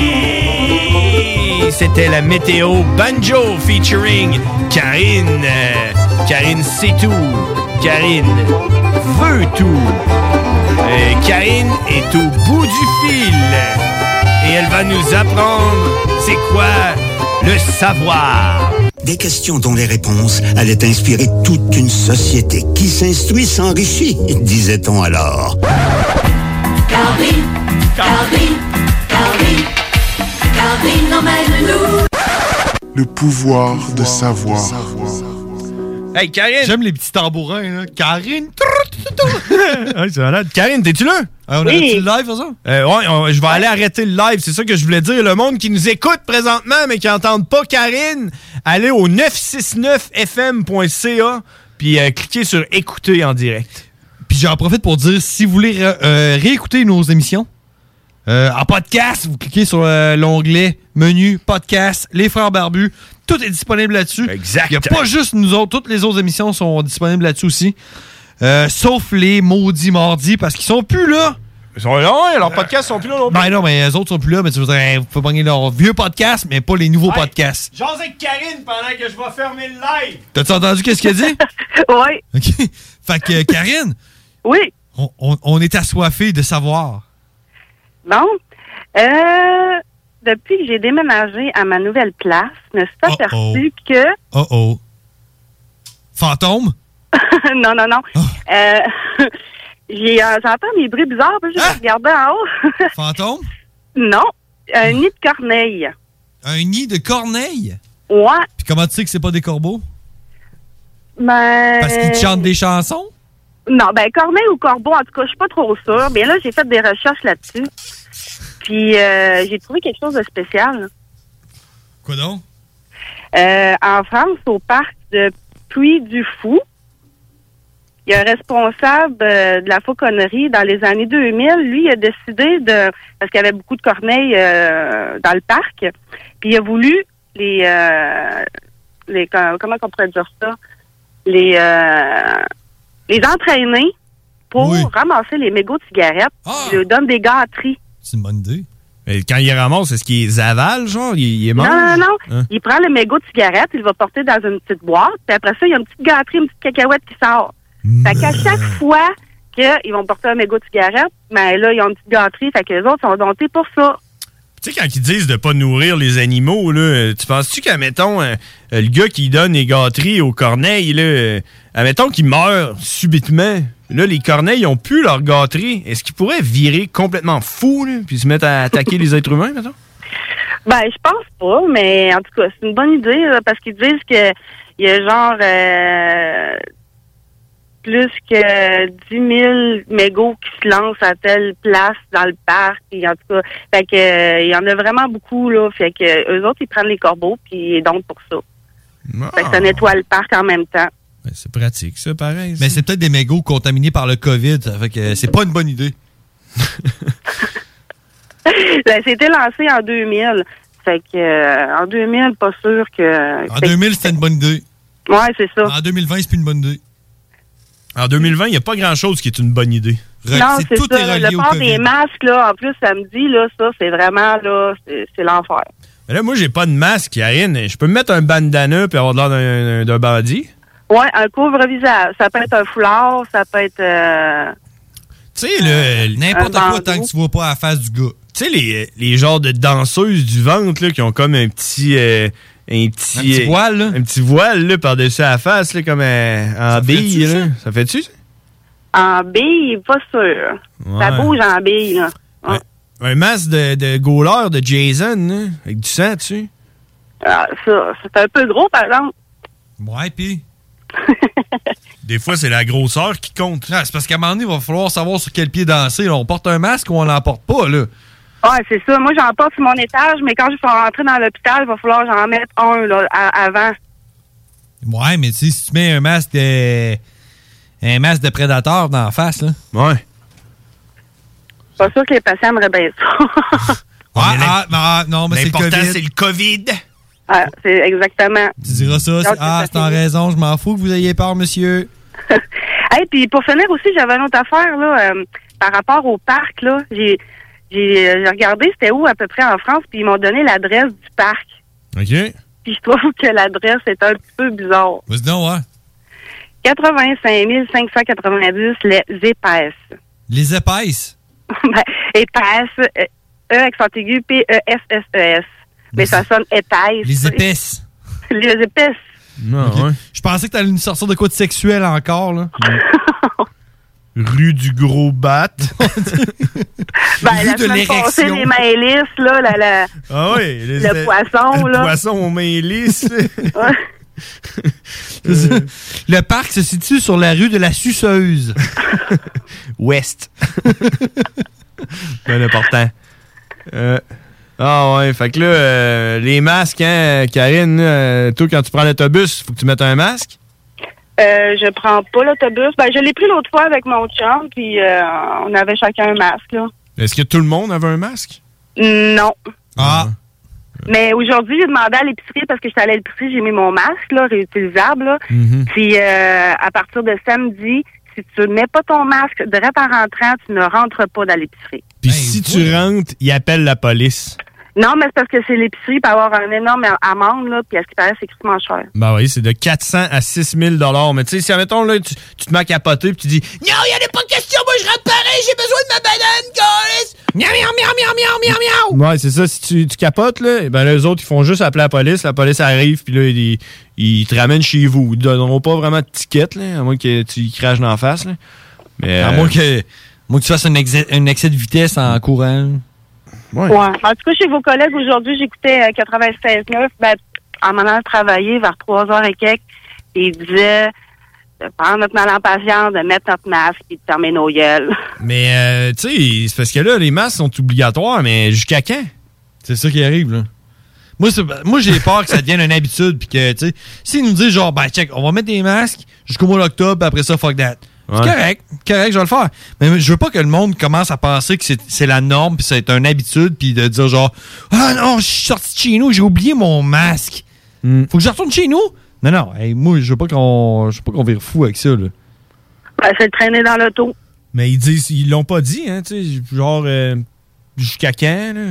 Speaker 14: C'était la météo banjo featuring Karine. Euh, Karine sait tout. Karine veut tout. Euh, Karine est au bout du fil. Et elle va nous apprendre c'est quoi le savoir.
Speaker 4: Des questions dont les réponses allaient inspirer toute une société qui s'instruit s'enrichit, disait-on alors.
Speaker 26: Calvin, Calvin, Calvin, Calvin, emmène-nous.
Speaker 27: Le pouvoir de savoir.
Speaker 14: Hey, Karine!
Speaker 18: J'aime les petits tambourins, là. Karine!
Speaker 14: ouais, Ah, c'est malade. Karine, t'es-tu là?
Speaker 18: Ah, on Oui. avait-tu le live, ça?
Speaker 14: Euh, ouais, on- je vais aller arrêter le live, c'est ça que je voulais dire. Le monde qui nous écoute présentement, mais qui n'entend pas Karine, allez au 969fm.ca, puis euh, cliquez sur Écouter en direct.
Speaker 18: Puis j'en profite pour dire, si vous voulez euh, euh, réécouter nos émissions, euh, en podcast, vous cliquez sur euh, l'onglet menu podcast, les frères barbus. Tout est disponible là-dessus. Exact. Il n'y a pas juste nous autres. Toutes les autres émissions sont disponibles là-dessus aussi. Euh, sauf les maudits mardis parce qu'ils sont plus là.
Speaker 14: Ils sont là, ouais, leurs podcasts sont plus là.
Speaker 18: Ben non, mais les autres sont plus là. Mais tu veux dire, hein, vous pouvez pogner leurs vieux podcasts, mais pas les nouveaux podcasts.
Speaker 14: J'ose avec Karine pendant que je vais fermer le live.
Speaker 18: T'as-tu entendu qu'est-ce qu'elle dit?
Speaker 25: oui.
Speaker 18: OK. Fait que, euh, Karine.
Speaker 25: oui.
Speaker 18: On, on- on est assoiffé de savoir.
Speaker 28: Bon. Euh, depuis que j'ai déménagé à ma nouvelle place, je me suis aperçue que.
Speaker 18: Oh oh. Fantôme?
Speaker 28: non, non, non.
Speaker 18: Ah.
Speaker 28: Euh, j'ai, euh, j'entends des bruits bizarres, puis je
Speaker 18: Ah.
Speaker 28: regardais en haut.
Speaker 18: Fantôme?
Speaker 28: non. Un nid de corneille.
Speaker 18: Un nid de corneille?
Speaker 28: Ouais.
Speaker 18: Puis comment tu sais que c'est pas des corbeaux?
Speaker 28: Ben.
Speaker 18: Parce qu'ils te chantent des chansons?
Speaker 28: Non, ben corneille ou corbeau, en tout cas, je suis pas trop sûre. Mais là, j'ai fait des recherches là-dessus. Puis euh, j'ai trouvé quelque chose de spécial.
Speaker 18: Quoi donc?
Speaker 28: Euh, en France, au parc de Puy du Fou, il y a un responsable euh, de la fauconnerie dans les années 2000. Lui, il a décidé de... Parce qu'il y avait beaucoup de corneilles euh, dans le parc. Puis il a voulu les, euh, les co- comment on pourrait dire ça, les, euh, les entraîner pour ramasser les mégots de cigarettes. Ils leur donnent des gâteries.
Speaker 14: C'est une bonne idée. quand il ramasse, est-ce qu'ils avalent, genre? Il, il
Speaker 28: Non,
Speaker 14: mange?
Speaker 28: non, non.
Speaker 14: Hein?
Speaker 28: Il prend le mégot de cigarette, il va porter dans une petite boîte, puis après ça, il y a une petite gâterie, une petite cacahuète qui sort. Fait qu'à
Speaker 14: Mmh.
Speaker 28: chaque fois qu'ils vont porter un mégot de cigarette, ben là, ils ont une petite gâterie, fait que les autres sont domptés pour ça.
Speaker 14: Tu sais, quand ils disent de pas nourrir les animaux, là, euh, tu penses-tu qu'à, mettons, euh, euh, le gars qui donne les gâteries aux corneilles, là, euh, admettons qu'il meurt subitement, là, les corneilles ont plus leur gâterie, est-ce qu'ils pourraient virer complètement fou, là, puis se mettre à attaquer les êtres humains, mettons?
Speaker 28: Ben, je pense pas, mais en tout cas, c'est une bonne idée, là, parce qu'ils disent que il y a genre euh, plus que 10 000 mégots qui se lancent à telle place dans le parc. Et en tout cas, fait que, euh, il y en a vraiment beaucoup, là. Fait que eux autres, ils prennent les corbeaux, puis ils donnent pour ça. Fait que ça nettoie le parc en même temps.
Speaker 14: C'est pratique, ça, pareil.
Speaker 18: Mais c'est peut-être des mégots contaminés par le COVID. ça fait que euh, c'est pas une bonne idée.
Speaker 28: Ben, C'était lancé en 2000. Fait que, euh, en 2000, pas sûr que...
Speaker 18: En 2000, c'était une bonne idée.
Speaker 28: Ouais, c'est ça.
Speaker 18: En 2020, c'est plus une bonne idée.
Speaker 14: En 2020, il n'y a pas grand-chose qui est une bonne idée.
Speaker 28: Non, c'est ça. le port des masques, là, en plus, samedi, là, ça, c'est vraiment, là, c'est c'est l'enfer.
Speaker 14: Mais là, moi, j'ai pas de masque, Karine. Je peux me mettre un bandana puis avoir l'air d'un- d'un bandit.
Speaker 28: Ouais, un couvre-visage. Ça peut être un foulard, ça peut être... euh,
Speaker 14: Tu sais, là,
Speaker 28: n'importe Un quoi bandeau. tant que tu
Speaker 14: vois pas la face du gars. Tu sais, les, les genres de danseuses du ventre, là, qui ont comme un petit. euh, un petit,
Speaker 18: Un petit voile,
Speaker 14: là. Un petit voile, là, par-dessus la face, là, comme euh, en bille, là. Ça fait-tu, ça?
Speaker 28: En bille, pas sûr. Ça
Speaker 14: Ouais.
Speaker 28: bouge en bille, là.
Speaker 14: Un masque de, de gauleur de Jason, là, avec du sang dessus.
Speaker 28: Ah, ça, c'est un peu gros, par exemple.
Speaker 18: Ouais, puis.
Speaker 14: Des fois, c'est la grosseur qui compte.
Speaker 18: Ah, c'est parce qu'à un moment donné, il va falloir savoir sur quel pied danser. là. On porte un masque ou on l'en porte pas, là.
Speaker 28: Ouais, c'est ça. Moi, j'en porte sur mon étage, mais quand je vais rentrer dans l'hôpital, il va falloir que j'en mette un, là, à- avant.
Speaker 18: Ouais, mais tu sais, si tu mets un masque de. Un masque de prédateur dans la face, là.
Speaker 14: Ouais.
Speaker 28: Pas sûr que les patients me bien ça.
Speaker 18: Ah, ah, ah, non, mais c'est le
Speaker 14: L'important,
Speaker 18: COVID.
Speaker 14: c'est le COVID.
Speaker 28: Ah, c'est exactement.
Speaker 18: Tu diras ça. c'est- Ah, c'est en raison, je m'en fous que vous ayez peur, monsieur.
Speaker 28: Hey, puis pour finir aussi, j'avais une autre affaire là, euh, par rapport au parc là. J'ai j'ai euh, j'ai regardé c'était où à peu près en France, puis ils m'ont donné l'adresse du parc.
Speaker 14: OK.
Speaker 28: Puis je trouve que l'adresse est un petit peu bizarre.
Speaker 18: Vas-y donc, ouais.
Speaker 28: 85 590 les épaisses.
Speaker 18: Les épaisses.
Speaker 28: Ben, épaisses, euh, E accent aigu P E S S E S. Mais ça sonne épaisse.
Speaker 18: Les épaisses.
Speaker 28: Les épaisses.
Speaker 14: Non,
Speaker 18: ouais. Je pensais que t'allais nous sortir de quoi de sexuel encore, là.
Speaker 14: Mm. Rue du Gros Bat.
Speaker 28: Ben,
Speaker 14: Vu
Speaker 28: la
Speaker 14: de
Speaker 28: semaine passée,
Speaker 14: l'érection.
Speaker 28: les maïlis, là, la, la-
Speaker 14: Ah oui, les-
Speaker 28: le poisson,
Speaker 14: le
Speaker 28: là.
Speaker 14: poisson aux mains lisses. Euh.
Speaker 18: Le parc se situe sur la rue de la Suceuse.
Speaker 14: Ouest. Bien important. Euh, Ah ouais, fait que là, euh, les masques, hein, Karine, euh, toi, quand tu prends l'autobus, faut que tu mettes un masque.
Speaker 28: Euh, je prends pas l'autobus. Ben, je l'ai pris l'autre fois avec mon chum, puis euh, on avait chacun un masque, là.
Speaker 14: Est-ce que tout le monde avait un masque?
Speaker 28: Non.
Speaker 18: Ah.
Speaker 28: Mais aujourd'hui, j'ai demandé à l'épicerie, parce que j'étais allée à l'épicerie, j'ai mis mon masque, là, réutilisable, là. Puis euh, à partir de samedi, si tu ne mets pas ton masque direct en rentrant, tu ne rentres pas dans l'épicerie.
Speaker 18: ben,
Speaker 14: Puis si tu rentres, il appelle la police.
Speaker 28: Non, mais c'est parce que c'est l'épicerie, peut avoir un énorme amende, là, puis à ce qui paraît, c'est extrêmement cher.
Speaker 14: Ben oui, c'est de 400 à 6000 dollars. Mais tu sais, si, admettons, là, tu, tu te mets à capoter puis tu dis
Speaker 26: Non, y'en a pas de question, moi je rentre pareil, j'ai besoin de ma banane, Golis! Miaou, miaou, miaou, miaou, miaou, miaou, miaou!
Speaker 14: Ouais, c'est ça. Si tu, tu capotes, là, eh ben les autres, ils font juste appeler la police. La police arrive, puis là, ils, ils te ramènent chez vous. Ils te donneront pas vraiment de ticket, là, à moins que tu y craches dans la face. Là.
Speaker 6: Euh.
Speaker 14: Mais, euh,
Speaker 18: À moins que, moi, que tu fasses un, exé- un excès de vitesse en courant.
Speaker 28: Ouais. En tout cas, chez vos collègues, aujourd'hui, j'écoutais euh, 96.9. Ben, en m'en allant travailler vers 3 heures et quelques, ils disaient de prendre notre mal en patience, de mettre notre masque et de fermer nos gueules.
Speaker 14: Mais, euh, tu sais, c'est parce que là, les masques sont obligatoires, mais jusqu'à quand?
Speaker 18: C'est ça qui arrive, là. Moi, c'est- moi j'ai peur que ça devienne une habitude. Puis que, tu sais, s'ils nous disent genre, ben, check, on va mettre des masques jusqu'au mois d'octobre, après ça, fuck that.
Speaker 14: Ouais.
Speaker 18: C'est correct, correct, je vais le faire. Mais je veux pas que le monde commence à penser que c'est- c'est la norme, puis c'est une habitude, puis de dire genre, ah non, je suis sorti de chez nous, j'ai oublié mon masque. Faut que je retourne chez nous? Non, non. hey, moi, je veux pas qu'on je veux pas qu'on vire fou avec ça. Là.
Speaker 28: Ben, c'est le traîner dans l'auto.
Speaker 14: Mais ils disent, ils l'ont pas dit, hein, tu sais, genre, euh, jusqu'à quand, là?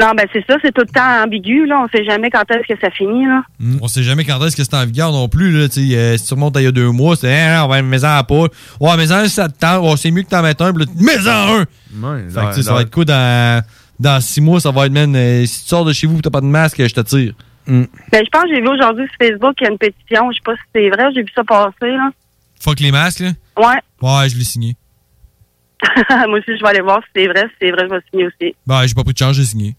Speaker 28: Non, ben c'est ça, c'est tout le temps ambigu, là. On sait jamais quand est-ce que ça finit, là.
Speaker 18: Hmm. On sait jamais quand est-ce que c'est en vigueur non plus. Là, tu sais, euh, si tu remontes à il y a deux mois, c'est Hein, hein, on va mettre en pas. Ouais, mais en un, ça te tente. Ouais, c'est mieux que t'en mettes un. Puis là, mets-en un. Fait que, tu sais, ça va être quoi dans, dans six mois? Ça va être, man, euh, si tu sors de chez vous et t'as pas de masque, je te tire.
Speaker 28: Ben, je pense que j'ai vu aujourd'hui sur Facebook qu'il y a une pétition. Je sais pas si c'est vrai, j'ai vu ça passer, là.
Speaker 18: Fuck les masques, là.
Speaker 28: Ouais.
Speaker 18: Ouais, je l'ai signé.
Speaker 28: Moi aussi, je vais aller voir si c'est vrai. Si c'est vrai, je vais signer aussi.
Speaker 18: Bah, j'ai pas pris de charge, j'ai signé.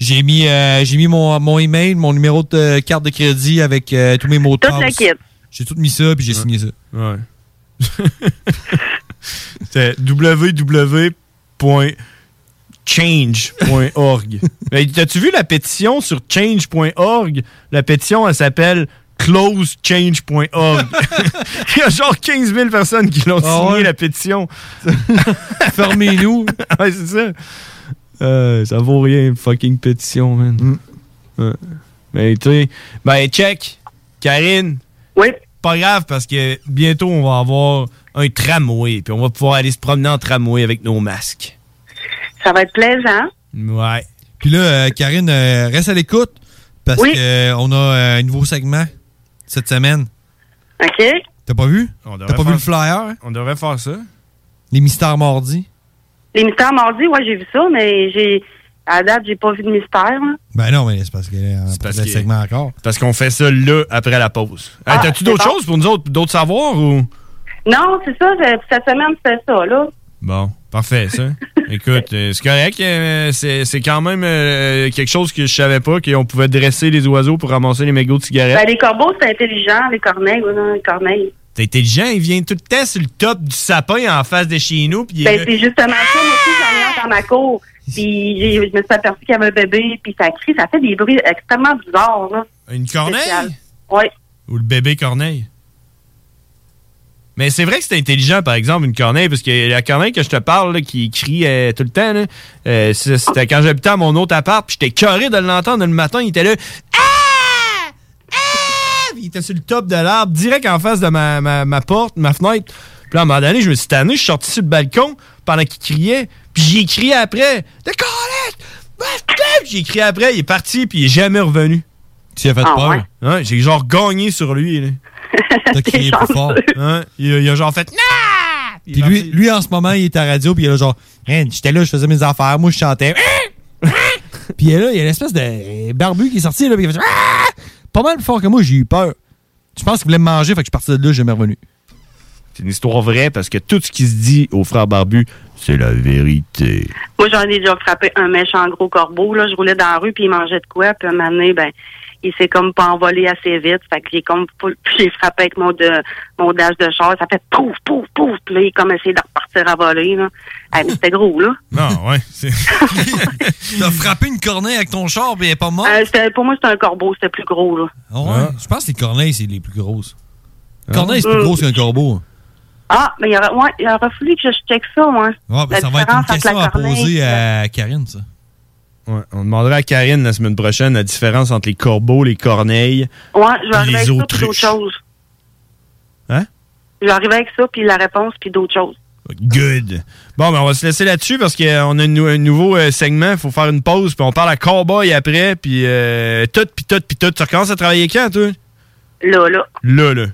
Speaker 18: J'ai mis, euh, j'ai mis mon, mon email, mon numéro de euh, carte de crédit avec euh, tous mes mots de
Speaker 28: Tout
Speaker 18: passe.
Speaker 28: le kit.
Speaker 18: J'ai tout mis ça, puis j'ai signé ça.
Speaker 14: Ouais. C'est www.change.org. Mais T'as-tu vu la pétition sur change.org? La pétition, elle s'appelle closechange.org. Il y a genre 15 000 personnes qui l'ont
Speaker 18: Ah
Speaker 14: signé,
Speaker 18: ouais?
Speaker 14: la pétition.
Speaker 18: Fermez-nous.
Speaker 14: ouais, c'est ça. Euh, ça vaut rien, une fucking pétition, man.
Speaker 18: Mm.
Speaker 14: Ouais. Mais tu sais, ben check, Karine.
Speaker 28: Oui.
Speaker 14: Pas grave parce que bientôt on va avoir un tramway, puis on va pouvoir aller se promener en tramway avec nos masques.
Speaker 28: Ça va être plaisant. hein?
Speaker 14: Ouais.
Speaker 18: Puis là, euh, Karine, euh, reste à l'écoute, parce
Speaker 28: Oui.
Speaker 18: que euh, on a euh, un nouveau segment cette semaine.
Speaker 28: OK?
Speaker 18: T'as pas vu?
Speaker 14: On
Speaker 18: T'as
Speaker 14: devrait
Speaker 18: pas vu
Speaker 14: faire-
Speaker 18: le flyer?
Speaker 14: On devrait faire ça.
Speaker 18: Les mystères mordis.
Speaker 28: Les mystères mardi, ouais, j'ai vu ça, mais j'ai. À date, j'ai pas vu de mystère, là.
Speaker 18: Ben non, mais c'est parce que euh, on
Speaker 14: parce
Speaker 18: fait
Speaker 14: que-
Speaker 18: le segment encore.
Speaker 14: Parce qu'on fait ça là après la pause. Hey,
Speaker 28: Ah,
Speaker 14: T'as-tu
Speaker 28: c'est
Speaker 14: d'autres
Speaker 28: bon.
Speaker 14: choses pour nous autres, d'autres savoirs ou.
Speaker 28: Non, c'est ça, c'est- cette semaine, c'est ça, là.
Speaker 14: Bon, parfait, ça. Écoute, euh, c'est correct. euh, c'est c'est quand même euh, quelque chose que je savais pas, qu'on pouvait dresser les oiseaux pour ramasser les mégots de cigarettes.
Speaker 28: Ben, les corbeaux, c'est intelligent, les corneilles, oui, non, les corneilles.
Speaker 14: T'es intelligent, il vient tout le temps sur le top du sapin en face de chez nous. Puis il est
Speaker 28: Ben,
Speaker 14: là.
Speaker 28: c'est justement ça, moi aussi, j'en ai un dans ma cour. Puis j'ai- je me suis aperçue qu'il y avait un bébé, puis ça crie, ça fait des bruits extrêmement bizarres, là.
Speaker 14: Une corneille?
Speaker 28: Oui.
Speaker 14: Ou le bébé corneille? Mais c'est vrai que c'est intelligent, par exemple, une corneille, parce que la corneille que je te parle, là, qui crie euh, tout le temps, là, euh, c'est- c'était quand j'habitais à mon autre appart, puis j'étais curé de l'entendre le matin, il était là. Ah! Ah! Puis Il était sur le top de l'arbre, direct en face de ma, ma- ma porte, ma fenêtre. Puis là, à un moment donné, je me suis tanné, je suis sorti sur le balcon pendant qu'il criait, puis j'ai crié après. De cornette! J'ai crié après, il est parti, puis il est jamais revenu.
Speaker 18: Tu as fait
Speaker 28: Ah, peur? ouais?
Speaker 14: Ouais, j'ai genre gagné sur lui. là.
Speaker 18: T'as crié plus fort.
Speaker 14: Hein? Il, a- il a genre fait.
Speaker 18: Puis lui, lui, en ce moment, il est à la radio, puis il est là, genre, Man, j'étais là, je faisais mes affaires, moi, je chantais.
Speaker 14: Hein?
Speaker 18: puis il est là, il y a l'espèce de euh, barbu qui est sorti, là, puis il a fait Ah! Pas mal plus fort que moi, j'ai eu peur. Je pense qu'il voulait me manger, fait que je suis parti de là, j'ai jamais revenu.
Speaker 14: C'est une histoire vraie parce que tout ce qui se dit aux frères barbus, c'est la vérité.
Speaker 28: Moi, j'en ai déjà frappé un méchant gros corbeau, là. Je roulais dans la rue, puis il mangeait de quoi, puis à un moment donné, ben, il s'est comme pas envolé assez vite. Fait que j'ai comme, full- j'ai frappé avec mon, de, mon dash de char, ça fait pouf, pouf, pouf, puis là, il a comme essayé de repartir à voler, là. Ah, mais c'était gros, là.
Speaker 14: Non, ouais.
Speaker 18: T'as frappé une corneille avec ton char, mais elle est pas Ah morte.
Speaker 28: Euh, c'était- pour moi, c'était un corbeau, c'était plus gros, là.
Speaker 18: Je pense que les corneilles, c'est les plus grosses.
Speaker 14: Ah.
Speaker 18: Corneille, c'est plus
Speaker 28: Euh.
Speaker 18: grosse qu'un corbeau.
Speaker 28: Ah, mais il aurait, ouais, il aurait fallu que je check ça, moi.
Speaker 18: Ouais, ben,
Speaker 28: La
Speaker 18: ça va être une
Speaker 28: différence entre
Speaker 18: question
Speaker 28: la
Speaker 18: à
Speaker 28: corneille-
Speaker 18: poser
Speaker 28: euh,
Speaker 18: à Karine, ça.
Speaker 14: Ouais, on demandera à Karine la semaine prochaine la différence entre les corbeaux, les corneilles.
Speaker 28: Ouais, je vais
Speaker 14: Les
Speaker 28: arriver avec ça, puis
Speaker 14: autruches.
Speaker 28: d'autres choses.
Speaker 14: Hein?
Speaker 28: Je vais arriver avec ça, puis la réponse, puis d'autres choses.
Speaker 14: Good. Bon, ben on va se laisser là-dessus parce qu'on a un, nou- un nouveau euh, segment. Il faut faire une pause, puis on parle à Cowboy après, puis euh, tout, puis tout, puis tout. Tu recommences à travailler quand, toi?
Speaker 28: Là, là.
Speaker 14: Là, là.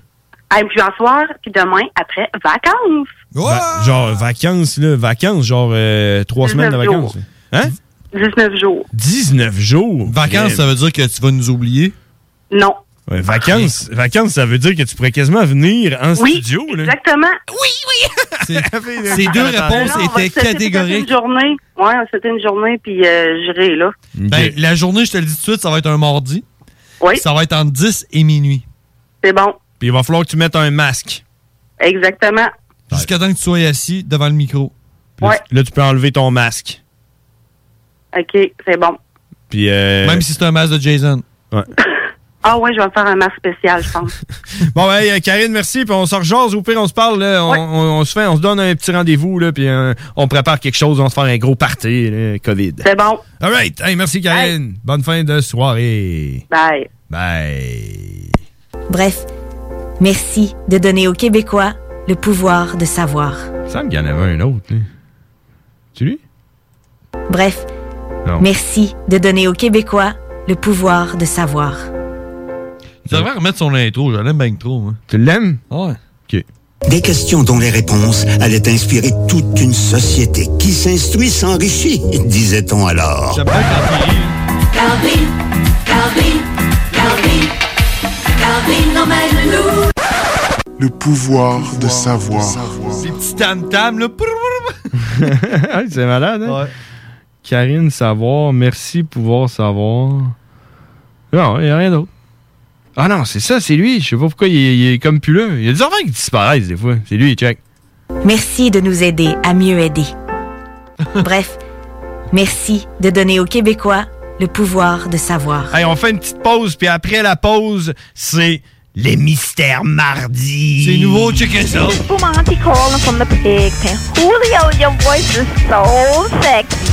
Speaker 28: Ah, et puis en soir, puis demain, après, vacances.
Speaker 14: Va- genre vacances, là. Vacances, genre euh, trois
Speaker 28: 19
Speaker 14: semaines de vacances.
Speaker 28: jours.
Speaker 14: là. Hein?
Speaker 28: 19 jours.
Speaker 14: 19 jours.
Speaker 18: Vacances, ça veut dire que tu vas nous oublier?
Speaker 28: Non.
Speaker 14: Ouais, vacances, vacances, ça veut dire que tu pourrais quasiment venir en studio. Là.
Speaker 28: Exactement.
Speaker 18: Oui,
Speaker 14: oui.
Speaker 18: Ces deux réponses
Speaker 28: Non, on va
Speaker 18: étaient
Speaker 28: se laisser passer une
Speaker 18: catégoriques.
Speaker 28: journée. Ouais, c'était une journée, puis euh, j'irai, là.
Speaker 18: Ben, la journée, je te le dis tout de suite, ça va être un mardi.
Speaker 28: Oui.
Speaker 18: Ça va être entre 10 et minuit.
Speaker 28: C'est bon.
Speaker 14: Puis il va falloir que tu mettes un masque.
Speaker 28: Exactement.
Speaker 18: Jusqu'à temps que tu sois assis devant le micro.
Speaker 28: Ouais.
Speaker 14: Là, tu peux enlever ton masque.
Speaker 28: OK, c'est bon.
Speaker 14: Puis, euh,
Speaker 18: Même si c'est un masque de Jason.
Speaker 14: Ouais.
Speaker 28: Ah ouais, je vais me faire un masque spécial, je pense.
Speaker 14: Bon, ben, hey, Karine, merci. Puis on se rejase. Au pire, on se parle. là. on, on- on se fait, on se donne un petit rendez-vous. là, Puis euh, on prépare quelque chose. On se fait un gros party, là, COVID.
Speaker 28: C'est bon.
Speaker 14: All right. Hey, merci, Karine. Bonne fin de soirée.
Speaker 28: Bye.
Speaker 14: Bye.
Speaker 12: Bref, merci de donner aux Québécois le pouvoir de savoir.
Speaker 14: Il me semble qu'il y en avait un autre. là. C'est lui?
Speaker 12: Bref,
Speaker 14: Non.
Speaker 12: merci de donner aux Québécois le pouvoir de savoir.
Speaker 18: Tu devrais remettre son intro, je l'aime bien trop. Moi.
Speaker 14: Tu l'aimes?
Speaker 18: Ouais.
Speaker 26: Des questions dont les réponses allaient inspirer toute une société qui s'instruit s'enrichit, disait-on alors.
Speaker 29: Calvin, Calvin, Calvin, Calvin emmène nous.
Speaker 30: Le pouvoir de savoir.
Speaker 18: Ces petits tam-tams, là. prou, prou, prou.
Speaker 14: Ouais, c'est malade, hein? Karine Savoir, merci pouvoir savoir. Non, il n'y a rien d'autre. Ah non, c'est ça, c'est lui. Je sais pas pourquoi il est, il est comme plus là. Il y a des enfants qui disparaissent des fois. C'est lui, check.
Speaker 12: Merci de nous aider à mieux aider. Bref, merci de donner aux Québécois le pouvoir de savoir.
Speaker 14: Hey, on fait une petite pause, puis après la pause, c'est les mystères mardi. C'est nouveau, check ça.
Speaker 31: Monty calling from the pig pen. Julio, your voice is so sexy.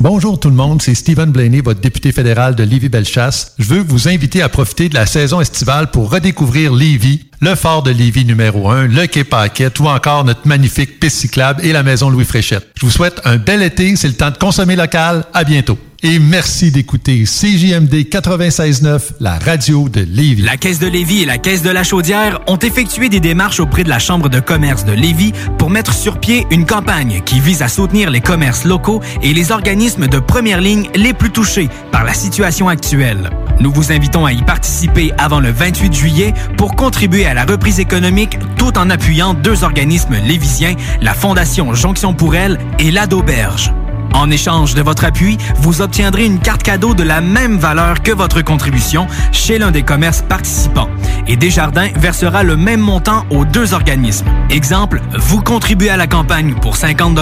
Speaker 22: Bonjour tout le monde, c'est Stephen Blaney, votre député fédéral de Lévis-Bellechasse. Je veux vous inviter à profiter de la saison estivale pour redécouvrir Lévis, le fort de Lévis numéro 1, le Quai Paquette ou encore notre magnifique piste cyclable et la maison Louis Fréchette. Je vous souhaite un bel été, c'est le temps de consommer local. À bientôt. Et merci d'écouter CJMD 96.9, la radio de Lévis.
Speaker 32: La Caisse de Lévis et la Caisse de la Chaudière ont effectué des démarches auprès de la Chambre de commerce de Lévis pour mettre sur pied une campagne qui vise à soutenir les commerces locaux et les organismes de première ligne les plus touchés par la situation actuelle. Nous vous invitons à y participer avant le 28 juillet pour contribuer à la reprise économique tout en appuyant deux organismes lévisiens, la Fondation Jonction pour elle et la d'Auberge. En échange de votre appui, vous obtiendrez une carte cadeau de la même valeur que votre contribution chez l'un des commerces participants. Et Desjardins versera le même montant aux deux organismes. Exemple, vous contribuez à la campagne pour 50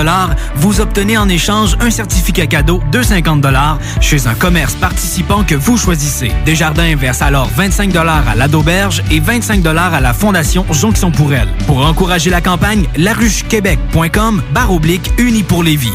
Speaker 32: vous obtenez en échange un certificat cadeau de 50 chez un commerce participant que vous choisissez. Desjardins verse alors 25 à la d'auberge et 25 à la Fondation Jonction pour elle. Pour encourager la campagne, laruchequebec.com barre oblique unie pour Lévis.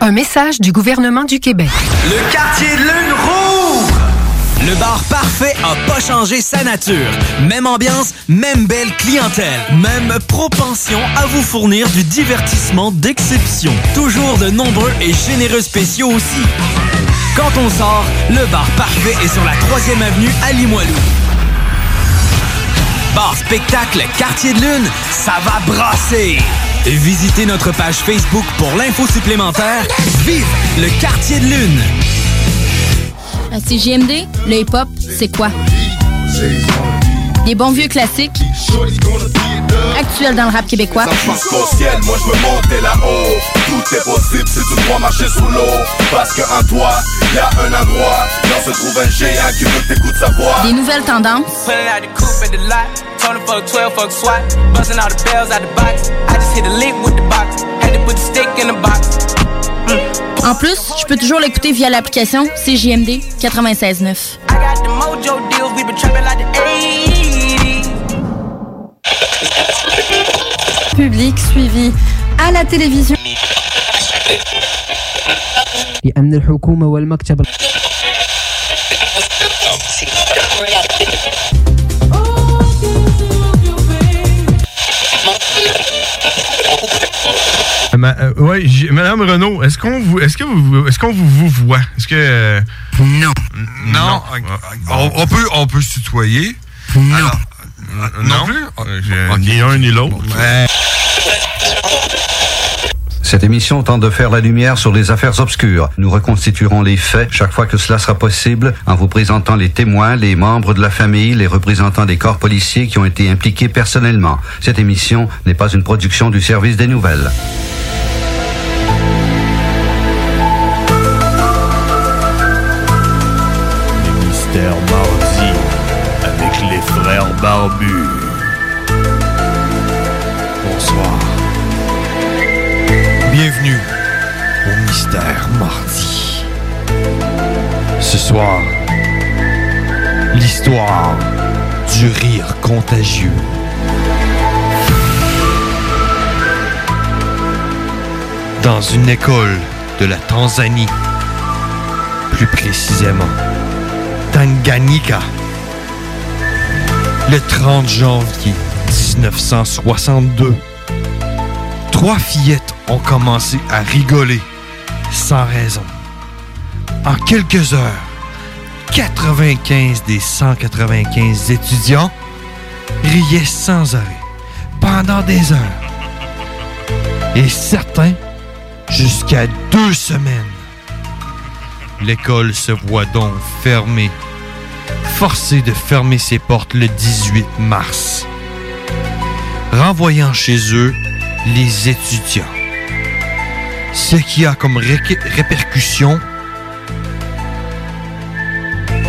Speaker 23: Un message du gouvernement du Québec.
Speaker 32: Le quartier de lune rouvre! Le bar parfait a pas changé sa nature. Même ambiance, même belle clientèle, même propension à vous fournir du divertissement d'exception. Toujours de nombreux et généreux spéciaux aussi. Quand on sort, le bar parfait est sur la 3e avenue à Limoilou. Bar spectacle Quartier de Lune, ça va brasser! Visitez notre page Facebook pour l'info supplémentaire. Vive le Quartier de Lune!
Speaker 33: À CGMD, le hip-hop, c'est quoi? Des bons vieux classiques, actuels dans le rap québécois,
Speaker 34: Ça passe au ciel, moi je veux monter là-haut Tout est possible si tu crois marcher sous l'eau Parce qu'en toi, y a un endroit Là se trouve un géant qui veut que t'écoutes sa voix
Speaker 33: des nouvelles tendances,
Speaker 5: Pulling out the coupe at the lot. Tony fuck 12, fuck SWAT. Busting all the bells out the box. I just hit a lick with the box. Had to put the stick in the box. Mm.
Speaker 33: En plus, je peux toujours l'écouter via l'application CJMD 96.9.
Speaker 5: I got the mojo deals. We been trapping like the 80s.
Speaker 35: Public suivi à la télévision.
Speaker 23: لأمن الحكومة والمكتب
Speaker 5: Ma- euh, ouais, j'ai- Madame Renault, est-ce qu'on vous, est-ce que vous, est-ce qu'on vous, vous voit Est-ce que
Speaker 14: euh,
Speaker 5: non, non, on, peut, on peut se tutoyer. Non, non, plus.
Speaker 18: Ni un ni l'autre. Cette émission tente de faire la lumière sur les affaires obscures. Nous reconstituerons les faits chaque fois que cela sera possible en vous présentant les témoins, les membres de la famille, les représentants des corps policiers qui ont été impliqués personnellement. Cette émission n'est pas une production du service des nouvelles.
Speaker 7: Les mystères mardi avec les frères barbus. Bonsoir. Bienvenue au mystère mardi. Ce soir, l'histoire du rire contagieux.
Speaker 18: Dans une école de la Tanzanie, plus précisément Tanganyika, le 30 janvier 1962, trois fillettes ont commencé à rigoler sans raison. En quelques heures, 95 des 195 étudiants riaient sans arrêt pendant des heures. Et certains jusqu'à deux semaines. L'école se voit donc fermée, forcée de fermer ses portes le 18 mars, renvoyant chez eux les étudiants. Ce qui a comme réqu- répercussion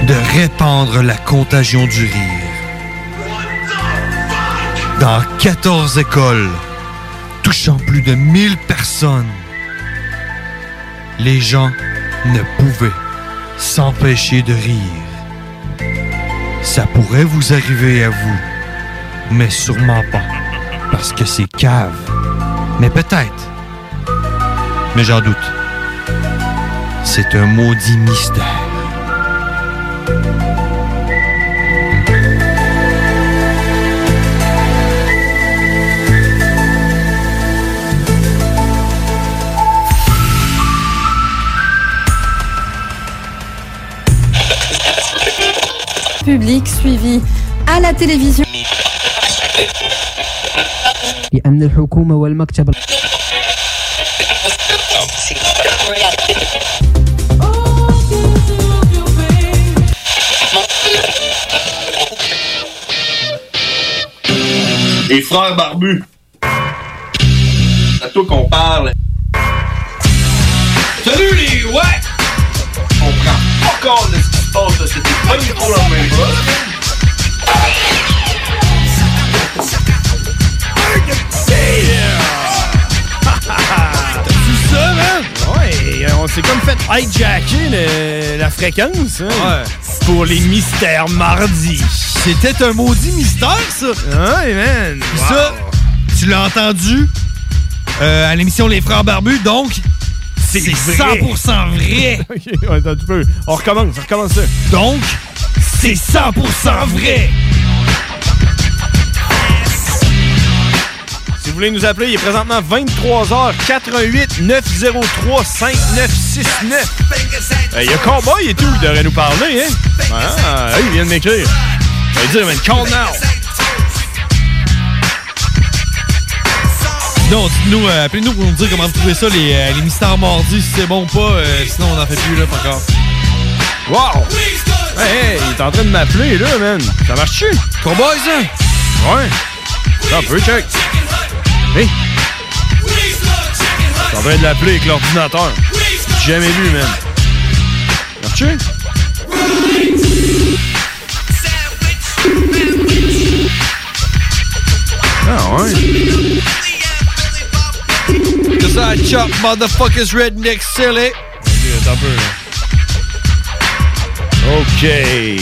Speaker 18: de répandre la contagion du rire. Dans 14 écoles, touchant plus de 1000 personnes, les gens ne pouvaient s'empêcher de rire. Ça pourrait vous arriver à vous, mais sûrement pas, parce que c'est cave. Mais peut-être. Mais j'en doute. C'est un maudit mystère.
Speaker 36: Public suivi à la télévision.
Speaker 23: لأمن الحكومة والمكتب
Speaker 37: Les frères barbus. C'est à toi qu'on parle. Salut les ouais! On prend pas compte de ce qui se passe, là, c'était pas du tout la même chose.
Speaker 14: Tout ça, man?
Speaker 38: hein?
Speaker 14: Ouais, euh, on s'est comme fait hijacker le- la fréquence. hein, Pour les mystères mardi.
Speaker 38: C'était un maudit mystère, ça!
Speaker 14: Ouais, man!
Speaker 38: Puis ça, tu l'as entendu euh, à l'émission Les Frères Barbus, donc c'est 100% vrai!
Speaker 14: ok, ouais, attends, tu peux. On recommence, on recommence ça.
Speaker 38: Donc, c'est 100% vrai!
Speaker 14: Si vous voulez nous appeler, il est présentement 23h88 903 5969. Euh, Il y a Cowboy et tout, il devrait nous parler, hein? Ah, hey, il vient de m'écrire. Il va dire, man, call now!
Speaker 38: Donc, nous, euh, appelez-nous pour nous dire comment vous trouvez ça, les, euh, les mystères mordis, si c'est bon ou pas, euh, sinon on n'en fait plus, là, pas encore.
Speaker 14: Wow! Hey, hey, il est en train de m'appeler, là, man. Ça marche-tu? Cowboy, ça? Ouais. Ça un peu, check. Hey! Je suis en train de l'appeler avec l'ordinateur. J'ai Jamais vu, man. Marche-tu? Ah,
Speaker 38: ouais? Cause I chop motherfuckers redneck silly!
Speaker 14: Attends un peu, là. OK.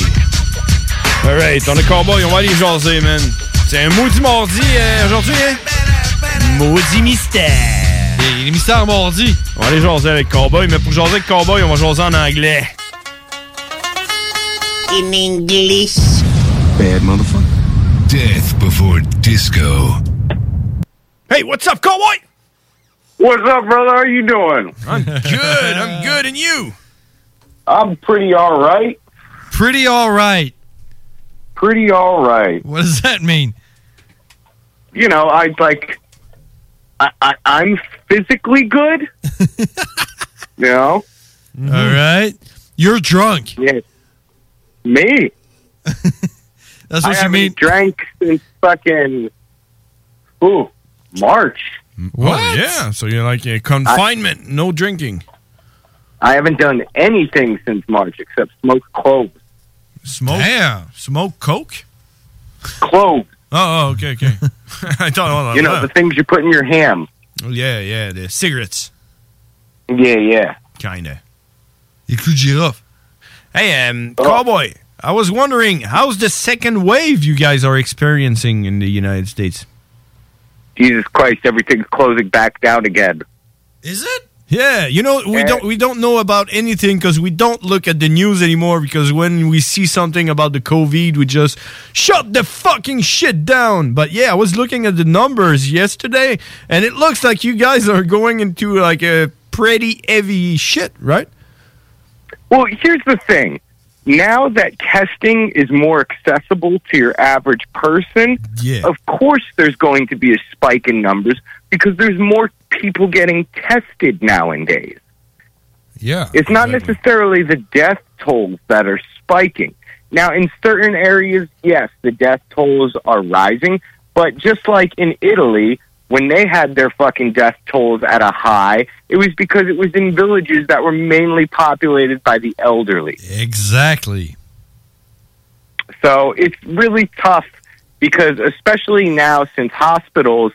Speaker 14: Alright, on est cowboy, on va aller jaser, man. C'est un maudit mardi euh, aujourd'hui, hein? Maudit mystère.
Speaker 18: Les, les mystères mordis.
Speaker 14: On va aller jaser avec Cowboy, mais pour jaser avec Cowboy, on va jaser en anglais.
Speaker 39: In English. Bad motherfucker.
Speaker 5: Death before disco.
Speaker 14: Hey, what's up, Cowboy?
Speaker 19: What's up, brother? How you doing?
Speaker 14: I'm good. I'm good, and you?
Speaker 19: I'm pretty all right.
Speaker 18: Pretty all right.
Speaker 19: Pretty all right.
Speaker 18: What does that mean?
Speaker 19: You know, I like. I, I I'm physically good. you know.
Speaker 18: All right. You're drunk.
Speaker 19: Yeah. Me.
Speaker 18: That's
Speaker 19: I
Speaker 18: what you
Speaker 19: haven't
Speaker 18: mean.
Speaker 19: Drank since fucking. Ooh, March.
Speaker 14: What? Oh, yeah. So you're like a confinement, no drinking.
Speaker 19: I haven't done anything since March except smoke cloves.
Speaker 14: Smoke? Yeah. Smoke coke?
Speaker 19: Cloves.
Speaker 14: Oh, oh, okay, okay. I thought, hold on.
Speaker 19: you know the things you put in your ham.
Speaker 14: Oh, yeah, yeah, the cigarettes.
Speaker 19: Yeah, yeah.
Speaker 14: Kinda.
Speaker 18: Les clous de girafe.
Speaker 14: Hey, um,
Speaker 19: Oh.
Speaker 14: Cowboy, I was wondering, how's the second wave you guys are experiencing in the United States?
Speaker 19: Jesus Christ, everything's closing back down again.
Speaker 14: Is it? Yeah, you know we don't we don't know about anything because we don't look at the news anymore. Because when we see something about the COVID, we just shut the fucking shit down. But yeah, I was looking at the numbers yesterday, and it looks like you guys are going into like a pretty heavy shit, right?
Speaker 19: Well, here's the thing. Now that testing is more accessible to your average person, of course there's going to be a spike in numbers because there's more people getting tested nowadays.
Speaker 18: Yeah.
Speaker 19: It's not necessarily the death tolls that are spiking. Now, in certain areas, yes, the death tolls are rising, but just like in Italy, when they had their fucking death tolls at a high, it was because it was in villages that were mainly populated by the elderly.
Speaker 18: Exactly.
Speaker 19: So it's really tough because, especially now, since hospitals,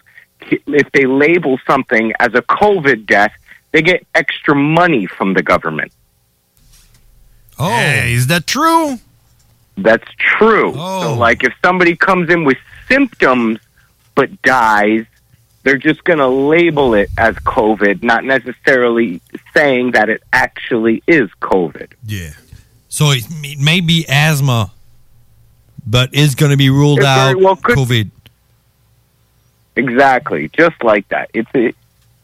Speaker 19: if they label something as a COVID death, they get extra money from the government.
Speaker 18: Oh,
Speaker 14: is that true? Oh.
Speaker 19: That's true. So, like, if somebody comes in with symptoms but dies, they're just going to label it as COVID, not necessarily saying that it actually is COVID.
Speaker 18: Yeah. So it, it may be asthma, but it's going to be ruled
Speaker 19: It very
Speaker 18: out
Speaker 19: well could-
Speaker 18: COVID.
Speaker 19: Exactly, just like that. It's it,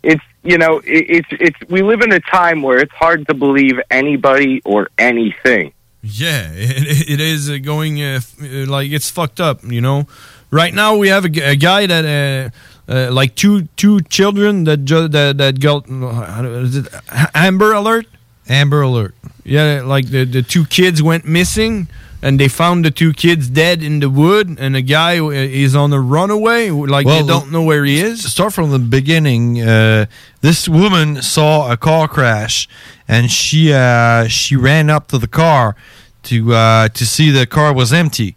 Speaker 19: it's you know it, it's it's we live in a time where it's hard to believe anybody or anything.
Speaker 14: Yeah, it, it is uh, going uh, f- uh, like it's fucked up, you know. Right now we have a, g- a guy that uh, uh, like two two children that ju- that that got how do- is it a- Amber Alert.
Speaker 18: Amber Alert.
Speaker 14: Yeah, like the the two kids went missing and they found the two kids dead in the wood and a guy uh, is on a runaway like
Speaker 18: Well,
Speaker 14: they don't know where he is.
Speaker 18: Start from the beginning. Uh, this woman saw a car crash, and she uh, she ran up to the car to uh, to see the car was empty,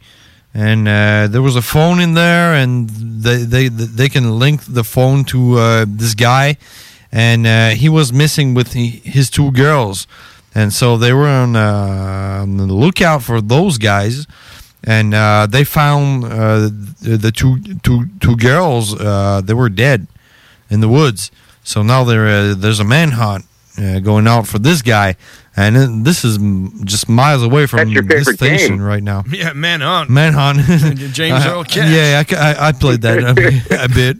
Speaker 18: and uh, there was a phone in there, and they they they can link the phone to uh, this guy, and uh, he was missing with he- his two girls, and so they were on, uh, on the lookout for those guys and uh, they found uh, the the two two two girls. Uh, they were dead in the woods. So now there uh, there's a manhunt uh, going out for this guy, and then this is m- just miles away from this station right now.
Speaker 14: Yeah, man on.
Speaker 18: Manhunt,
Speaker 14: James Earl Cash.
Speaker 18: Uh, Uh-huh. Yeah, I ca- I, I played that a, a bit.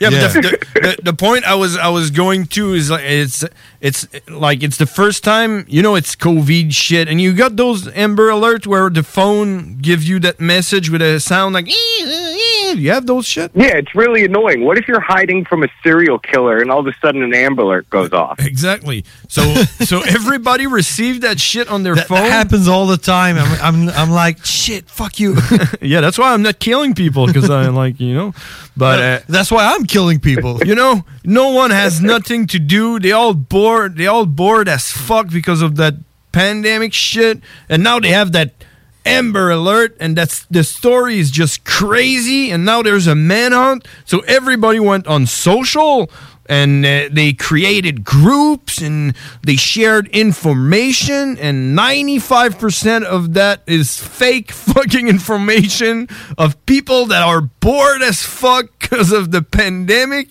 Speaker 14: Yeah,
Speaker 18: Yeah.
Speaker 14: but the, the, the, the point I was I was going to is like it's it's like it's the first time you know it's COVID shit, and you got those Amber Alert where the phone gives you that message with a sound like you have those shit.
Speaker 19: Yeah, it's really annoying. What if you're hiding from a serial killer and all of a sudden an Amber Alert goes off?
Speaker 14: Exactly. So so everybody received that shit on their phone.
Speaker 18: happens all the time. I'm I'm, I'm like shit. Fuck you.
Speaker 14: yeah, that's why I'm not killing people because I'm like you know, but uh,
Speaker 18: that's why I'm killing people.
Speaker 14: You know, no one has nothing to do. They all bored. They all bored as fuck because of that pandemic shit, and now they have that Amber Alert, and that's the story is just crazy. And now there's a manhunt, so everybody went on social. and uh, they created groups and they shared information and 95% of that is fake fucking information of people that are bored as fuck because of the pandemic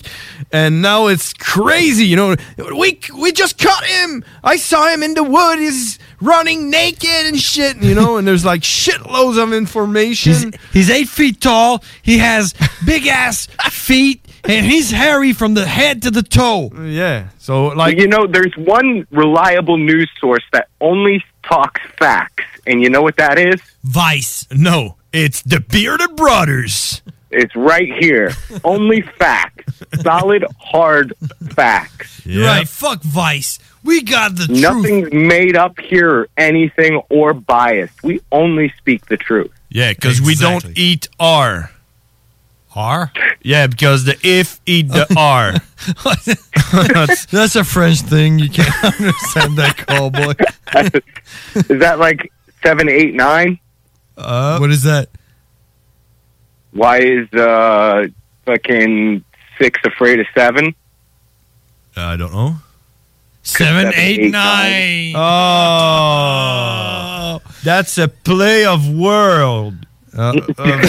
Speaker 14: and now it's crazy you know we we just caught him i saw him in the woods he's running naked and shit you know and there's like shitloads of information
Speaker 18: He's eight feet tall. He has big ass feet, and he's hairy from the head to the toe.
Speaker 14: Yeah. So,
Speaker 19: like, you know, there's one reliable news source that only talks facts, and you know what that is?
Speaker 14: Vice. No, it's the Bearded Brothers.
Speaker 19: It's right here. only facts, solid, hard facts.
Speaker 18: You're Right. Fuck Vice. We got the
Speaker 19: Nothing's made up here, or anything or biased. We only speak the truth.
Speaker 14: Yeah, because we don't eat R.
Speaker 18: R?
Speaker 14: Yeah, because the if eat the R.
Speaker 18: that's, that's a French thing. You can't understand that cowboy.
Speaker 19: is that like seven, eight, nine?
Speaker 18: Uh, what is that?
Speaker 19: Why is uh, fucking six afraid of seven?
Speaker 14: I don't know.
Speaker 18: Seven,
Speaker 19: eight,
Speaker 18: eight, nine.
Speaker 14: Oh, that's a play of world. Uh, uh,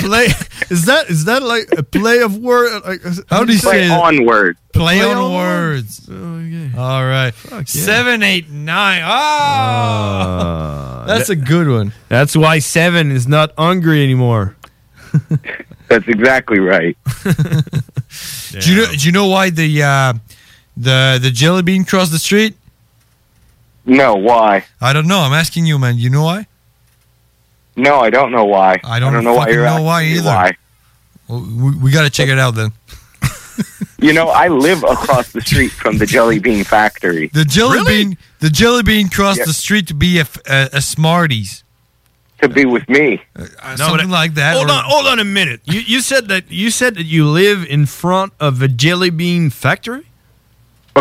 Speaker 14: play is that is that like a play of word? Like,
Speaker 18: How do you say it?
Speaker 19: words.
Speaker 18: Play,
Speaker 14: Play
Speaker 18: on,
Speaker 14: on Oh,
Speaker 18: words. All right. Seven, eight, nine. Ah,
Speaker 14: Uh,
Speaker 18: that's a good one.
Speaker 14: That's why seven is not hungry anymore.
Speaker 19: That's exactly right.
Speaker 18: Do you know? Do you know why the uh, the the jelly bean crossed the street?
Speaker 19: No, why?
Speaker 18: I don't know. I'm asking you, man. You know why?
Speaker 19: No, I don't know why.
Speaker 18: I don't
Speaker 19: know why
Speaker 18: fucking
Speaker 19: you're
Speaker 18: know
Speaker 19: asking
Speaker 18: why
Speaker 19: me
Speaker 18: either.
Speaker 19: Why.
Speaker 18: Well, we, we got to check it out then.
Speaker 19: You know, I live across the street from the Jelly Bean Factory.
Speaker 18: The jelly bean. The jelly bean crossed
Speaker 19: Yeah.
Speaker 18: the street to be a, f- a, a Smarties. Uh,
Speaker 19: To be with me.
Speaker 18: something like that.
Speaker 14: Hold
Speaker 18: or-
Speaker 14: on, hold on a minute. You you said that you said that you live in front of a jelly bean factory.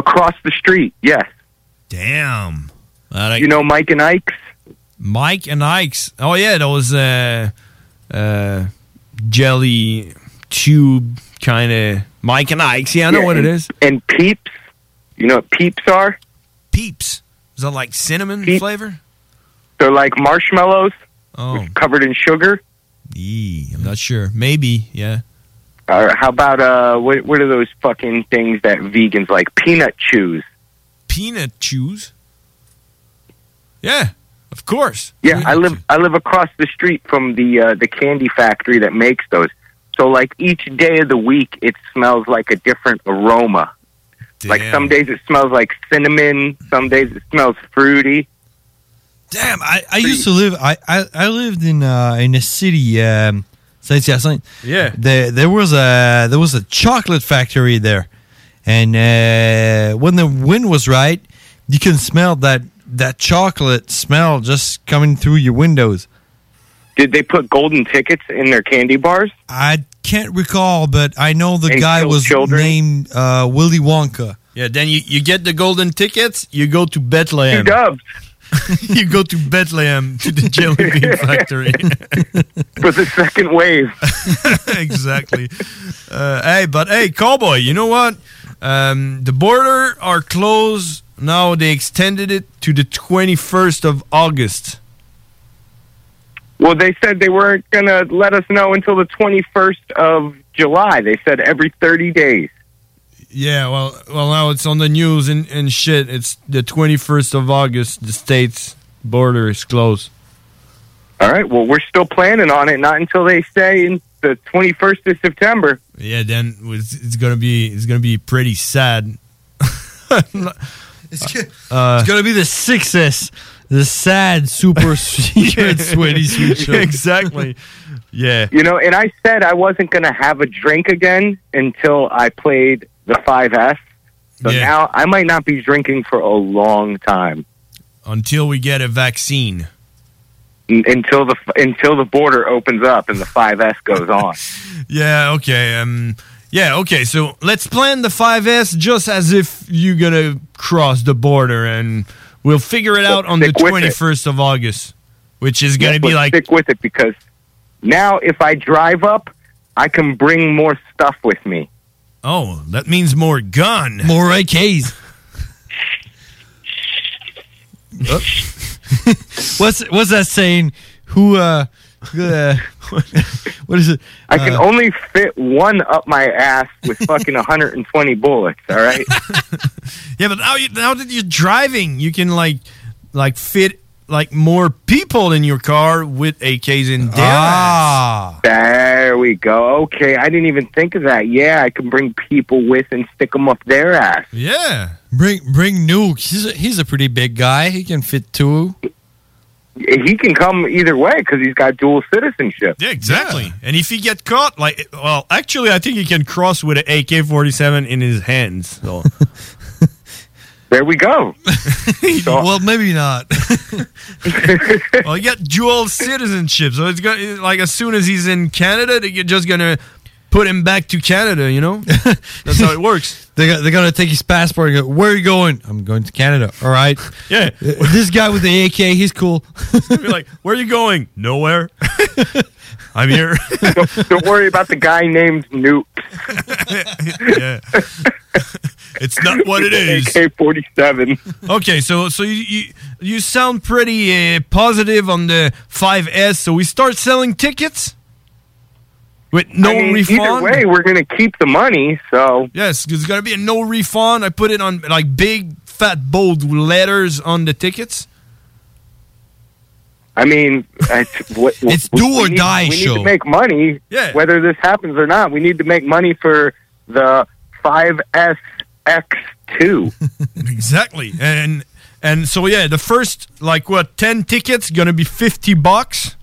Speaker 19: Across the street, yes.
Speaker 14: Damn.
Speaker 19: you know Mike and Ike's?
Speaker 14: Mike and Ike's. Oh yeah, those uh, uh, jelly tube kind of Mike and Ike's. Yeah, I know
Speaker 19: Yeah,
Speaker 14: what
Speaker 19: and,
Speaker 14: it is.
Speaker 19: And Peeps. You know what Peeps are?
Speaker 14: Peeps. Is that like cinnamon flavor?
Speaker 19: They're like marshmallows
Speaker 14: Oh,
Speaker 19: covered in sugar.
Speaker 14: ee, I'm not sure. Maybe. Yeah.
Speaker 19: Or how about uh, what, what are those fucking things that vegans like? Peanut chews.
Speaker 14: Peanut chews. Yeah, of course.
Speaker 19: Yeah, I live I live across the street from the uh, the candy factory that makes those. So like each day of the week, it smells like a different aroma. Like some days it smells like cinnamon, some days it smells fruity.
Speaker 18: Damn, I, I used to live. I, I, I lived in uh, in a city, um, Saint Hyacinthe.
Speaker 14: Yeah.
Speaker 18: There there was a there was a chocolate factory there, and uh, when the wind was right, you can smell that that chocolate smell just coming through your windows.
Speaker 19: Did they put golden tickets in their candy bars?
Speaker 18: I can't recall, but I know the
Speaker 19: And
Speaker 18: guy
Speaker 19: kill
Speaker 18: was
Speaker 19: children.
Speaker 18: named uh, Willy Wonka.
Speaker 14: Yeah, then you, you get the golden tickets, you go to Bethlehem.
Speaker 19: Two dubs.
Speaker 14: you go to Bethlehem to the jelly bean factory.
Speaker 19: For the second wave.
Speaker 14: exactly. Uh, hey, but hey, cowboy, you know what? Um, the border are closed now. They extended it to the 21st of August.
Speaker 19: Well, they said they weren't going to let us know until the 21st of July. They said every 30 days.
Speaker 14: Yeah, well, well, now it's on the news and, and shit. It's the 21st of August. The state's border is closed.
Speaker 19: All right. Well, we're still planning on it. Not until they say in the 21st of September.
Speaker 14: Yeah, then it's, it's gonna be it's gonna be pretty sad. Uh,
Speaker 18: It's, go- it's gonna be the success, the sad, super secret, sweaty, sweet show.
Speaker 14: exactly. Yeah.
Speaker 19: You know, and I said I wasn't going to have a drink again until I played the 5S. So now I might not be drinking for a long time
Speaker 14: Until we get a vaccine.
Speaker 19: n- until the until the border opens up and the 5S goes on.
Speaker 14: Yeah, okay. Um yeah, okay. So let's plan the 5S just as if you're going to cross the border and we'll figure it out on the
Speaker 19: Stick with it.
Speaker 14: 21st of August, which is going
Speaker 19: Yeah,
Speaker 14: to
Speaker 19: but
Speaker 14: be like
Speaker 19: stick with it because now if I drive up, I can bring more stuff with me.
Speaker 14: Oh, that means more gun.
Speaker 18: More AKs. what's what's that saying? Who uh, uh what is it?
Speaker 19: I can
Speaker 18: Uh,
Speaker 19: only fit one up my ass with fucking 120 bullets. All right.
Speaker 14: Yeah, but now, you, now that you're driving, you can like like fit like more people in your car with AKs in there. Ah,
Speaker 19: There we go. Okay, I didn't even think of that. Yeah, I can bring people with and stick them up their ass.
Speaker 18: Yeah. Bring bring Nuke. He's a, he's a pretty big guy. He can fit two.
Speaker 19: He can come either way because he's got dual citizenship.
Speaker 14: Yeah, exactly. And if he get caught, like, well, actually, I think he can cross with an AK forty seven in his hands. So
Speaker 19: there we go.
Speaker 18: well, maybe not.
Speaker 14: well, you got dual citizenship, so it's going like as soon as he's in Canada, they- you're just gonna put him back to Canada. You know, that's how it works.
Speaker 18: They got, they're gonna take his passport and go, Where are you going? I'm going to Canada. All right.
Speaker 14: Yeah.
Speaker 18: This guy with the AK, he's cool.
Speaker 14: Be like, where are you going? Nowhere. I'm here.
Speaker 19: don't, don't worry about the guy named Nuke.
Speaker 14: yeah. It's not what it is.
Speaker 19: AK forty seven.
Speaker 14: Okay, so so you you, you sound pretty uh, positive on the 5S. So we start selling tickets with no
Speaker 19: I mean,
Speaker 14: refund.
Speaker 19: Either way, we're gonna keep the money. So
Speaker 14: yes, there's gonna be a no refund. I put it on like big fat bold letters on the tickets.
Speaker 19: I mean, it's, what, it's
Speaker 14: do or die
Speaker 19: We need
Speaker 14: show.
Speaker 19: to make money,
Speaker 14: Yeah.
Speaker 19: whether this happens or not. We need to make money for the 5SX2.
Speaker 14: exactly, and and so yeah, the first like what ten tickets gonna be fifty bucks.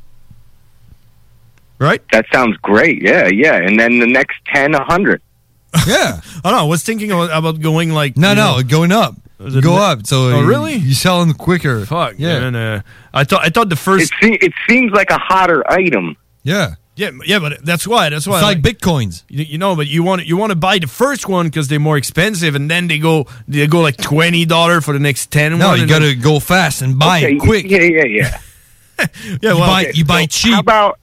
Speaker 14: Right?
Speaker 19: That sounds great. Yeah, yeah. And then the next 10, 100.
Speaker 18: Yeah.
Speaker 14: I don't know. I was thinking about- about going like
Speaker 18: No,
Speaker 14: you
Speaker 18: no,
Speaker 14: know-
Speaker 18: going up.
Speaker 14: The
Speaker 18: Go
Speaker 14: ne-
Speaker 18: up. So
Speaker 14: Oh,
Speaker 18: you-
Speaker 14: really?
Speaker 18: You sell them quicker.
Speaker 14: Fuck.
Speaker 18: Yeah.
Speaker 14: man, uh, I thought I thought the first.
Speaker 19: It, se- it seems like a hotter item.
Speaker 18: Yeah.
Speaker 14: Yeah, yeah, but that's why. That's why.
Speaker 18: It's like bitcoins.
Speaker 14: You, you know, but you want you want to buy the first one because they're more expensive, and then they go they go like twenty dollar for the next ten.
Speaker 18: No,
Speaker 14: one,
Speaker 18: you
Speaker 14: and
Speaker 18: gotta
Speaker 14: then-
Speaker 18: go fast and buy
Speaker 19: Okay,
Speaker 18: it quick.
Speaker 19: Yeah, yeah, yeah.
Speaker 14: yeah,
Speaker 18: you buy, you buy cheap. How
Speaker 19: about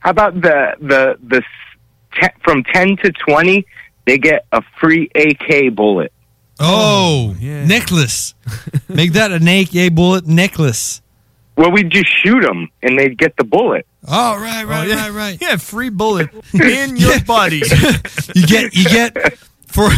Speaker 19: How about the the the s- te- from 10 to 20, they get a free AK bullet.
Speaker 18: Oh, necklace. Make that an AK bullet necklace.
Speaker 19: Well, we just shoot them and they get the bullet.
Speaker 18: All Oh, right, right,
Speaker 14: Oh, yeah.
Speaker 18: right, right.
Speaker 14: Yeah, free bullet in your body.
Speaker 18: You get you get for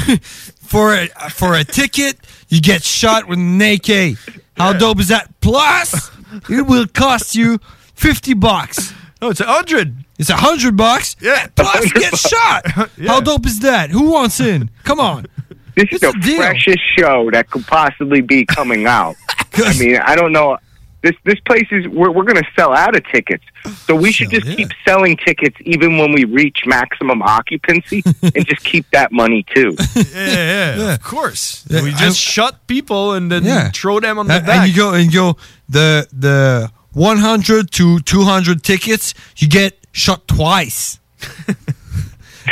Speaker 18: for a, for a ticket, you get shot with an AK. How dope is that? Plus, it will cost you fifty bucks.
Speaker 14: No, it's a hundred.
Speaker 18: It's a hundred bucks.
Speaker 14: Yeah.
Speaker 18: Plus, you get shot. How dope is that? Who wants in? Come on.
Speaker 19: This is the freshest show that could possibly be coming out. I mean, I don't know. This this place is we're we're going to sell out of tickets, so we should just keep selling tickets even when we reach maximum occupancy, and just keep that money too.
Speaker 14: yeah, yeah, of course. we just shot people and then
Speaker 18: Yeah.
Speaker 14: throw them on the
Speaker 18: And,
Speaker 14: back.
Speaker 18: and you go and you go the the one hundred to two hundred tickets, you get shot twice.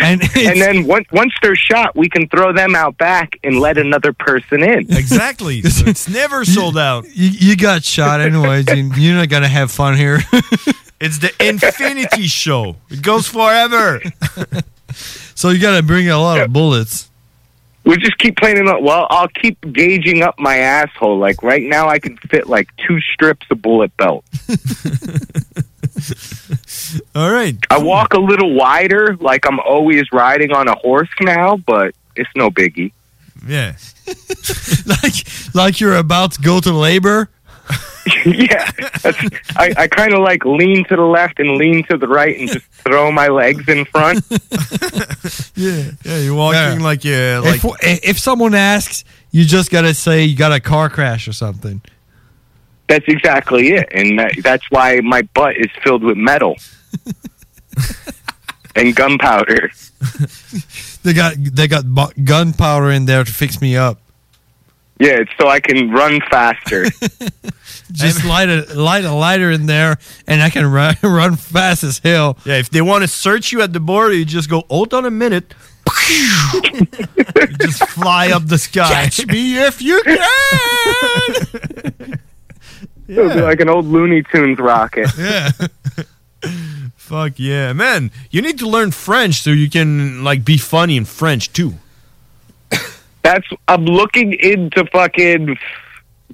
Speaker 18: and
Speaker 19: and then once once they're shot, we can throw them out back and let another person in.
Speaker 14: Exactly. So it's never sold out.
Speaker 18: You, you got shot anyways, and you're not gonna have fun here.
Speaker 14: It's the infinity show. It goes forever.
Speaker 18: so you gotta bring a lot of bullets.
Speaker 19: We'll just keep playing it up. Well, I'll keep gauging up my asshole. Like right now, I can fit like two strips of bullet belt.
Speaker 14: All right.
Speaker 19: I walk a little wider, like I'm always riding on a horse now, but it's no biggie.
Speaker 14: Yeah.
Speaker 18: like like you're about to go to labor.
Speaker 19: yeah, that's, I, I kind of like lean to the left and lean to the right and just throw my legs in front.
Speaker 18: Yeah.
Speaker 14: Yeah, you're walking like yeah, like
Speaker 18: if, if someone asks, you just gotta say you got a car crash or something.
Speaker 19: That's exactly it, and that, that's why my butt is filled with metal and gunpowder.
Speaker 18: They got they got bu- gunpowder in there to fix me up.
Speaker 19: Yeah, it's so I can run faster.
Speaker 18: Just light a light a lighter in there, and I can run run fast as hell.
Speaker 14: Yeah, if they want to search you at the border, you just go, hold on a minute. You just fly up the sky.
Speaker 18: Catch me if you can.
Speaker 19: It'll be like an old Looney Tunes rocket.
Speaker 18: Yeah.
Speaker 6: Fuck yeah, man! You need to learn French so you can like be funny in French too.
Speaker 19: That's I'm looking into fucking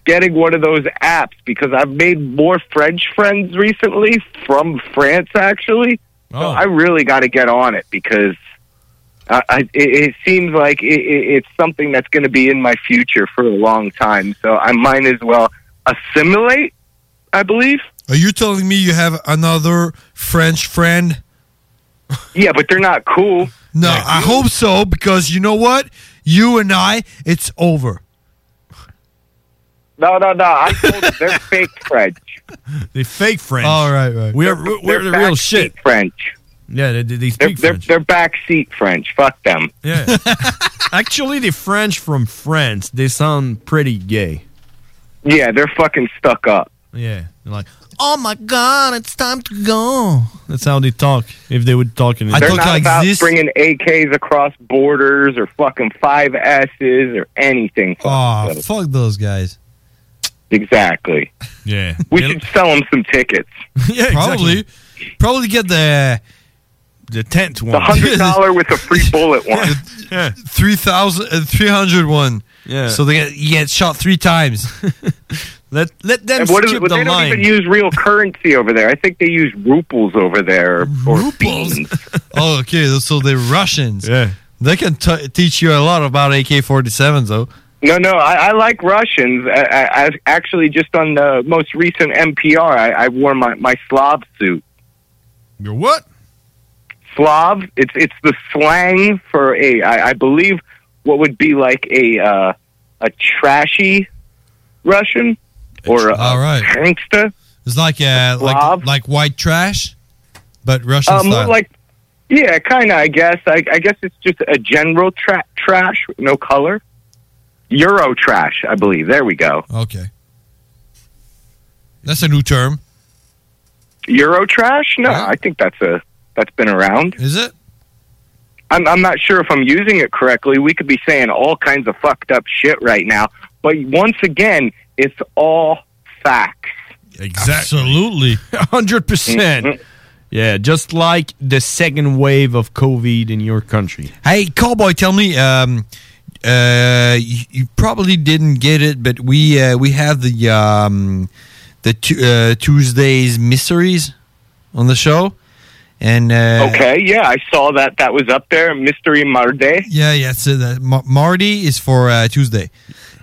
Speaker 19: getting one of those apps because I've made more French friends recently from France actually.
Speaker 14: Oh.
Speaker 19: So I really got to get on it because I, I, it, it seems like it, it, it's something that's going to be in my future for a long time. So I might as well assimilate. I believe.
Speaker 18: Are you telling me you have another French friend?
Speaker 19: Yeah, but they're not cool.
Speaker 18: No, I hope so because you know what? You and I, it's over.
Speaker 19: No, no, no. I told you, they're fake French.
Speaker 6: They fake French.
Speaker 18: All right, right.
Speaker 6: We're
Speaker 19: They're-
Speaker 6: we're
Speaker 19: they're
Speaker 6: the real
Speaker 19: backseat
Speaker 6: shit.
Speaker 19: French.
Speaker 6: Yeah, they, they
Speaker 19: They're,
Speaker 6: speak
Speaker 19: they're,
Speaker 6: French.
Speaker 19: they're backseat French. Fuck them.
Speaker 6: Yeah. Actually, the French from France, they sound pretty gay.
Speaker 19: Yeah, they're fucking stuck up.
Speaker 6: Yeah, they're like
Speaker 25: Oh my god, it's time to go.
Speaker 6: that's how they talk. If they would talk in,
Speaker 19: they're not about bringing AKs across borders or fucking five S's or anything.
Speaker 18: Oh, fuck those guys.
Speaker 19: Exactly.
Speaker 6: Yeah.
Speaker 19: We should sell them some tickets.
Speaker 18: yeah, probably. Probably get the
Speaker 6: the tent
Speaker 19: The hundred dollar with a free bullet one.
Speaker 18: yeah. 3000 uh, 300 one.
Speaker 6: Yeah.
Speaker 18: So they get you get shot 3 times.
Speaker 6: let let
Speaker 19: And what is, they don't even use real currency over there. I think they use ruples over there. Or Rubles.
Speaker 18: oh, okay. So they're Russians.
Speaker 6: Yeah.
Speaker 18: They can t- teach you a lot about AK-47s though.
Speaker 19: No, no, I, I like Russians. I, I, I actually just on the most recent NPR, I, I wore my my Slav suit.
Speaker 6: Your what?
Speaker 19: Slav. It's it's the slang for a I, I believe what would be like a uh, a trashy Russian or a,
Speaker 18: All right.
Speaker 19: gangster.
Speaker 18: It's like uh, like like white trash, but Russian
Speaker 19: Um,
Speaker 18: style.
Speaker 19: like yeah, kind of. I guess. I, I guess it's just a general tra- trash, with no color. Euro trash, I believe. There we go.
Speaker 18: okay. That's a new term.
Speaker 19: Euro trash? No, I think that's a that's been around.
Speaker 18: Is it?
Speaker 19: I'm I'm not sure if I'm using it correctly. We could be saying all kinds of fucked up shit right now, but once again, it's all facts.
Speaker 6: Exactly.
Speaker 18: Absolutely.
Speaker 6: 100%. percent
Speaker 19: Mhm.
Speaker 6: Yeah, just like the second wave of COVID in your country.
Speaker 18: Hey, cowboy, tell me. Um, uh, you, you probably didn't get it, but we uh, we have the um, the tu- uh, Tuesdays mysteries on the show, and uh,
Speaker 19: okay, yeah, I saw that that was up there, Mystery Marde.
Speaker 18: yeah, yeah. So the, Ma- Marty is for uh, Tuesday,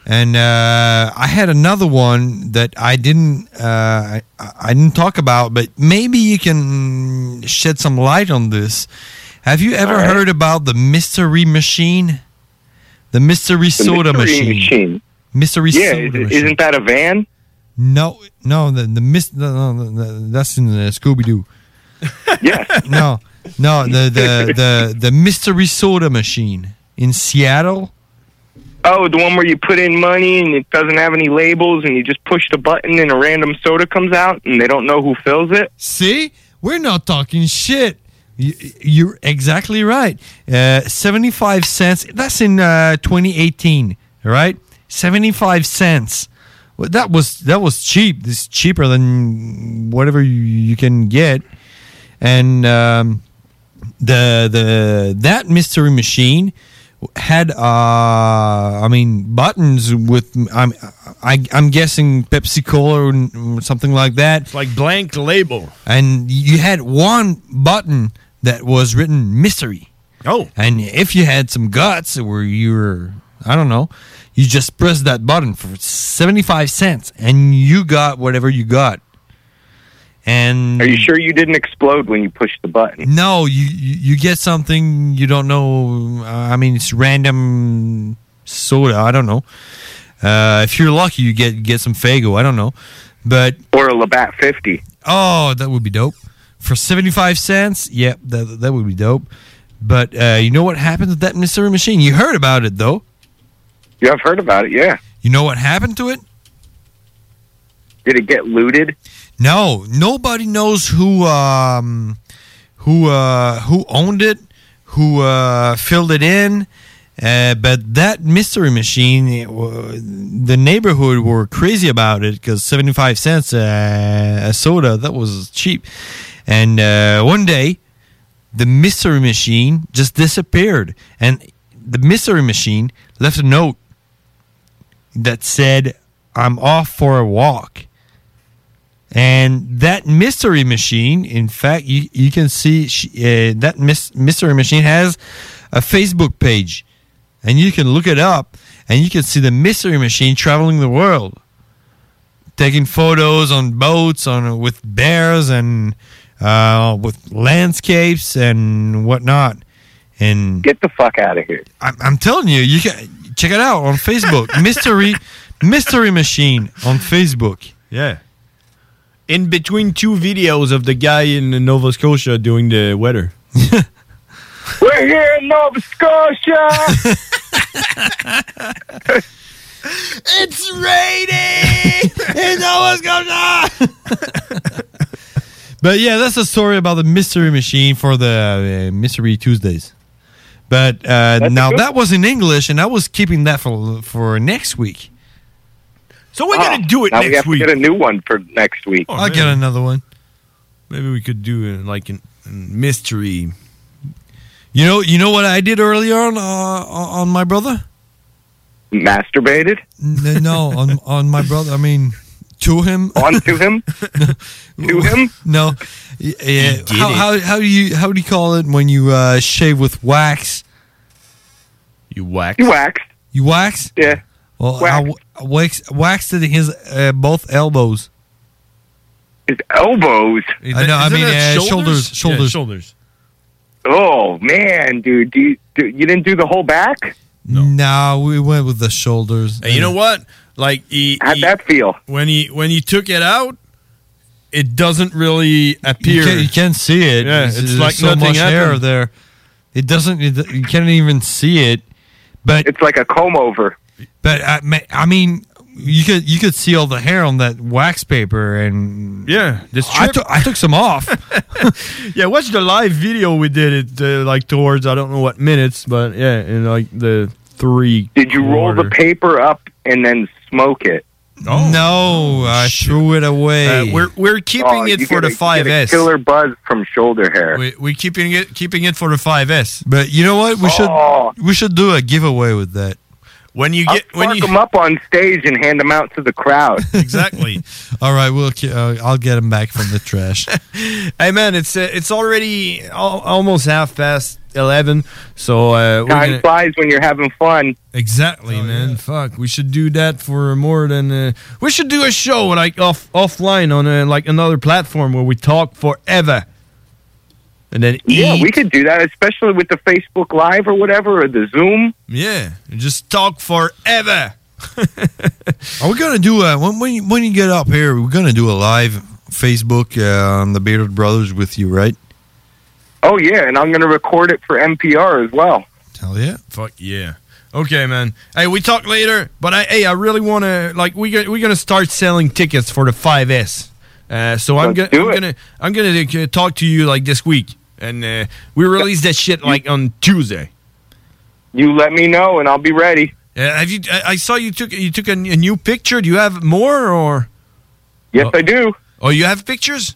Speaker 18: and uh, I had another one that I didn't uh, I, I didn't talk about, but maybe you can shed some light on this. Have you ever heard about the mystery machine? The mystery soda
Speaker 19: mystery
Speaker 18: machine.
Speaker 19: machine.
Speaker 18: Mystery
Speaker 19: yeah,
Speaker 18: soda
Speaker 19: is,
Speaker 18: machine.
Speaker 19: isn't that a van?
Speaker 18: No, no, the the mis- no, no, no, no, that's in uh, Scooby Doo.
Speaker 19: yeah.
Speaker 18: No, no, the the the the mystery soda machine in Seattle.
Speaker 19: Oh, the one where you put in money and it doesn't have any labels, and you just push the button and a random soda comes out, and they don't know who fills it.
Speaker 18: See, we're not talking shit. You, you're exactly right. Uh, Seventy-five cents. That's in uh, 2018, right? Seventy-five cents. Well, that was that was cheap. This is cheaper than whatever you, you can get, and um, the the that mystery machine had uh i mean buttons with i'm I, i'm guessing pepsi cola or something like that it's
Speaker 6: like blank label
Speaker 18: and you had one button that was written mystery
Speaker 6: oh
Speaker 18: and if you had some guts or you were i don't know you just pressed that button for 75 cents and you got whatever you got and
Speaker 14: Hmm.
Speaker 19: Are you sure you didn't explode when you pushed the button?
Speaker 18: no, you, you you get something you don't know. Uh, I mean, it's random soda. I don't know. Uh, if you're lucky, you get get some Fago. I don't know, but
Speaker 19: or a Labatt fifty.
Speaker 18: Oh, that would be dope for seventy five cents. Yeah, that that would be dope. But uh, you know what happened to that mystery machine? You heard about it though.
Speaker 19: Yeah, I've heard about it. Uh, Yeah.
Speaker 18: You know what happened to it?
Speaker 19: Did it get looted?
Speaker 18: No, nobody knows who um, who uh, who owned it, who uh, filled it in. Uh, but that mystery machine, it wa- the neighborhood were crazy about it because seventy five cents uh, a soda that was cheap, And uh, one day, the mystery machine just disappeared, and the mystery machine left a note that said, "I'm off for a walk." And that mystery machine, in fact, you, you can see she, uh, that mis- mystery machine has a Facebook page. And you can look it up and you can see the mystery machine traveling the world, taking photos on boats, on with bears, and uh, with landscapes and whatnot. And
Speaker 19: Get the fuck out of here.
Speaker 18: I'm, I'm telling you, you can check it out on Facebook. mystery, mystery machine on Facebook.
Speaker 14: Yeah. In between two videos of the guy in Nova Scotia doing the weather.
Speaker 19: We're here in Nova Scotia.
Speaker 5: it's raining in Nova Scotia.
Speaker 18: But yeah, that's the story about the mystery machine for the uh, mystery Tuesdays. But uh, now
Speaker 14: good
Speaker 18: that was in English, and I was keeping that for for next week.
Speaker 14: So we're gonna do it
Speaker 19: Oh, now
Speaker 14: next
Speaker 19: we have
Speaker 14: week. Oh,
Speaker 19: to get a new one for next week.
Speaker 18: I'll get another one.
Speaker 14: Maybe we could do uh, like an, an mystery.
Speaker 18: You know, you know what I did earlier on uh, on my brother?
Speaker 19: Masturbated?
Speaker 18: N- No, on on my brother. I mean, to him.
Speaker 19: On to him. to him.
Speaker 18: No. Y- Yeah.
Speaker 19: did
Speaker 18: How,
Speaker 19: it.
Speaker 18: how how do you how do you call it when you uh, shave with wax?
Speaker 14: You wax.
Speaker 19: You waxed.
Speaker 18: You wax?
Speaker 19: Yeah.
Speaker 18: Well, I w- I wax waxed his uh, both elbows.
Speaker 19: His elbows.
Speaker 18: I know. I mean, uh, shoulders, shoulders,
Speaker 19: Oh man, dude, do you, do, you didn't do the whole back?
Speaker 18: No. we went with the shoulders.
Speaker 14: And you know what? Like he, how'd
Speaker 19: that feel
Speaker 14: when he when he took it out? It doesn't really
Speaker 18: You
Speaker 14: appear.
Speaker 18: can't, you can't see it.
Speaker 14: Yeah,
Speaker 18: It's-
Speaker 14: it's
Speaker 18: there's
Speaker 14: like
Speaker 18: so
Speaker 14: nothing
Speaker 18: much hair
Speaker 14: happened.
Speaker 18: there. It doesn't. It, you can't even see it. But
Speaker 19: it's like a comb over.
Speaker 18: But I, ma- I mean, you could you could see all the hair on that wax paper, and
Speaker 14: yeah, this
Speaker 18: I took I took some off.
Speaker 14: yeah, watch the live video we did it uh, like towards I don't know what minutes, but yeah, in like the three.
Speaker 19: Did you roll the paper up and then smoke it? Oh.
Speaker 18: No, I threw it away.
Speaker 14: Uh, we're we're keeping
Speaker 19: Oh,
Speaker 14: it
Speaker 19: you
Speaker 14: for
Speaker 19: get
Speaker 14: the
Speaker 19: a- you
Speaker 14: five
Speaker 19: get a
Speaker 14: S.
Speaker 19: Killer buzz from shoulder hair.
Speaker 14: We, we're keeping it keeping it for the five S.
Speaker 18: But you know
Speaker 19: Oh.
Speaker 18: what? We should we should do a giveaway with that.
Speaker 14: When you
Speaker 19: I'll spark them up on stage and hand them out to the crowd.
Speaker 14: exactly.
Speaker 18: All right, we'll ke- uh, I'll get him back from the trash.
Speaker 14: Hey man, it's uh, it's already al- almost half past eleven, so uh, we're
Speaker 19: Time
Speaker 14: gonna-
Speaker 19: flies when you're having fun.
Speaker 18: Oh,
Speaker 14: Exactly, man. Fuck, we should do that for more than. Uh, we should do a show like off offline on uh, like another platform where we talk forever, and then
Speaker 19: Yeah,
Speaker 14: eat.
Speaker 19: we could do that, especially with the Facebook Live or whatever, or the Zoom.
Speaker 14: yeah, and just talk forever.
Speaker 18: Are we gonna do a when when you, when you get up here? We're gonna do a live Facebook uh, on the Bearded Brothers with you, right?
Speaker 19: Oh yeah, and I'm going to record it for NPR as well.
Speaker 18: Hell yeah.
Speaker 14: Fuck yeah. Okay, man. Hey, we talk later, but I, hey, I really want to like we go- we're gonna start selling tickets for the 5S. Uh, so I'm gonna
Speaker 19: Let's do
Speaker 14: I'm
Speaker 19: it.
Speaker 14: gonna I'm gonna uh, talk to you like this week, and uh, we release that shit like on Tuesday.
Speaker 19: You let me know, and I'll be ready.
Speaker 14: Uh, have you? I, I saw you took you took a, n- a new picture. Do you have more or?
Speaker 19: Yes, I do.
Speaker 14: Oh, you have pictures.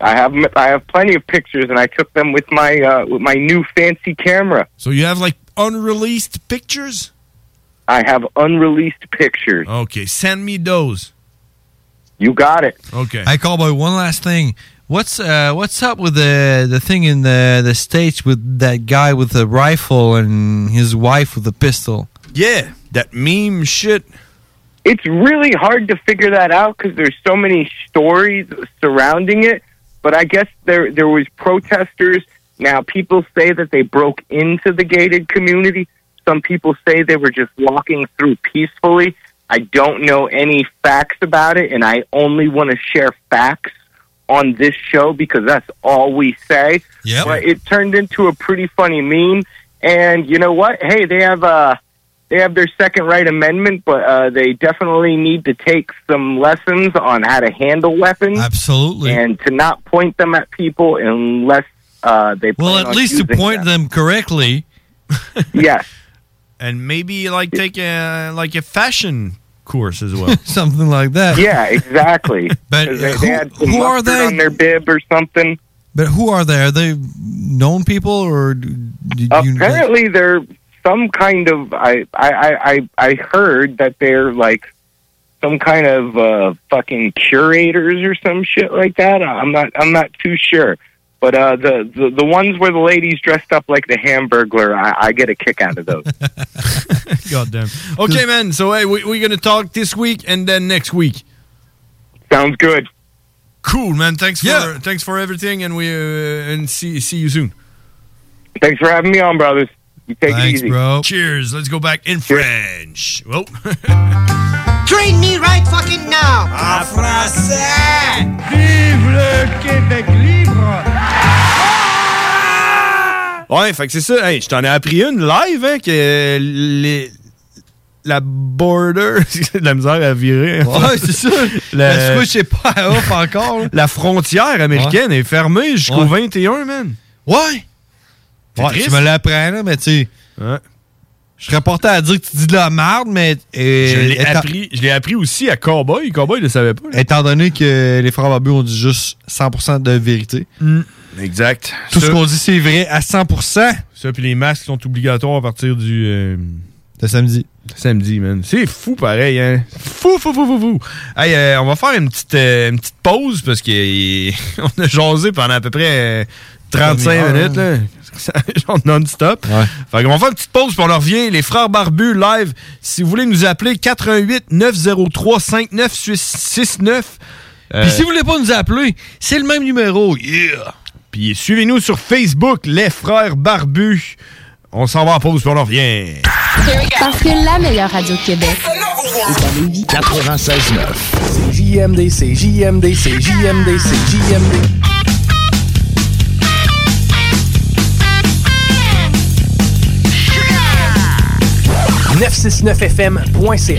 Speaker 19: I have I have plenty of pictures, and I took them with my uh, with my new fancy camera.
Speaker 14: So you have like unreleased pictures.
Speaker 19: I have unreleased pictures.
Speaker 14: Okay, send me those.
Speaker 19: You got it.
Speaker 14: Okay.
Speaker 18: I call by one last thing. What's uh, what's up with the the thing in the the states with that guy with the rifle and his wife with the pistol?
Speaker 14: Yeah, that meme shit.
Speaker 19: It's really hard to figure that out because there's so many stories surrounding it. But I guess there there was protesters. Now people say that they broke into the gated community. Some people say they were just walking through peacefully. I don't know any facts about it, and I only want to share facts on this show because that's all we say.
Speaker 18: Yeah.
Speaker 19: But it turned into a pretty funny meme. And you know what? Hey, they have uh they have their second right amendment, but uh, they definitely need to take some lessons on how to handle weapons.
Speaker 18: Absolutely.
Speaker 19: And to not point them at people unless uh, they
Speaker 18: Well,
Speaker 19: plan
Speaker 18: at
Speaker 19: on
Speaker 18: least to
Speaker 19: using
Speaker 18: point them correctly.
Speaker 19: Yes.
Speaker 14: and maybe like take a like a fashion course as well.
Speaker 18: Something like that.
Speaker 19: Yeah, exactly.
Speaker 18: But
Speaker 19: 'Cause they,
Speaker 18: who-
Speaker 19: they had some
Speaker 18: who are
Speaker 19: mustard
Speaker 18: they?
Speaker 19: on their bib or something.
Speaker 18: But who are they? Are they known people or d- d- you,
Speaker 19: Apparently, they're some kind of. I I I I- I heard that they're like some kind of uh, fucking curators or some shit like that. Uh, I'm not I'm not too sure. But uh, the, the the ones where the ladies dressed up like the Hamburglar, I, I get a kick out of those.
Speaker 24: Goddamn. Okay, man. So, hey, we, we're going to talk this week and then next week.
Speaker 19: Sounds good.
Speaker 24: Cool, man. Thanks for thanks for everything, and we uh, and see see you soon.
Speaker 19: Thanks for having me on, brothers. You take
Speaker 24: Thanks,
Speaker 19: it easy.
Speaker 24: bro. Cheers. Let's go back in French. Whoa.
Speaker 5: Train me right fucking now! En français! Vive le Québec libre!
Speaker 14: Ouais, fait que c'est ça. Hey, je t'en ai appris une live, hein, que euh, les... la border, c'est de la misère à virer.
Speaker 18: Ouais, c'est ça.
Speaker 14: La-
Speaker 18: La switch est pas à off encore. là.
Speaker 14: La frontière américaine
Speaker 18: Ouais.
Speaker 14: est fermée jusqu'au
Speaker 18: Ouais.
Speaker 14: 21, man.
Speaker 18: Ouais!
Speaker 14: C'est
Speaker 18: Ouais,
Speaker 14: triste.
Speaker 18: tu me l'apprends, là, mais tu sais. Je serais porté à dire que tu dis de la merde, mais. euh,
Speaker 14: Je l'ai
Speaker 18: étant-
Speaker 14: appris, je l'ai appris aussi à Cowboy. Cowboy, il le savait pas.
Speaker 18: Étant donné que les frères Barbu ont dit juste 100% de vérité.
Speaker 14: Mm. Exact.
Speaker 18: Tout ce qu'on dit, c'est vrai à 100%.
Speaker 14: Ça, puis les masques sont obligatoires à partir du. euh,
Speaker 18: de samedi.
Speaker 14: Samedi, man. C'est fou pareil, hein. Fou, fou, fou, fou, fou. Hey, euh, on va faire une petite, euh, une petite pause parce que euh, on a jasé pendant à peu près euh, 35
Speaker 24: Demi-heure.
Speaker 14: minutes,
Speaker 18: hein.
Speaker 14: là. Ça, Genre non-stop. Fait qu'on va faire une petite pause puis on en revient. Les frères barbus live. Si vous voulez nous appeler, 88 903 5969. Euh,
Speaker 18: Puis si vous voulez pas nous appeler, c'est le même numéro. Yeah!
Speaker 14: Puis suivez-nous sur Facebook, les frères barbus. On s'en va en pause puis on en revient.
Speaker 23: Parce que la meilleure radio de Québec.
Speaker 40: 96.9.
Speaker 41: C'est JMD, c'est JMD, c'est JMD, c'est JMD.
Speaker 11: 969fm.ca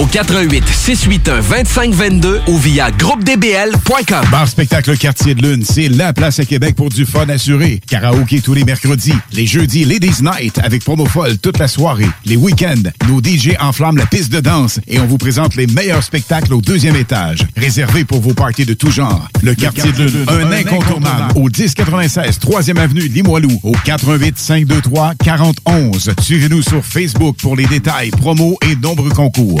Speaker 11: au 88 681 2522 ou via groupedbl.com.
Speaker 42: Bar Spectacle Quartier de Lune, c'est la place à Québec pour du fun assuré. Karaoké tous les mercredis, les jeudis Ladies Night avec promo folle toute la soirée. Les week-ends, nos DJ enflamment la piste de danse et on vous présente les meilleurs spectacles au deuxième étage, réservés pour vos parties de tout genre. Le Quartier de Lune, un incontournable au 1096 3e avenue Limoilou au 88 523 4011. Suivez-nous sur Facebook pour les détails, promos et nombreux concours.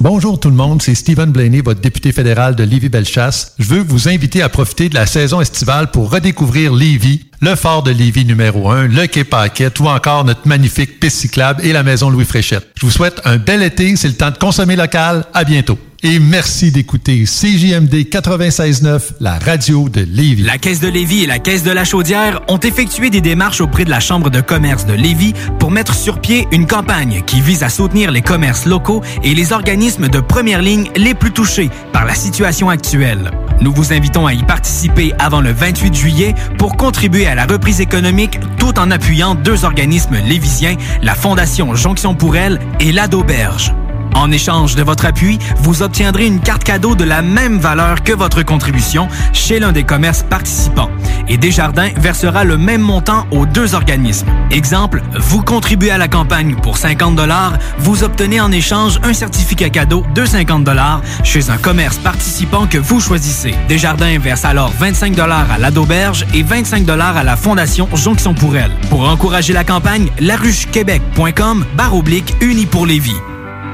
Speaker 22: Bonjour tout le monde, c'est Stephen Blaney, votre député fédéral de Lévis-Bellechasse. Je veux vous inviter à profiter de la saison estivale pour redécouvrir Lévis, le fort de Lévis numéro 1, le Quai Paquette ou encore notre magnifique piste cyclable et la maison Louis Fréchette. Je vous souhaite un bel été, c'est le temps de consommer local. À bientôt. Et merci d'écouter CJMD 96.9, la radio de Lévis.
Speaker 32: La Caisse de Lévis et la Caisse de la Chaudière ont effectué des démarches auprès de la Chambre de commerce de Lévis pour mettre sur pied une campagne qui vise à soutenir les commerces locaux et les organismes de première ligne les plus touchés par la situation actuelle. Nous vous invitons à y participer avant le 28 juillet pour contribuer à la reprise économique tout en appuyant deux organismes lévisiens, la Fondation Jonction pour elle et l'Adoberge. En échange de votre appui, vous obtiendrez une carte cadeau de la même valeur que votre contribution chez l'un des commerces participants. Et Desjardins versera le même montant aux deux organismes. Exemple, vous contribuez à la campagne pour 50 vous obtenez en échange un certificat cadeau de 50 chez un commerce participant que vous choisissez. Desjardins verse alors 25 à la Dauberge et 25 à la Fondation Jonction pour elle. Pour encourager la campagne, laruchequebec.com barre oblique unis pour Lévis.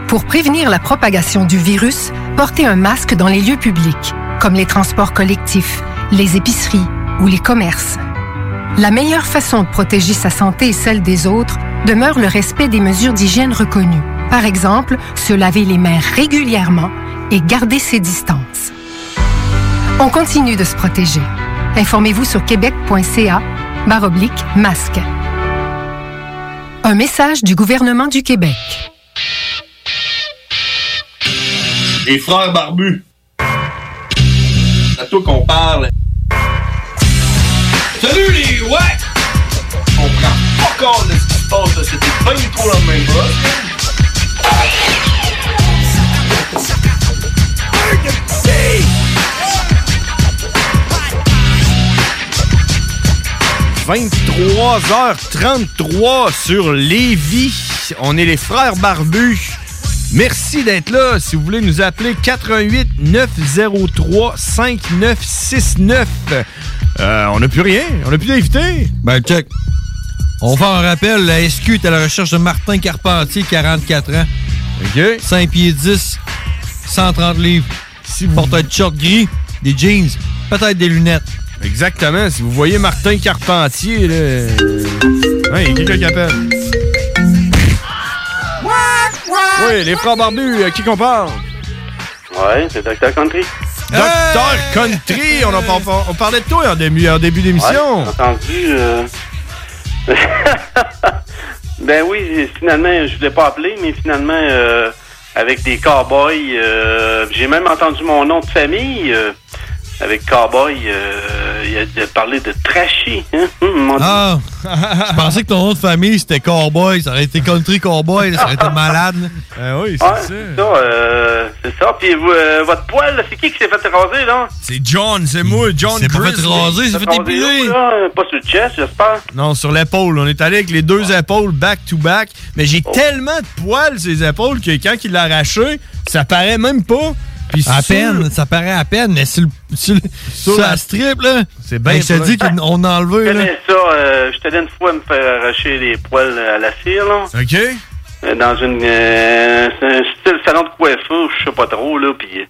Speaker 12: Pour prévenir la propagation du virus, portez un masque dans les lieux publics, comme les transports collectifs, les épiceries ou les commerces. La meilleure façon de protéger sa santé et celle des autres demeure le respect des mesures d'hygiène reconnues. Par exemple, se laver les mains régulièrement et garder ses distances. On continue de se protéger. Informez-vous sur québec.ca baroblique masque. Un message du gouvernement du Québec.
Speaker 5: Les frères barbus. C'est à toi qu'on parle. Salut les ouais! On prend pas compte de ce qui se passe, là. c'était pas du tout la même chose.
Speaker 4: Hey!
Speaker 14: 23h33 sur Lévis. On est les frères barbus. Merci d'être là. Si vous voulez nous appeler 88 903 5969. Euh, on n'a plus rien. On n'a plus d'invité.
Speaker 18: Ben, check. On va en rappel, la SQ est à la recherche de Martin Carpentier, 44 ans.
Speaker 14: OK.
Speaker 18: 5 pieds 10, 130 livres. Si vous... Porte un short gris, des jeans, peut-être des lunettes.
Speaker 14: Exactement. Si vous voyez Martin Carpentier, là. euh, Ouais, il y a quelqu'un qui appelle. Oui, les frères barbus, à qui qu'on parle?
Speaker 43: Ouais, c'est Dr. Country.
Speaker 14: Docteur Country, on, en par- on parlait de toi en début, en début
Speaker 43: Ouais,
Speaker 14: d'émission.
Speaker 43: j'ai entendu. euh, ben oui, j'ai- finalement, je voulais pas appeler, mais finalement, euh, avec des cowboys, euh, j'ai même entendu mon nom de famille. euh, avec cowboy, euh, il a il a parlé de trashy. hein, hum, mon
Speaker 18: Ah! Je pensais que ton nom de famille, c'était Cowboy. Ça aurait été Country Cowboy. là, Ça aurait été malade.
Speaker 14: Ah oui,
Speaker 43: Ouais, c'est ça. euh, c'est ça. Puis vous, euh, votre poil, là, c'est qui qui s'est fait raser, là?
Speaker 14: C'est John, c'est moi, John
Speaker 18: C'est pas fait
Speaker 14: Grizzly.
Speaker 18: raser, c'est fait
Speaker 43: épiler. oh, Pas sur le chest, j'espère.
Speaker 14: Non, sur l'épaule. On est allé avec les deux épaules back to back. Mais j'ai
Speaker 43: Oh.
Speaker 14: tellement de poils sur les épaules que quand il l'a arraché, ça paraît même pas. Puis
Speaker 18: À
Speaker 14: sur-
Speaker 18: peine, ça paraît à peine, mais sur, le- sur, le- sur
Speaker 14: la-
Speaker 18: la strip, là.
Speaker 14: C'est bien
Speaker 18: Je te
Speaker 14: plein.
Speaker 18: dis qu'on a enlevé,
Speaker 43: Je
Speaker 18: là.
Speaker 43: connais ça. euh, J'étais allé une fois me faire arracher les poils à la cire, là.
Speaker 14: OK.
Speaker 43: Euh, dans une euh, c'est un style salon de coiffure, je sais pas trop là. Puis euh,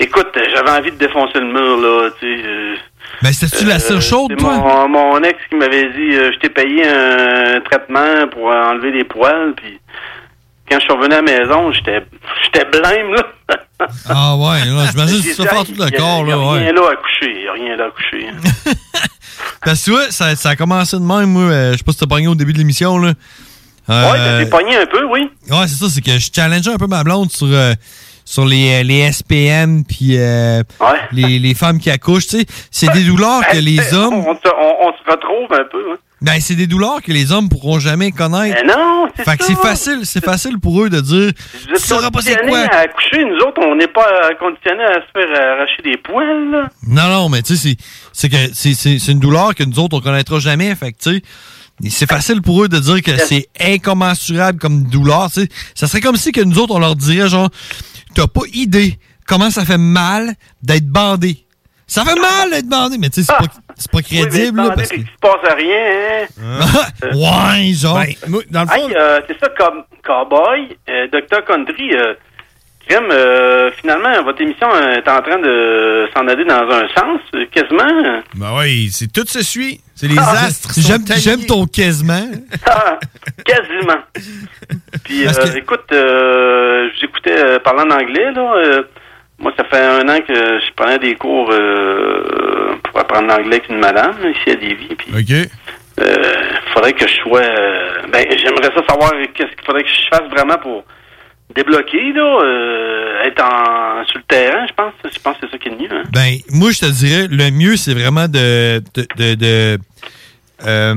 Speaker 43: écoute, euh, j'avais envie de défoncer le mur là, tu sais. euh,
Speaker 18: Mais Ben, c'était-tu la cire
Speaker 43: euh,
Speaker 18: chaude,
Speaker 43: c'est
Speaker 18: toi?
Speaker 43: Mon, mon ex qui m'avait dit, euh, je t'ai payé un traitement pour enlever les poils, puis quand je suis revenu à la maison, j'étais j'étais blême là.
Speaker 18: Ah ouais, là, j'imagine que tu te fais faire tout le
Speaker 43: Il y a-
Speaker 18: corps,
Speaker 43: il y a
Speaker 18: là, ouais.
Speaker 43: Rien là à coucher, il y a rien là à coucher. hein.
Speaker 18: Parce que tu vois, ça, ça a commencé de même, moi. euh, Je sais pas si t'as pogné au début de l'émission, là. Euh,
Speaker 43: Ouais, t'as été pogné un peu, oui.
Speaker 18: Ouais, c'est ça, c'est que je challengeais un peu ma blonde sur, euh, sur les, euh, les SPM, puis euh, les, les femmes qui accouchent, tu sais. C'est des douleurs que les hommes.
Speaker 43: On se, on- on se retrouve un peu. Hein.
Speaker 18: Ben, c'est des douleurs que les hommes pourront jamais connaître.
Speaker 43: Mais non, c'est
Speaker 18: Fait que
Speaker 43: ça.
Speaker 18: c'est facile, c'est facile pour eux de dire.
Speaker 43: Vous êtes conditionnés à coucher, nous autres, on n'est pas euh, conditionnés à se faire euh, arracher des poils. là.
Speaker 18: Non, non, mais tu sais, c'est- c'est que c'est- c'est c'est une douleur que nous autres, on connaîtra jamais. Fait que tu sais, et c'est facile pour eux de dire que c'est incommensurable comme douleur. tu sais. Ça serait comme si que nous autres, on leur dirait genre, t'as pas idée comment ça fait mal d'être bandé. Ça fait mal d'être bandé, mais tu sais, c'est pas, c'est pas crédible.
Speaker 43: Oui, mais
Speaker 18: là, parce que... Ah,
Speaker 43: attendez, puis qu'il se passe rien, hein?
Speaker 18: ouais, genre. Ben, dans le fond-
Speaker 43: Hey, euh, c'est ça, comme Cowboy, euh, Dr. Country, euh, Crème, euh, finalement, votre émission euh, est en train de s'en aller dans un sens, euh, quasiment.
Speaker 14: Ben oui, c'est tout se suit. C'est les
Speaker 43: Ah,
Speaker 14: astres.
Speaker 18: J'aime j'aime ton quasiment.
Speaker 43: Ah, quasiment. Puis,
Speaker 18: Parce
Speaker 43: euh,
Speaker 18: que-
Speaker 43: écoute, euh, j'écoutais, euh, parlant en anglais, là, euh, moi, ça fait un an que je prenais des cours euh, pour apprendre l'anglais avec une madame, là, ici à Lévis. Puis,
Speaker 14: OK. Eh,
Speaker 43: euh, faudrait que je sois... euh, ben, j'aimerais ça savoir qu'est-ce qu'il faudrait que je fasse vraiment pour débloquer, là, euh, être en, sur le terrain, je pense. Je pense que c'est ça qui est le mieux, hein.
Speaker 18: Ben, moi, je te dirais, le mieux, c'est vraiment de, de, de, de,
Speaker 43: hein.
Speaker 18: euh,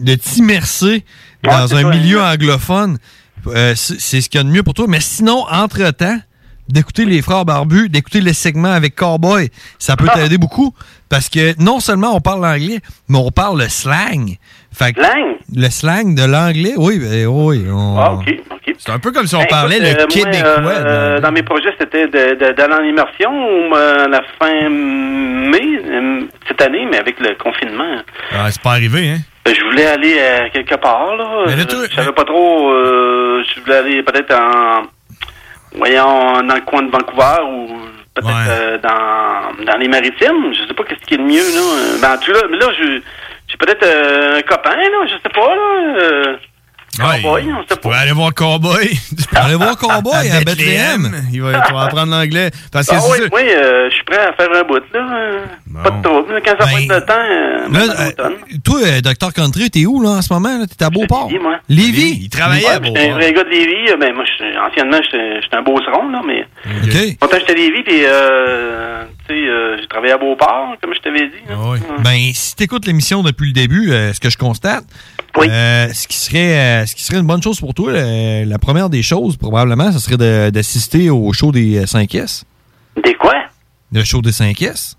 Speaker 18: de t'immerser dans un milieu anglophone. euh, c'est c'est ce qu'il y a de mieux pour toi. Mais sinon, entre-temps, d'écouter les frères barbus, d'écouter les segments avec Cowboy, ça
Speaker 43: Ah.
Speaker 18: peut t'aider beaucoup. Parce que non seulement on parle l'anglais, mais on parle le slang. Fait que- Le slang de l'anglais, oui, ben, oui. on-
Speaker 43: Ah, OK, OK.
Speaker 18: C'est un peu comme si on
Speaker 43: Ben,
Speaker 18: parlait
Speaker 43: écoute,
Speaker 18: le
Speaker 43: euh, moi,
Speaker 18: québécois.
Speaker 43: euh, dans mes projets, c'était de- de- d'aller en immersion euh, à la fin mai, euh, cette année, mais avec le confinement.
Speaker 14: Ah, c'est pas arrivé, hein?
Speaker 43: Euh, Je voulais aller euh, quelque part, là.
Speaker 14: Mais là,
Speaker 43: Je- je savais pas trop. euh, je voulais aller peut-être en. Voyons, dans le coin de Vancouver ou peut-être euh, dans, dans les maritimes. Je sais pas qu'est-ce qui est le mieux, là. Euh, Ben, en tout cas, là, mais là, je- j'ai peut-être euh, un copain, là. Je sais pas, là. euh, cowboy, on sait pas.
Speaker 14: Pour aller voir Cowboy.
Speaker 18: aller voir Cowboy
Speaker 43: à Bethléem.
Speaker 14: Il va pouvoir apprendre l'anglais. Parce que
Speaker 43: Ah
Speaker 14: c'est
Speaker 43: oui,
Speaker 14: ça.
Speaker 43: oui, euh, je suis prêt à faire un bout, là. euh, Pas de trouble. là, Quand ça va être le temps, euh,
Speaker 18: Là, euh, toi, euh, Dr. Country, t'es où là en ce moment? là? T'es à Beauport?
Speaker 43: Lévis, moi.
Speaker 18: Lévis? Il
Speaker 43: Ouais, puis J'étais un vrai gars de Lévis. euh, Ben, moi, j'étais- anciennement, j'étais j'étais un beauceron, là, mais...
Speaker 18: OK.
Speaker 43: Pourtant, j'étais à Lévis, puis, euh, tu sais, euh, j'ai travaillé à Beauport, comme je t'avais dit. là.
Speaker 18: Ben, si t'écoutes l'émission depuis le début, euh, ce que je constate, euh, ce, qui serait, euh, ce qui serait une bonne chose pour toi, euh, la première des choses, probablement, ce serait de- d'assister au show des 5S.
Speaker 43: Des quoi?
Speaker 18: Le show des 5S.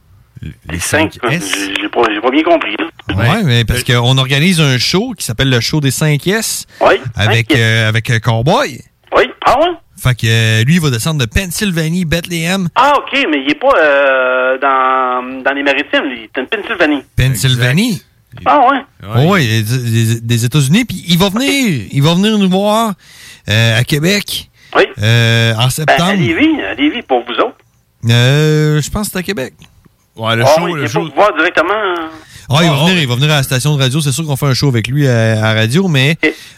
Speaker 43: Les cinq, j'ai j'ai pas, j'ai pas bien compris, là.
Speaker 18: Ouais, mais parce qu'on organise un show qui s'appelle le show des 5S.
Speaker 43: Ben,
Speaker 18: Avec, euh, avec euh, Cowboy.
Speaker 43: Oui, ah ouais?
Speaker 18: Fait que euh, lui, il va descendre de Pennsylvanie, Bethlehem,
Speaker 43: Ah, OK, mais il est pas euh, dans, dans les maritimes, lui. Il est en Pennsylvanie.
Speaker 18: Pennsylvanie.
Speaker 43: Ah ouais?
Speaker 18: Oui, des, des- des États-Unis. Puis il va venir, il va venir nous voir euh, à Québec. euh, en
Speaker 43: Ben, à
Speaker 18: septembre.
Speaker 43: Lévis, à Lévis, pour vous autres.
Speaker 18: Euh, je pense que c'est à Québec. Ouais,
Speaker 43: Ah oui, Ah c'est pour vous voir directement... euh,
Speaker 18: Ah, il, va venir, il va venir à la station de radio. C'est sûr qu'on fait un show avec lui euh, à, à radio, mais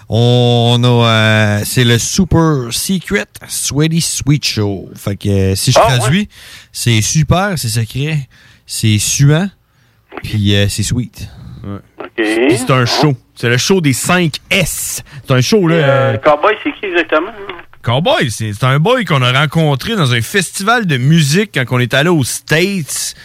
Speaker 18: on a. euh, c'est le Super Secret Sweaty Sweet Show. Fait que euh, si je
Speaker 43: Ah,
Speaker 18: traduis, c'est super, c'est secret, c'est suant, puis euh, c'est sweet.
Speaker 43: Puis
Speaker 14: C'est un show. C'est le show des 5 S. C'est un show, là.
Speaker 43: Euh, Cowboy, c'est qui exactement?
Speaker 14: Cowboy, c'est c'est un boy qu'on a rencontré dans un festival de musique quand on est allé aux States.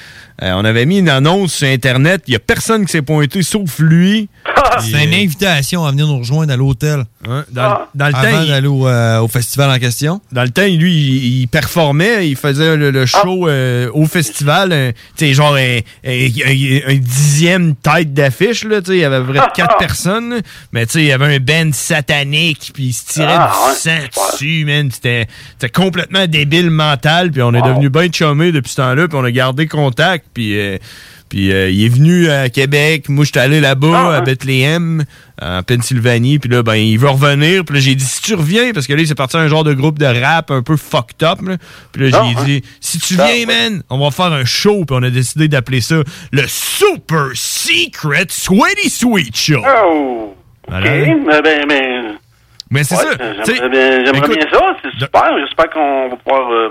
Speaker 14: Euh, on avait mis une annonce sur Internet. Il y a personne qui s'est pointé sauf lui.
Speaker 43: Ah!
Speaker 14: euh,
Speaker 18: C'est une invitation à venir nous rejoindre à l'hôtel.
Speaker 14: dans,
Speaker 43: Ah.
Speaker 14: dans le
Speaker 18: Avant
Speaker 14: temps, il-
Speaker 18: d'aller au, euh, au festival en question.
Speaker 14: Dans le temps, lui, il, il performait, il faisait le, le
Speaker 43: Ah.
Speaker 14: show euh, au festival, un- tu sais, genre un, un- un- un dixième tête d'affiche, là, tu sais, il y avait à peu près quatre personnes, mais tu sais, il y avait un band satanique, puis il se tirait
Speaker 43: Ah,
Speaker 14: du
Speaker 43: ouais.
Speaker 14: sang dessus, man, c'était c'était complètement débile mental, puis on est devenu bien chômés depuis ce temps-là, puis on a gardé contact, puis... euh, puis euh, il est venu à Québec, moi j'étais allé là-bas,
Speaker 43: Ah,
Speaker 14: à Bethléem, en Pennsylvanie, puis là, ben, il veut revenir, puis là, j'ai dit, si tu reviens, parce que là, il s'est parti à un genre de groupe de rap un peu fucked up, là. puis là, j'ai
Speaker 43: Ah,
Speaker 14: dit, si tu viens, man, on va faire un show, puis on a décidé d'appeler ça le Super Secret Sweaty Sweet Show.
Speaker 43: Oh! OK,
Speaker 14: Voilà.
Speaker 43: mais ben, ben...
Speaker 14: Mais c'est
Speaker 43: ouais,
Speaker 14: ça, tu sais,
Speaker 43: J'aimerais bien, j'aimerais
Speaker 14: écoute-
Speaker 43: bien ça, c'est super. J'espère qu'on va pouvoir... Euh,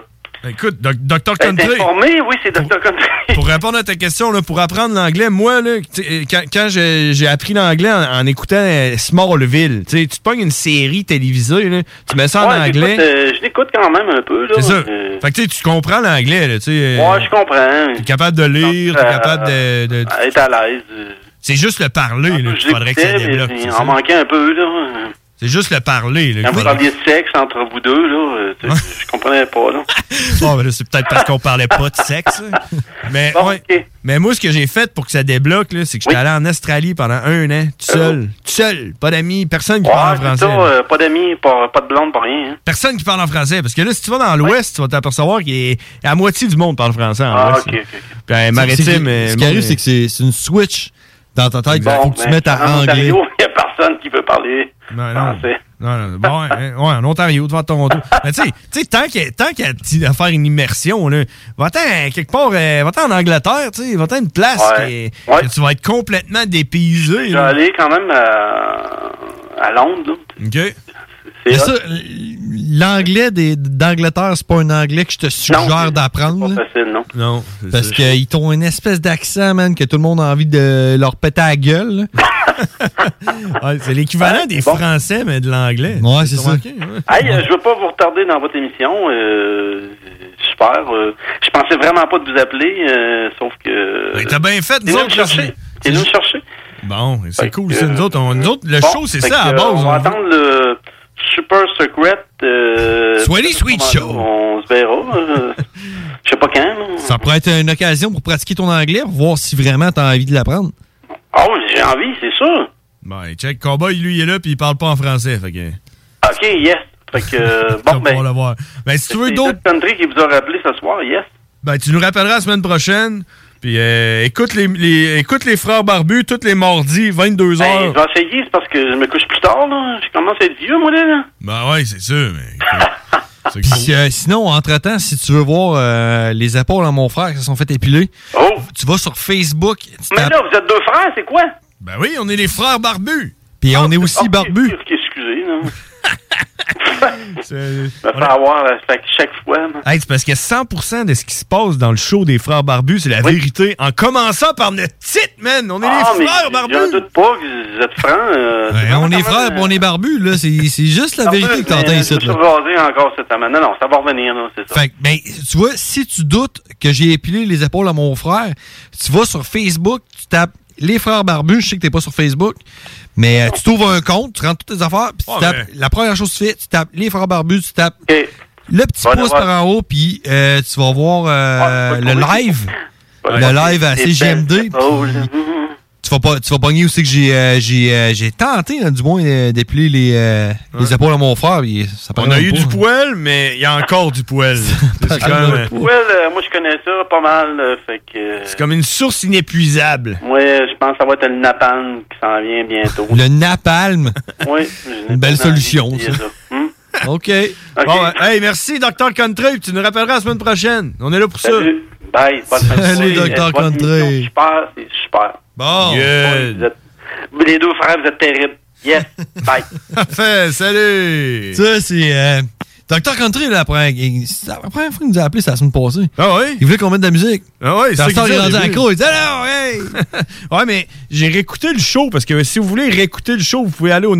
Speaker 14: Écoute, Dr.
Speaker 43: être
Speaker 14: Country.
Speaker 43: informé, oui, c'est Dr. Country.
Speaker 14: pour répondre à ta question, là, pour apprendre l'anglais, moi, là, tu sais, euh, quand, quand j'ai j'ai appris l'anglais en, en écoutant euh, Smallville, tu sais, tu te pognes une série télévisée, là, tu mets ça en
Speaker 43: Ouais, j'écoute,
Speaker 14: anglais.
Speaker 43: euh, je l'écoute quand même un peu, là.
Speaker 14: C'est ça.
Speaker 43: Euh,
Speaker 14: Fait que tu sais, tu comprends l'anglais, là, tu sais. euh,
Speaker 43: ouais, je comprends.
Speaker 14: T'es capable de lire, t'es capable de. de-
Speaker 43: Être à l'aise. euh, Ah,
Speaker 14: C'est juste le parler, là, qu'il faudrait que ça
Speaker 43: mais
Speaker 14: débloque.
Speaker 43: il
Speaker 14: c'est
Speaker 43: en
Speaker 14: ça.
Speaker 43: manquait un peu, là.
Speaker 14: C'est juste le parler, là.
Speaker 43: Quand
Speaker 14: qu'il
Speaker 43: vous
Speaker 14: faudrait-
Speaker 43: parliez de sexe entre vous deux, là, euh, tu sais, je comprenais pas, là.
Speaker 14: Bon, ben là, c'est peut-être parce qu'on parlait pas de sexe. là. Mais, ouais. mais moi, ce que j'ai fait pour que ça débloque, là, c'est que j'étais allé en Australie pendant un an, tout seul. Tout seul, pas d'amis, personne qui parle en
Speaker 43: C'est
Speaker 14: français.
Speaker 43: ça,
Speaker 14: là.
Speaker 43: Oh. euh, pas d'amis, pas, pas de blonde, pas rien. hein.
Speaker 14: Personne qui parle en français. Parce que là, si tu vas dans l'Ouest, tu vas t'apercevoir qu'il y a la moitié du monde parle français en
Speaker 43: Ah,
Speaker 14: Ouest.
Speaker 43: ok,
Speaker 14: là.
Speaker 43: ok,
Speaker 14: Puis, euh,
Speaker 18: C'est-
Speaker 14: maritime.
Speaker 18: c'est- Ce qui arrive, c'est que c'est c'est une switch dans ta tête. Il
Speaker 43: Bon,
Speaker 18: faut que tu
Speaker 43: ben,
Speaker 18: mettes à
Speaker 43: en
Speaker 18: anglais.
Speaker 43: Ontario, il n'y a personne qui veut parler
Speaker 14: Non, non.
Speaker 43: français.
Speaker 14: Non, non, bon, hein, ouais, en Ontario, devant Toronto. Mais tu sais, tu sais, tant qu'il tant qu'il y a t- à faire une immersion, là, va-t'en euh, quelque part, euh, va-t'en en Angleterre, tu sais, va-t'en une place
Speaker 43: Ouais.
Speaker 14: qui est- que tu vas être complètement dépaysé.
Speaker 43: Je vais
Speaker 14: là.
Speaker 43: aller quand même à, à Londres. là.
Speaker 14: OK.
Speaker 43: C'est
Speaker 18: Mais
Speaker 43: hot.
Speaker 18: ça, l'anglais des- d'Angleterre, c'est pas un anglais que je te suggère d'apprendre. là.
Speaker 43: non.
Speaker 14: Non.
Speaker 18: Parce
Speaker 43: ça.
Speaker 18: qu'ils ont une espèce d'accent, man, que tout le monde a envie de leur péter à la gueule.
Speaker 14: Ouais, c'est
Speaker 43: Hein?
Speaker 14: l'équivalent des Français, mais de l'anglais.
Speaker 18: Ouais, c'est ça.
Speaker 43: Hey, euh, je veux pas vous retarder dans votre émission. euh, super. euh, je pensais vraiment pas de vous appeler, euh, sauf que.
Speaker 14: Ben, t'as bien fait,
Speaker 43: nous autres. chercher. T'es venu me chercher.
Speaker 14: Bon, c'est
Speaker 43: Fait
Speaker 14: cool,
Speaker 43: que,
Speaker 14: ça. Nous autres, on- nous autres, le
Speaker 43: Bon,
Speaker 14: show, c'est
Speaker 43: fait
Speaker 14: ça, à hein.
Speaker 43: que, euh,
Speaker 14: la base.
Speaker 43: On va attendre le super secret. Euh,
Speaker 18: Sweaty Sweet
Speaker 43: on-
Speaker 18: Show.
Speaker 43: On se verra. euh, Je sais pas quand. là.
Speaker 18: Ça pourrait être une occasion pour pratiquer ton anglais, pour voir si vraiment t'as envie de l'apprendre.
Speaker 43: Oh, j'ai envie, c'est sûr.
Speaker 14: Ben, check, Cowboy, lui, il est là, puis il parle pas en français, fait que...
Speaker 43: OK, yes. Fait que, euh, bon, ben.
Speaker 14: On va le voir. Ben, si tu veux
Speaker 43: c'est
Speaker 14: d'autres...
Speaker 43: Doug Country qui vous a rappelé ce soir, yes.
Speaker 14: Ben, tu nous rappelleras la semaine prochaine. Puis euh, écoute, les, les- écoute les frères barbus tous les mardis, 22h.
Speaker 43: Ben, je vais essayer, c'est parce que je me couche plus tard, là. Je commence à être vieux, moi, là.
Speaker 14: Ben ouais, c'est sûr, mais.
Speaker 18: Puis euh, sinon, entre-temps, si tu veux voir euh, les épaules à mon frère qui se sont fait épiler, tu vas sur Facebook.
Speaker 43: Oh! Mais là, vous êtes deux frères, Ah, c'est quoi?
Speaker 14: Ben oui, on est les frères barbus.
Speaker 18: Puis on est aussi barbus.
Speaker 43: Ah, Excusez, là. Je me fais avoir, là, fait que chaque fois, là.
Speaker 14: Hey, c'est parce que 100% de ce qui se passe dans le show des frères barbus, c'est la vérité. En commençant par notre titre, man. On est
Speaker 43: Ah,
Speaker 14: les
Speaker 43: mais
Speaker 14: frères barbus.
Speaker 43: J'en doute pas que vous êtes francs. euh, c'est
Speaker 18: on
Speaker 43: vraiment
Speaker 18: est
Speaker 43: quand
Speaker 18: frères,
Speaker 43: même,
Speaker 18: puis on est barbus, là. C'est c'est juste la vérité que t'entends
Speaker 43: Mais
Speaker 18: ici.
Speaker 43: Je me
Speaker 18: là.
Speaker 43: suis rasé encore cette semaine. Non, non, ça va revenir, là, c'est ça.
Speaker 18: Fait que, ben, tu vois, si tu doutes que j'ai épilé les épaules à mon frère, tu vas sur Facebook, tu tapes les frères barbus, je sais que t'es pas sur Facebook, mais euh, tu trouves un compte, tu rentres toutes tes affaires, puis tu
Speaker 43: Ouais,
Speaker 18: tapes,
Speaker 43: mais-
Speaker 18: la première chose que tu fais, tu tapes les frères barbus, tu tapes le petit
Speaker 43: Bonne Ah,
Speaker 18: pouce
Speaker 43: voix.
Speaker 18: par en haut, puis euh, tu vas voir euh,
Speaker 43: Ouais,
Speaker 18: le
Speaker 43: trouver.
Speaker 18: live,
Speaker 43: Ouais,
Speaker 18: le
Speaker 43: ouais,
Speaker 18: live à
Speaker 43: c'est belle,
Speaker 18: CGMD,
Speaker 43: c'est drôle.
Speaker 18: tu vas pas, tu vas pogner aussi que j'ai, euh, j'ai, euh, j'ai tenté, hein, du moins, euh, d'épiler les, euh, les épaules à mon frère, puis ça
Speaker 14: On
Speaker 18: paraît
Speaker 14: a eu
Speaker 18: pas.
Speaker 14: du poil, mais il y a encore du poil. c'est
Speaker 18: paraît
Speaker 14: comme, euh,
Speaker 43: Ouais, là, moi, je connais ça pas mal, là, fait que... euh,
Speaker 14: c'est comme une source inépuisable.
Speaker 43: Moi, je pense que ça va être le napalm qui s'en vient bientôt.
Speaker 18: Le napalm.
Speaker 43: Oui.
Speaker 18: Une belle solution, ça.
Speaker 43: Hmm? hein?
Speaker 18: OK.
Speaker 14: Bon, ouais. hey, merci, Dr. Country. puis Tu nous rappelleras la semaine prochaine. On est là pour
Speaker 43: Salut.
Speaker 14: ça.
Speaker 43: Bye. Bonne fin de
Speaker 14: Salut,
Speaker 43: soirée.
Speaker 14: Dr.
Speaker 43: Bonne
Speaker 14: Country.
Speaker 43: émission. Super, c'est super.
Speaker 14: Bon. Yeah.
Speaker 43: Vous êtes- Les deux frères, vous êtes terribles. Yes. Bye.
Speaker 14: Parfait, salut!
Speaker 18: Ça, c'est. Euh, Docteur Country, là, après, c'est la première fois qu'il nous a appelé, c'est la semaine passée. Ah oui? Il voulait qu'on mette de la musique.
Speaker 14: Ah ouais,
Speaker 18: Dans
Speaker 14: c'est
Speaker 18: le temps,
Speaker 14: ça
Speaker 18: il est
Speaker 14: que
Speaker 18: rendu
Speaker 14: j'ai
Speaker 18: à
Speaker 14: vu.
Speaker 18: croix, il dit, Ah
Speaker 14: ouais, mais j'ai réécouté le show parce que si vous voulez réécouter le show, vous pouvez aller au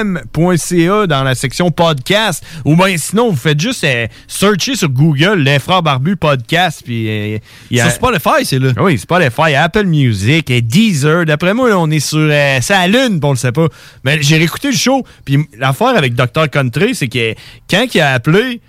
Speaker 14: 969fm.ca dans la section podcast ou bien sinon, vous faites juste euh, searcher sur Google les frères barbus podcast. Puis, euh, il y a... Ah
Speaker 18: Sur Spotify, c'est là.
Speaker 14: Oui, Spotify, Apple Music, et Deezer. D'après moi, là, on est sur euh, sa lune, puis on le sait pas. Mais j'ai réécouté le show. Puis l'affaire avec Dr. Country, c'est que quand il a appelé,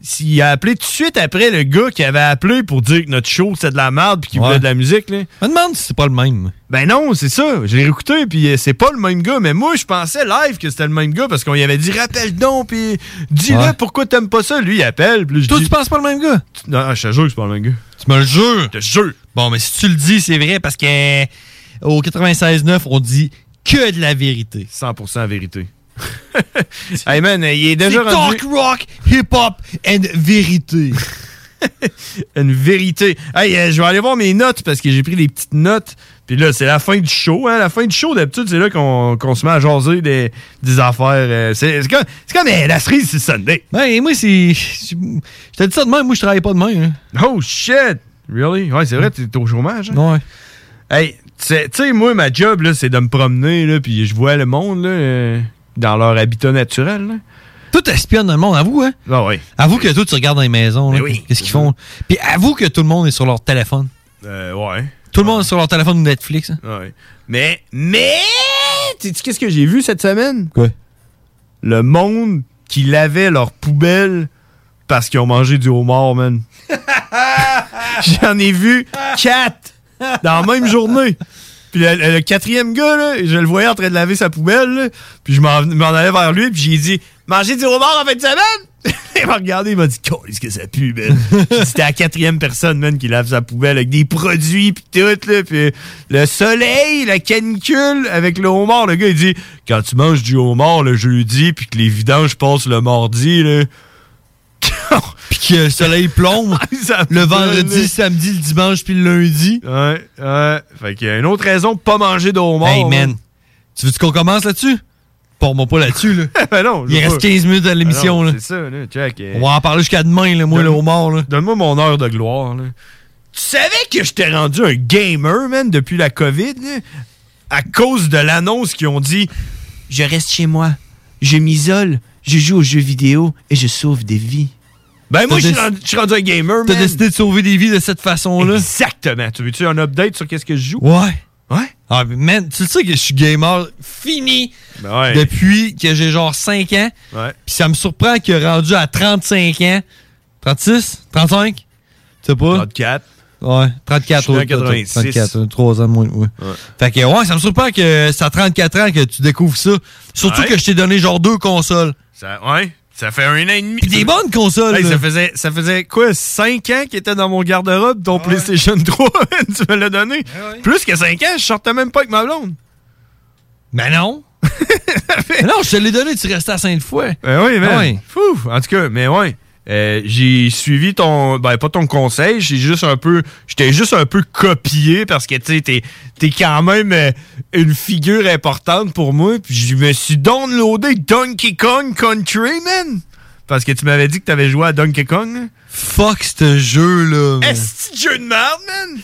Speaker 14: s'il a appelé tout de suite après le gars qui avait appelé pour dire que notre show c'était de la merde puis qu'il voulait de la musique. Là.
Speaker 18: Je me demande si c'est pas le même.
Speaker 14: Ben non, c'est ça. J'ai réécouté puis euh, c'est pas le même gars. Mais moi, je pensais live que c'était le même gars parce qu'on y avait dit rappelle donc puis dis-le
Speaker 18: Ouais.
Speaker 14: pourquoi t'aimes pas ça. Lui, il appelle. Puis
Speaker 18: Toi, tu penses pas le même gars?
Speaker 14: Non, je te jure que c'est pas le même gars.
Speaker 18: Tu me le jures? Je
Speaker 14: te jure.
Speaker 18: Bon, mais si tu le dis, c'est vrai parce que euh, au 96.9, on dit que de la vérité.
Speaker 14: 100% vérité. Hey man, il est
Speaker 18: C'est
Speaker 14: déjà rendu
Speaker 18: talk rock, hip hop and vérité.
Speaker 14: une vérité. Hey, euh, je vais aller voir mes notes parce que j'ai pris des petites notes. Puis là, c'est la fin du show. Hein? La fin du show, d'habitude, c'est là qu'on qu'on se met à jaser des, des affaires. euh, c'est c'est comme, c'est comme euh, la cerise, c'est Sunday.
Speaker 18: Ben, et moi, c'est. Je je te dis ça demain, moi, je travaille pas demain. Hein. Mm.
Speaker 14: Oh shit! Really? Ouais, c'est vrai, t'es au chômage. Hein?
Speaker 18: Ouais.
Speaker 14: Hey, tu sais, tu sais, moi, ma job, là, c'est de me promener, là, puis je vois le monde, là, euh, dans leur habitat naturel, là.
Speaker 18: Tout espionne dans le monde, avoue, hein?
Speaker 14: Ah oui. Ben
Speaker 18: Avoue que toi, tu regardes dans les maisons. là, Qu'est-ce qu'ils font? Puis avoue que tout le monde est sur leur téléphone.
Speaker 14: Euh, ouais.
Speaker 18: Tout le monde est sur leur téléphone ou Netflix. hein.
Speaker 14: Ouais. Mais, mais, tu sais qu'est-ce que j'ai vu cette semaine? Quoi? Le monde qui lavait leur poubelle parce qu'ils ont mangé du homard, man. J'en ai vu quatre dans la même journée. Puis le, le- le quatrième gars, là, je le voyais en train de laver sa poubelle, là, puis je m'en m'en allais vers lui, puis j'ai dit « Mangez du homard en fin de semaine! » Il m'a regardé, il m'a dit « Qu'est-ce que ça pue, man! » C'était la quatrième personne, man, qui lave sa poubelle avec des produits, puis tout, là, puis le soleil, la canicule, avec le homard, le gars, il dit « Quand tu manges du homard le jeudi, puis que les vidanges passent le mardi, là... »
Speaker 18: Puis que le soleil plombe le vendredi, le samedi, le dimanche, puis le lundi.
Speaker 14: Ouais, ouais. Fait qu'il y a une autre raison de pas manger de homard.
Speaker 18: Hey, man.
Speaker 14: hein.
Speaker 18: Tu veux qu'on commence là-dessus? Porte-moi pas là-dessus, là.
Speaker 14: Ben non, je
Speaker 18: Il
Speaker 14: veux
Speaker 18: reste
Speaker 14: pas.
Speaker 18: 15 minutes à l'émission,
Speaker 14: Ben non,
Speaker 18: là.
Speaker 14: C'est ça, là, check. eh.
Speaker 18: On va en parler jusqu'à demain, là, moi,
Speaker 14: Donne-
Speaker 18: là, au mort, là.
Speaker 14: Donne-moi mon heure de gloire, là. Tu savais que je t'ai rendu un gamer, man, depuis la COVID, là, à cause de l'annonce qu'ils ont dit « Je reste chez moi, je m'isole, je joue aux jeux vidéo et je sauve des vies. » Ben
Speaker 18: T'as
Speaker 14: moi, je suis
Speaker 18: déc-
Speaker 14: rendu- je suis rendu un gamer, man.
Speaker 18: T'as décidé de sauver des vies de cette façon-là?
Speaker 14: Exactement. Tu veux-tu un update sur qu'est-ce que je joue?
Speaker 18: Ouais.
Speaker 14: Ouais?
Speaker 18: Ah, mais man, tu sais que je suis gamer fini
Speaker 14: Ben ouais.
Speaker 18: depuis que j'ai genre 5 ans.
Speaker 14: Ouais.
Speaker 18: Puis ça me surprend que rendu à 35 ans, 36, 35, tu sais pas.
Speaker 14: 34.
Speaker 18: Ouais,
Speaker 14: Je suis
Speaker 18: 34
Speaker 14: né en
Speaker 18: ouais,
Speaker 14: 86.
Speaker 18: 34, 3 ans moins. Ouais. Fait que ouais, ça me surprend que c'est à 34 ans que tu découvres ça. Surtout
Speaker 14: Ouais.
Speaker 18: que je t'ai donné genre deux consoles.
Speaker 14: Ça, ouais. Ça fait un an et demi.
Speaker 18: Des bonnes consoles.
Speaker 14: Hey,
Speaker 18: là.
Speaker 14: ça, faisait, ça faisait quoi, 5 ans qu'il était dans mon garde-robe,
Speaker 18: Ah
Speaker 14: ton PlayStation 3, tu me l'as donné. Plus que 5 ans, je sortais même pas avec ma blonde.
Speaker 18: Ben non. Mais non, je te l'ai donné, tu restais à Sainte-Foy.
Speaker 14: Ben oui, ben.
Speaker 18: Ah ouais.
Speaker 14: Fou. En tout cas, mais ouais. Euh, j'ai suivi ton ben pas ton conseil j'ai juste un peu j'étais juste un peu copié parce que tu sais t'es t'es quand même euh, une figure importante pour moi puis je me suis downloadé Donkey Kong Country man parce que tu m'avais dit que t'avais joué à Donkey Kong hein?
Speaker 18: fuck ce jeu là
Speaker 14: est-ce que jeu de merde man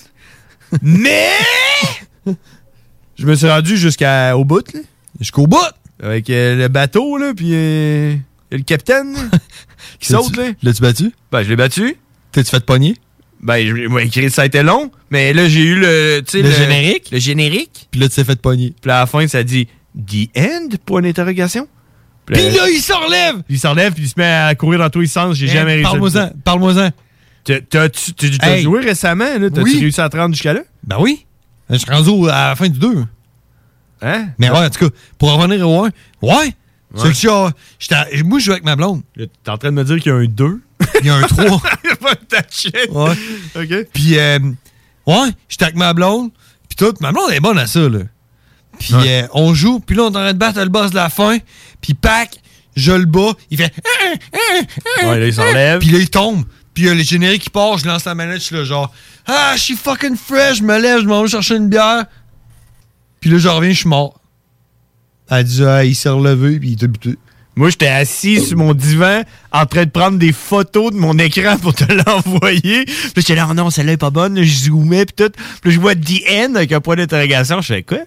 Speaker 14: mais je me suis rendu jusqu'à au bout là
Speaker 18: jusqu'au bout
Speaker 14: avec euh, le bateau là puis euh, le capitaine là, qui saute là
Speaker 18: L'as-tu battu?
Speaker 14: ben, je l'ai battu.
Speaker 18: T'es-tu fait pogner?
Speaker 14: Ben, je- ouais, Chris, ça a été long, mais là, j'ai eu le, tu sais,
Speaker 18: Le générique?
Speaker 14: Le générique.
Speaker 18: Puis là, tu t'es fait pogner.
Speaker 14: Puis à la fin, ça dit The End, point d'interrogation.
Speaker 18: Puis là, il s'enlève!
Speaker 14: Il s'enlève, puis il se met à courir dans tous les sens. J'ai
Speaker 18: Hey,
Speaker 14: jamais réussi. à le
Speaker 18: parle-moi-en,
Speaker 14: faire.
Speaker 18: parle-moi-en.
Speaker 14: T'as- T'as-tu t'as- t'as
Speaker 18: Hey.
Speaker 14: joué récemment, là? T'as-tu
Speaker 18: Oui.
Speaker 14: réussi à te rendre jusqu'à là?
Speaker 18: Ben oui. Je suis rendu au- à la fin du 2.
Speaker 14: Hein?
Speaker 18: Mais ouais, en tout cas, pour revenir au 1, ouais! C'est que genre, j'étais à- moi, je joue avec ma blonde.
Speaker 14: T'es en train de me dire qu'il y a un 2?
Speaker 18: Il y a un 3. Ouais.
Speaker 14: OK.
Speaker 18: Puis, euh, ouais, j'étais avec ma blonde. Puis tout, ma blonde est bonne à ça, là. Puis, euh, on joue. Puis là, on est en train de battre le boss de la fin. Puis, pack, je le bats. Il fait... hein,
Speaker 14: Ouais, là, il s'enlève.
Speaker 18: Puis là, il tombe. Puis, euh, le générique qui part, je lance la manette. Je suis là, genre... Ah, je suis fucking fresh. Je me lève, je m'en vais chercher une bière. Puis là, je reviens, je suis mort. Elle dit, ah, il s'est relevé, puis il t'a buté.
Speaker 14: Moi, j'étais assis sur mon divan en train de prendre des photos de mon écran pour te l'envoyer. Puis j'étais là, oh non, celle-là est pas bonne. Là, je zoomais, puis tout. Puis là, je vois The End avec un point d'interrogation. Je fais quoi?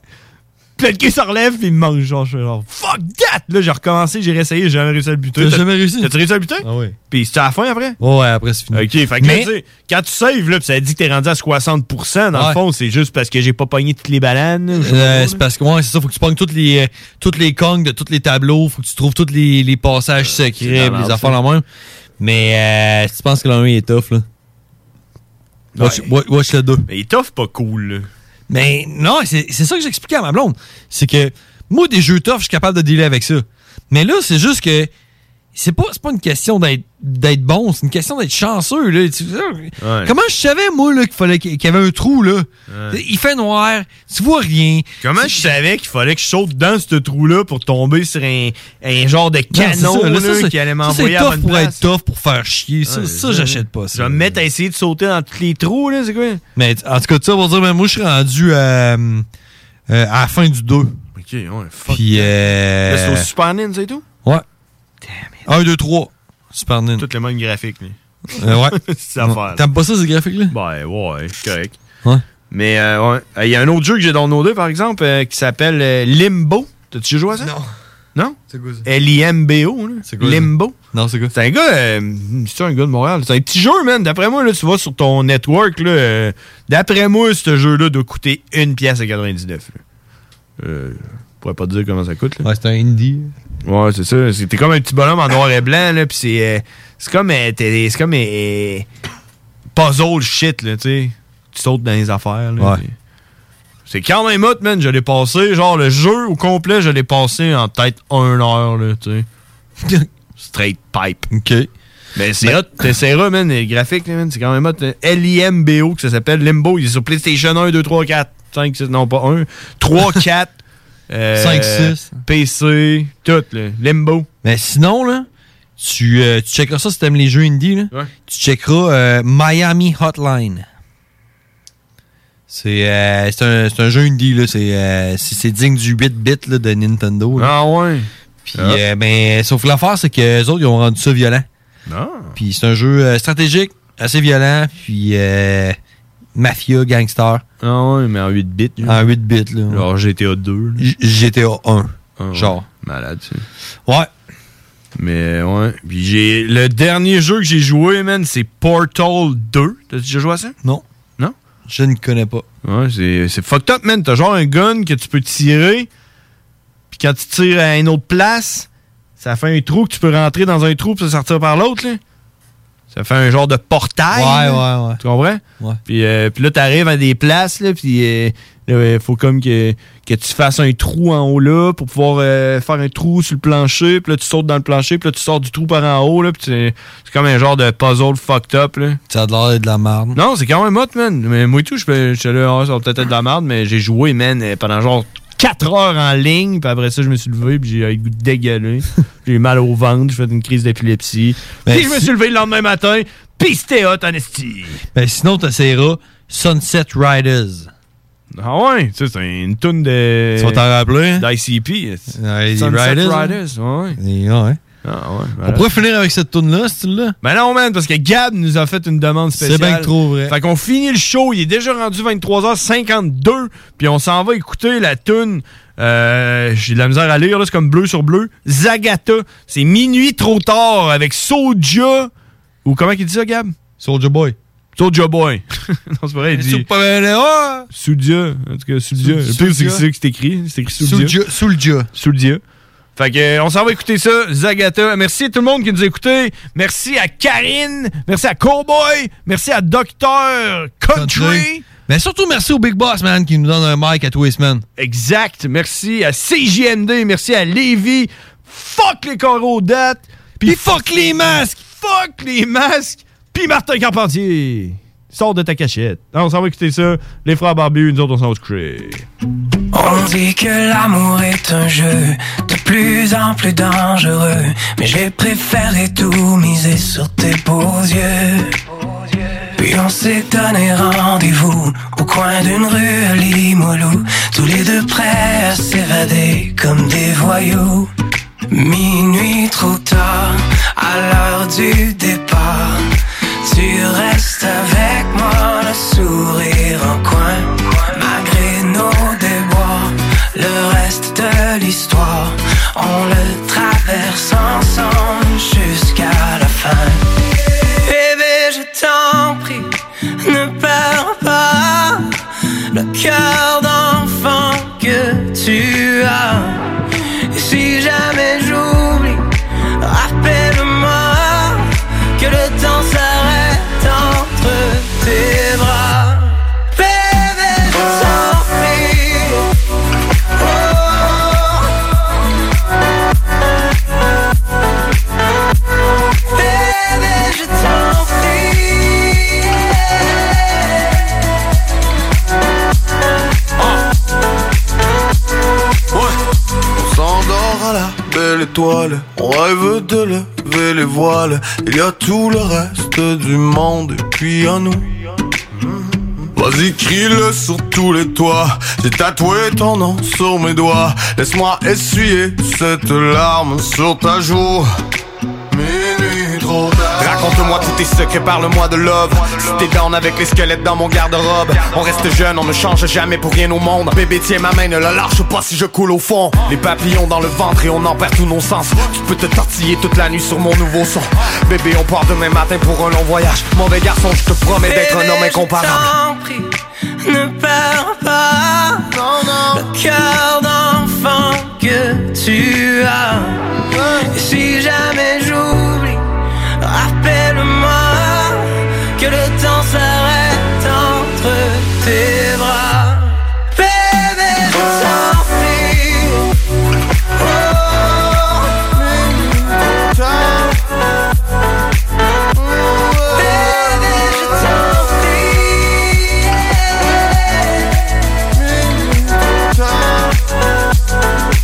Speaker 14: Puis là, le gars se relève, puis il me manque. Genre, je fais genre, fuck that! Là, j'ai recommencé, j'ai réessayé, j'ai jamais réussi à le buter.
Speaker 18: T'as jamais réussi?
Speaker 14: T'as-tu réussi à le buter?
Speaker 18: Ah oui.
Speaker 14: Puis c'était à la fin après?
Speaker 18: Ouais, après, c'est fini.
Speaker 14: OK, fait que
Speaker 18: Mais-
Speaker 14: là, tu sais, quand tu saves, là, puis ça dit que t'es rendu à 60%, dans
Speaker 18: Ouais.
Speaker 14: le fond, c'est juste parce que j'ai pas pogné toutes les bananes. ou je sais pas
Speaker 18: Euh,
Speaker 14: trop,
Speaker 18: c'est parce que ouais, c'est ça, faut que tu pognes toutes les euh, toutes les congres de tous les tableaux, faut que tu trouves tous les, les passages secrets,
Speaker 14: Euh, la
Speaker 18: les
Speaker 14: merde,
Speaker 18: affaires
Speaker 14: ça.
Speaker 18: la même. Mais euh, si tu penses que l'un est tough là. Watch,
Speaker 14: Ouais.
Speaker 18: wa- watch le 2.
Speaker 14: Mais il tough pas cool. là.
Speaker 18: Mais non, c'est c'est ça que j'expliquais à ma blonde. C'est que moi, des jeux tough, je suis capable de dealer avec ça. Mais là, c'est juste que c'est pas, c'est pas une question d'être d'être bon, c'est une question d'être chanceux. Là. Tu- Comment je savais, moi, là, qu'il fallait qu'il y avait un trou là?
Speaker 14: Ouais.
Speaker 18: Il fait noir, tu vois rien.
Speaker 14: Comment je savais qu'il fallait que je saute dans ce trou-là pour tomber sur un, un genre de
Speaker 18: Non, c'est
Speaker 14: canon
Speaker 18: ça, là,
Speaker 14: là,
Speaker 18: ça, c'est-
Speaker 14: qui
Speaker 18: ça,
Speaker 14: allait
Speaker 18: c'est
Speaker 14: m'envoyer à la
Speaker 18: tough
Speaker 14: bonne
Speaker 18: pour
Speaker 14: place?
Speaker 18: être tough, pour faire chier. Ça,
Speaker 14: Ouais,
Speaker 18: ça,
Speaker 14: je-
Speaker 18: j'achète pas ça.
Speaker 14: Je vais me mettre à essayer de sauter dans tous les trous, là, c'est quoi?
Speaker 18: Mais en tout cas, ça pour dire, mais moi, je suis rendu euh, euh, à la fin du 2.
Speaker 14: Ok, ouais, fuck.
Speaker 18: Puis, euh,
Speaker 14: Là, c'est au Super Nintendo, c'est tout?
Speaker 18: Ouais. 1, 2, 3. Super Nintendo.
Speaker 14: Tout le même graphique, là.
Speaker 18: Euh, ouais.
Speaker 14: c'est affaire.
Speaker 18: T'aimes pas ça, ces graphiques-là?
Speaker 14: Ben, ouais, c'est correct.
Speaker 18: Ouais.
Speaker 14: Mais, euh, ouais. Euh, Il y a un autre jeu que j'ai dans nos deux, par exemple, euh, qui s'appelle euh, Limbo. T'as-tu joué à ça? Non. Non?
Speaker 18: C'est quoi ça?
Speaker 14: L-I-M-B-O, là.
Speaker 18: quoi ça?
Speaker 14: Limbo.
Speaker 18: Non, c'est quoi?
Speaker 14: C'est un gars, euh, c'est un gars de Montréal. C'est un petit jeu, man. D'après moi, là, tu vas sur ton network, là. euh, D'après moi, ce jeu-là doit coûter une pièce à 99. là. Euh, je pourrais pas te dire comment ça coûte, là.
Speaker 18: Ouais, c'est un indie.
Speaker 14: Ouais, c'est ça. C'est- T'es comme un petit bonhomme en noir et blanc, là, pis c'est... euh, c'est comme... euh, t'es- c'est comme... euh, puzzle shit, là, tu sais. Tu sautes dans les affaires, là.
Speaker 18: Ouais.
Speaker 14: pis- C'est quand même hot, man. Je l'ai passé, genre, le jeu au complet, je l'ai passé en peut-être une heure, là, tu sais. Straight pipe.
Speaker 18: OK. Ben-
Speaker 14: Mais c'est hot. T'essaieras, man. Le graphique, là, man, c'est quand même hot. hein. L-I-M-B-O, que ça s'appelle. Limbo, il est sur PlayStation 1, 2, 3, 4, 5, 6, non, pas 1. 3, 4... euh,
Speaker 18: 5, 6.
Speaker 14: PC, tout, là. Limbo.
Speaker 18: Mais sinon, là, tu, euh, tu checkeras ça si t'aimes les jeux indie. Là. Tu checkeras euh, Miami Hotline. C'est euh, c'est un, c'est un jeu indie. là. C'est euh, c'est- c'est digne du 8-bit là, de Nintendo. là.
Speaker 14: Ah ouais.
Speaker 18: Puis, euh, ben, sauf que l'affaire, c'est que les autres, ils ont rendu ça violent.
Speaker 14: Ah.
Speaker 18: Puis c'est un jeu euh, stratégique, assez violent, puis euh, mafia, gangster.
Speaker 14: Ah ouais, mais en 8 bits.
Speaker 18: En 8 bits, là.
Speaker 14: Genre GTA 2.
Speaker 18: GTA 1. Genre.
Speaker 14: Ah Malade, ça.
Speaker 18: Ouais.
Speaker 14: Mais ouais. Puis j'ai. Le dernier jeu que j'ai joué, man, c'est Portal 2. T'as déjà joué à ça?
Speaker 18: Non.
Speaker 14: Non?
Speaker 18: Je ne connais pas.
Speaker 14: Ouais, c'est c'est fucked up, man. T'as genre un gun que tu peux tirer, puis quand tu tires à une autre place, ça fait un trou que tu peux rentrer dans un trou puis sortir par l'autre, là. Ça fait un genre de portail.
Speaker 18: Ouais,
Speaker 14: là.
Speaker 18: ouais, ouais.
Speaker 14: Tu comprends?
Speaker 18: Ouais.
Speaker 14: Puis, euh, puis là, t'arrives à des places, là, puis euh, là, il faut comme que, que tu fasses un trou en haut, là, pour pouvoir euh, faire un trou sur le plancher, puis là, tu sautes dans le plancher, puis là, tu sors du trou par en haut, là, puis c'est c'est comme un genre de puzzle fucked up, là.
Speaker 18: Ça a l'air de la merde.
Speaker 14: Non, c'est quand même hot, man. Mais moi et tout, je peux- je suis là, ah, ça va peut-être être de la merde, mais j'ai joué, man, euh, pendant genre 4 heures en ligne, puis après ça, je me suis levé, puis j'ai eu le goût de dégueuler. j'ai eu mal au ventre, j'ai fait une crise d'épilepsie.
Speaker 18: Ben,
Speaker 14: puis je me
Speaker 18: si-
Speaker 14: suis levé le lendemain matin, puis c'était hot, en esti.
Speaker 18: Ben, sinon, t'essaieras Sunset Riders.
Speaker 14: Ah ouais, ça, c'est une toune de.
Speaker 18: Tu vas t'en rappeler?
Speaker 14: D'ICP.
Speaker 18: hein? Ouais, les
Speaker 14: Sunset
Speaker 18: Riders. hein?
Speaker 14: Riders, Ah ouais. Ah ben,
Speaker 18: Et, ouais.
Speaker 14: voilà.
Speaker 18: On pourrait finir avec cette tourne là cette là
Speaker 14: Ben non, man, parce que Gab nous a fait une demande spéciale.
Speaker 18: C'est bien que trop vrai.
Speaker 14: Fait qu'on finit le show, il est déjà rendu 23h52, puis on s'en va écouter la tune. Euh, J'ai de la misère à lire, là, c'est comme bleu sur bleu. Zagata, c'est minuit trop tard avec Soja. Ou comment il dit ça, Gab
Speaker 18: Soja Boy.
Speaker 14: Soja Boy. non, c'est vrai, il dit. Soulja. En tout cas, Soulja. Le
Speaker 18: Soulja.
Speaker 14: plus, c'est que c'est que c'est écrit. C'est écrit
Speaker 18: Soulja. Soulja.
Speaker 14: Soulja. Fait que, euh, on s'en va écouter ça, Zagata. Merci à tout le monde qui nous a écoutés. Merci à Karine. Merci à Cowboy. Merci à Docteur Country.
Speaker 18: Mais Ben, surtout, merci au Big Boss, man, qui nous donne un mic à tous les semaines.
Speaker 14: Exact. Merci à CJMD. Merci à Lévi. Fuck les coraux dates. Puis fuck les masques. Fuck les masques. Puis Martin Carpentier. Sors de ta cachette. Ah, on s'en va écouter ça. Les frères barbus, nous autres, on s'en va se coucher.
Speaker 5: On dit que l'amour est un jeu de plus en plus dangereux, mais j'ai préféré tout miser sur tes beaux yeux. Puis on s'est donné rendez-vous au coin d'une rue à Limoilou, tous les deux prêts à s'évader comme des voyous. Minuit trop tard, à l'heure du départ, tu restes avec moi, le sourire en coin. Malgré nos déboires, le reste de l'histoire, on le traverse ensemble jusqu'à la fin. Bébé, je t'en prie, ne pleure pas le cœur d'enfant que tu as. Et si jamais j'oublie, rappelle-moi que le temps s'arrête entre tes bras. Bébé, je t'en prie. Oh. Bébé, je t'en
Speaker 8: On s'endort à la belle étoile, on rêve de lever les voiles. Il y a tout le reste du monde et puis à nous. Vas-y, crie-le sur tous les toits. J'ai tatoué ton nom sur mes doigts. Laisse-moi essuyer cette larme sur ta joue.
Speaker 2: Raconte-moi tous tes secrets, parle-moi de love. Si t'es down avec les squelettes dans mon garde-robe, on reste jeune, on ne change jamais pour rien au monde. Bébé, tiens ma main, ne la lâche pas si je coule au fond. Les papillons dans le ventre et on en perd tous nos sens. Tu peux te tortiller toute la nuit sur mon nouveau son. Bébé, on part demain matin pour un long voyage. Mauvais garçon, je te promets d'être un homme incomparable.
Speaker 5: Bébé, je t'en prie, ne perds pas le cœur d'enfant que tu as. Et si jamais j'oublie, rappelle-moi que le temps s'arrête entre tes bras. Bébé, je t'en prie. Oh, Bébé, je t'en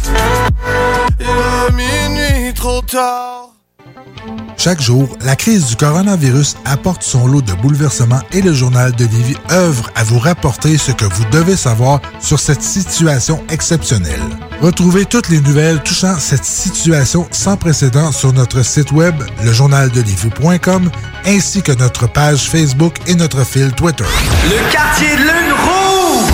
Speaker 8: Il est minuit trop tard.
Speaker 20: Chaque jour, la crise du coronavirus apporte son lot de bouleversements et le journal de Livy œuvre à vous rapporter ce que vous devez savoir sur cette situation exceptionnelle. Retrouvez toutes les nouvelles touchant cette situation sans précédent sur notre site web, lejournaldelivy.com, ainsi que notre page Facebook et notre fil Twitter.
Speaker 32: Le quartier de lune rouvre!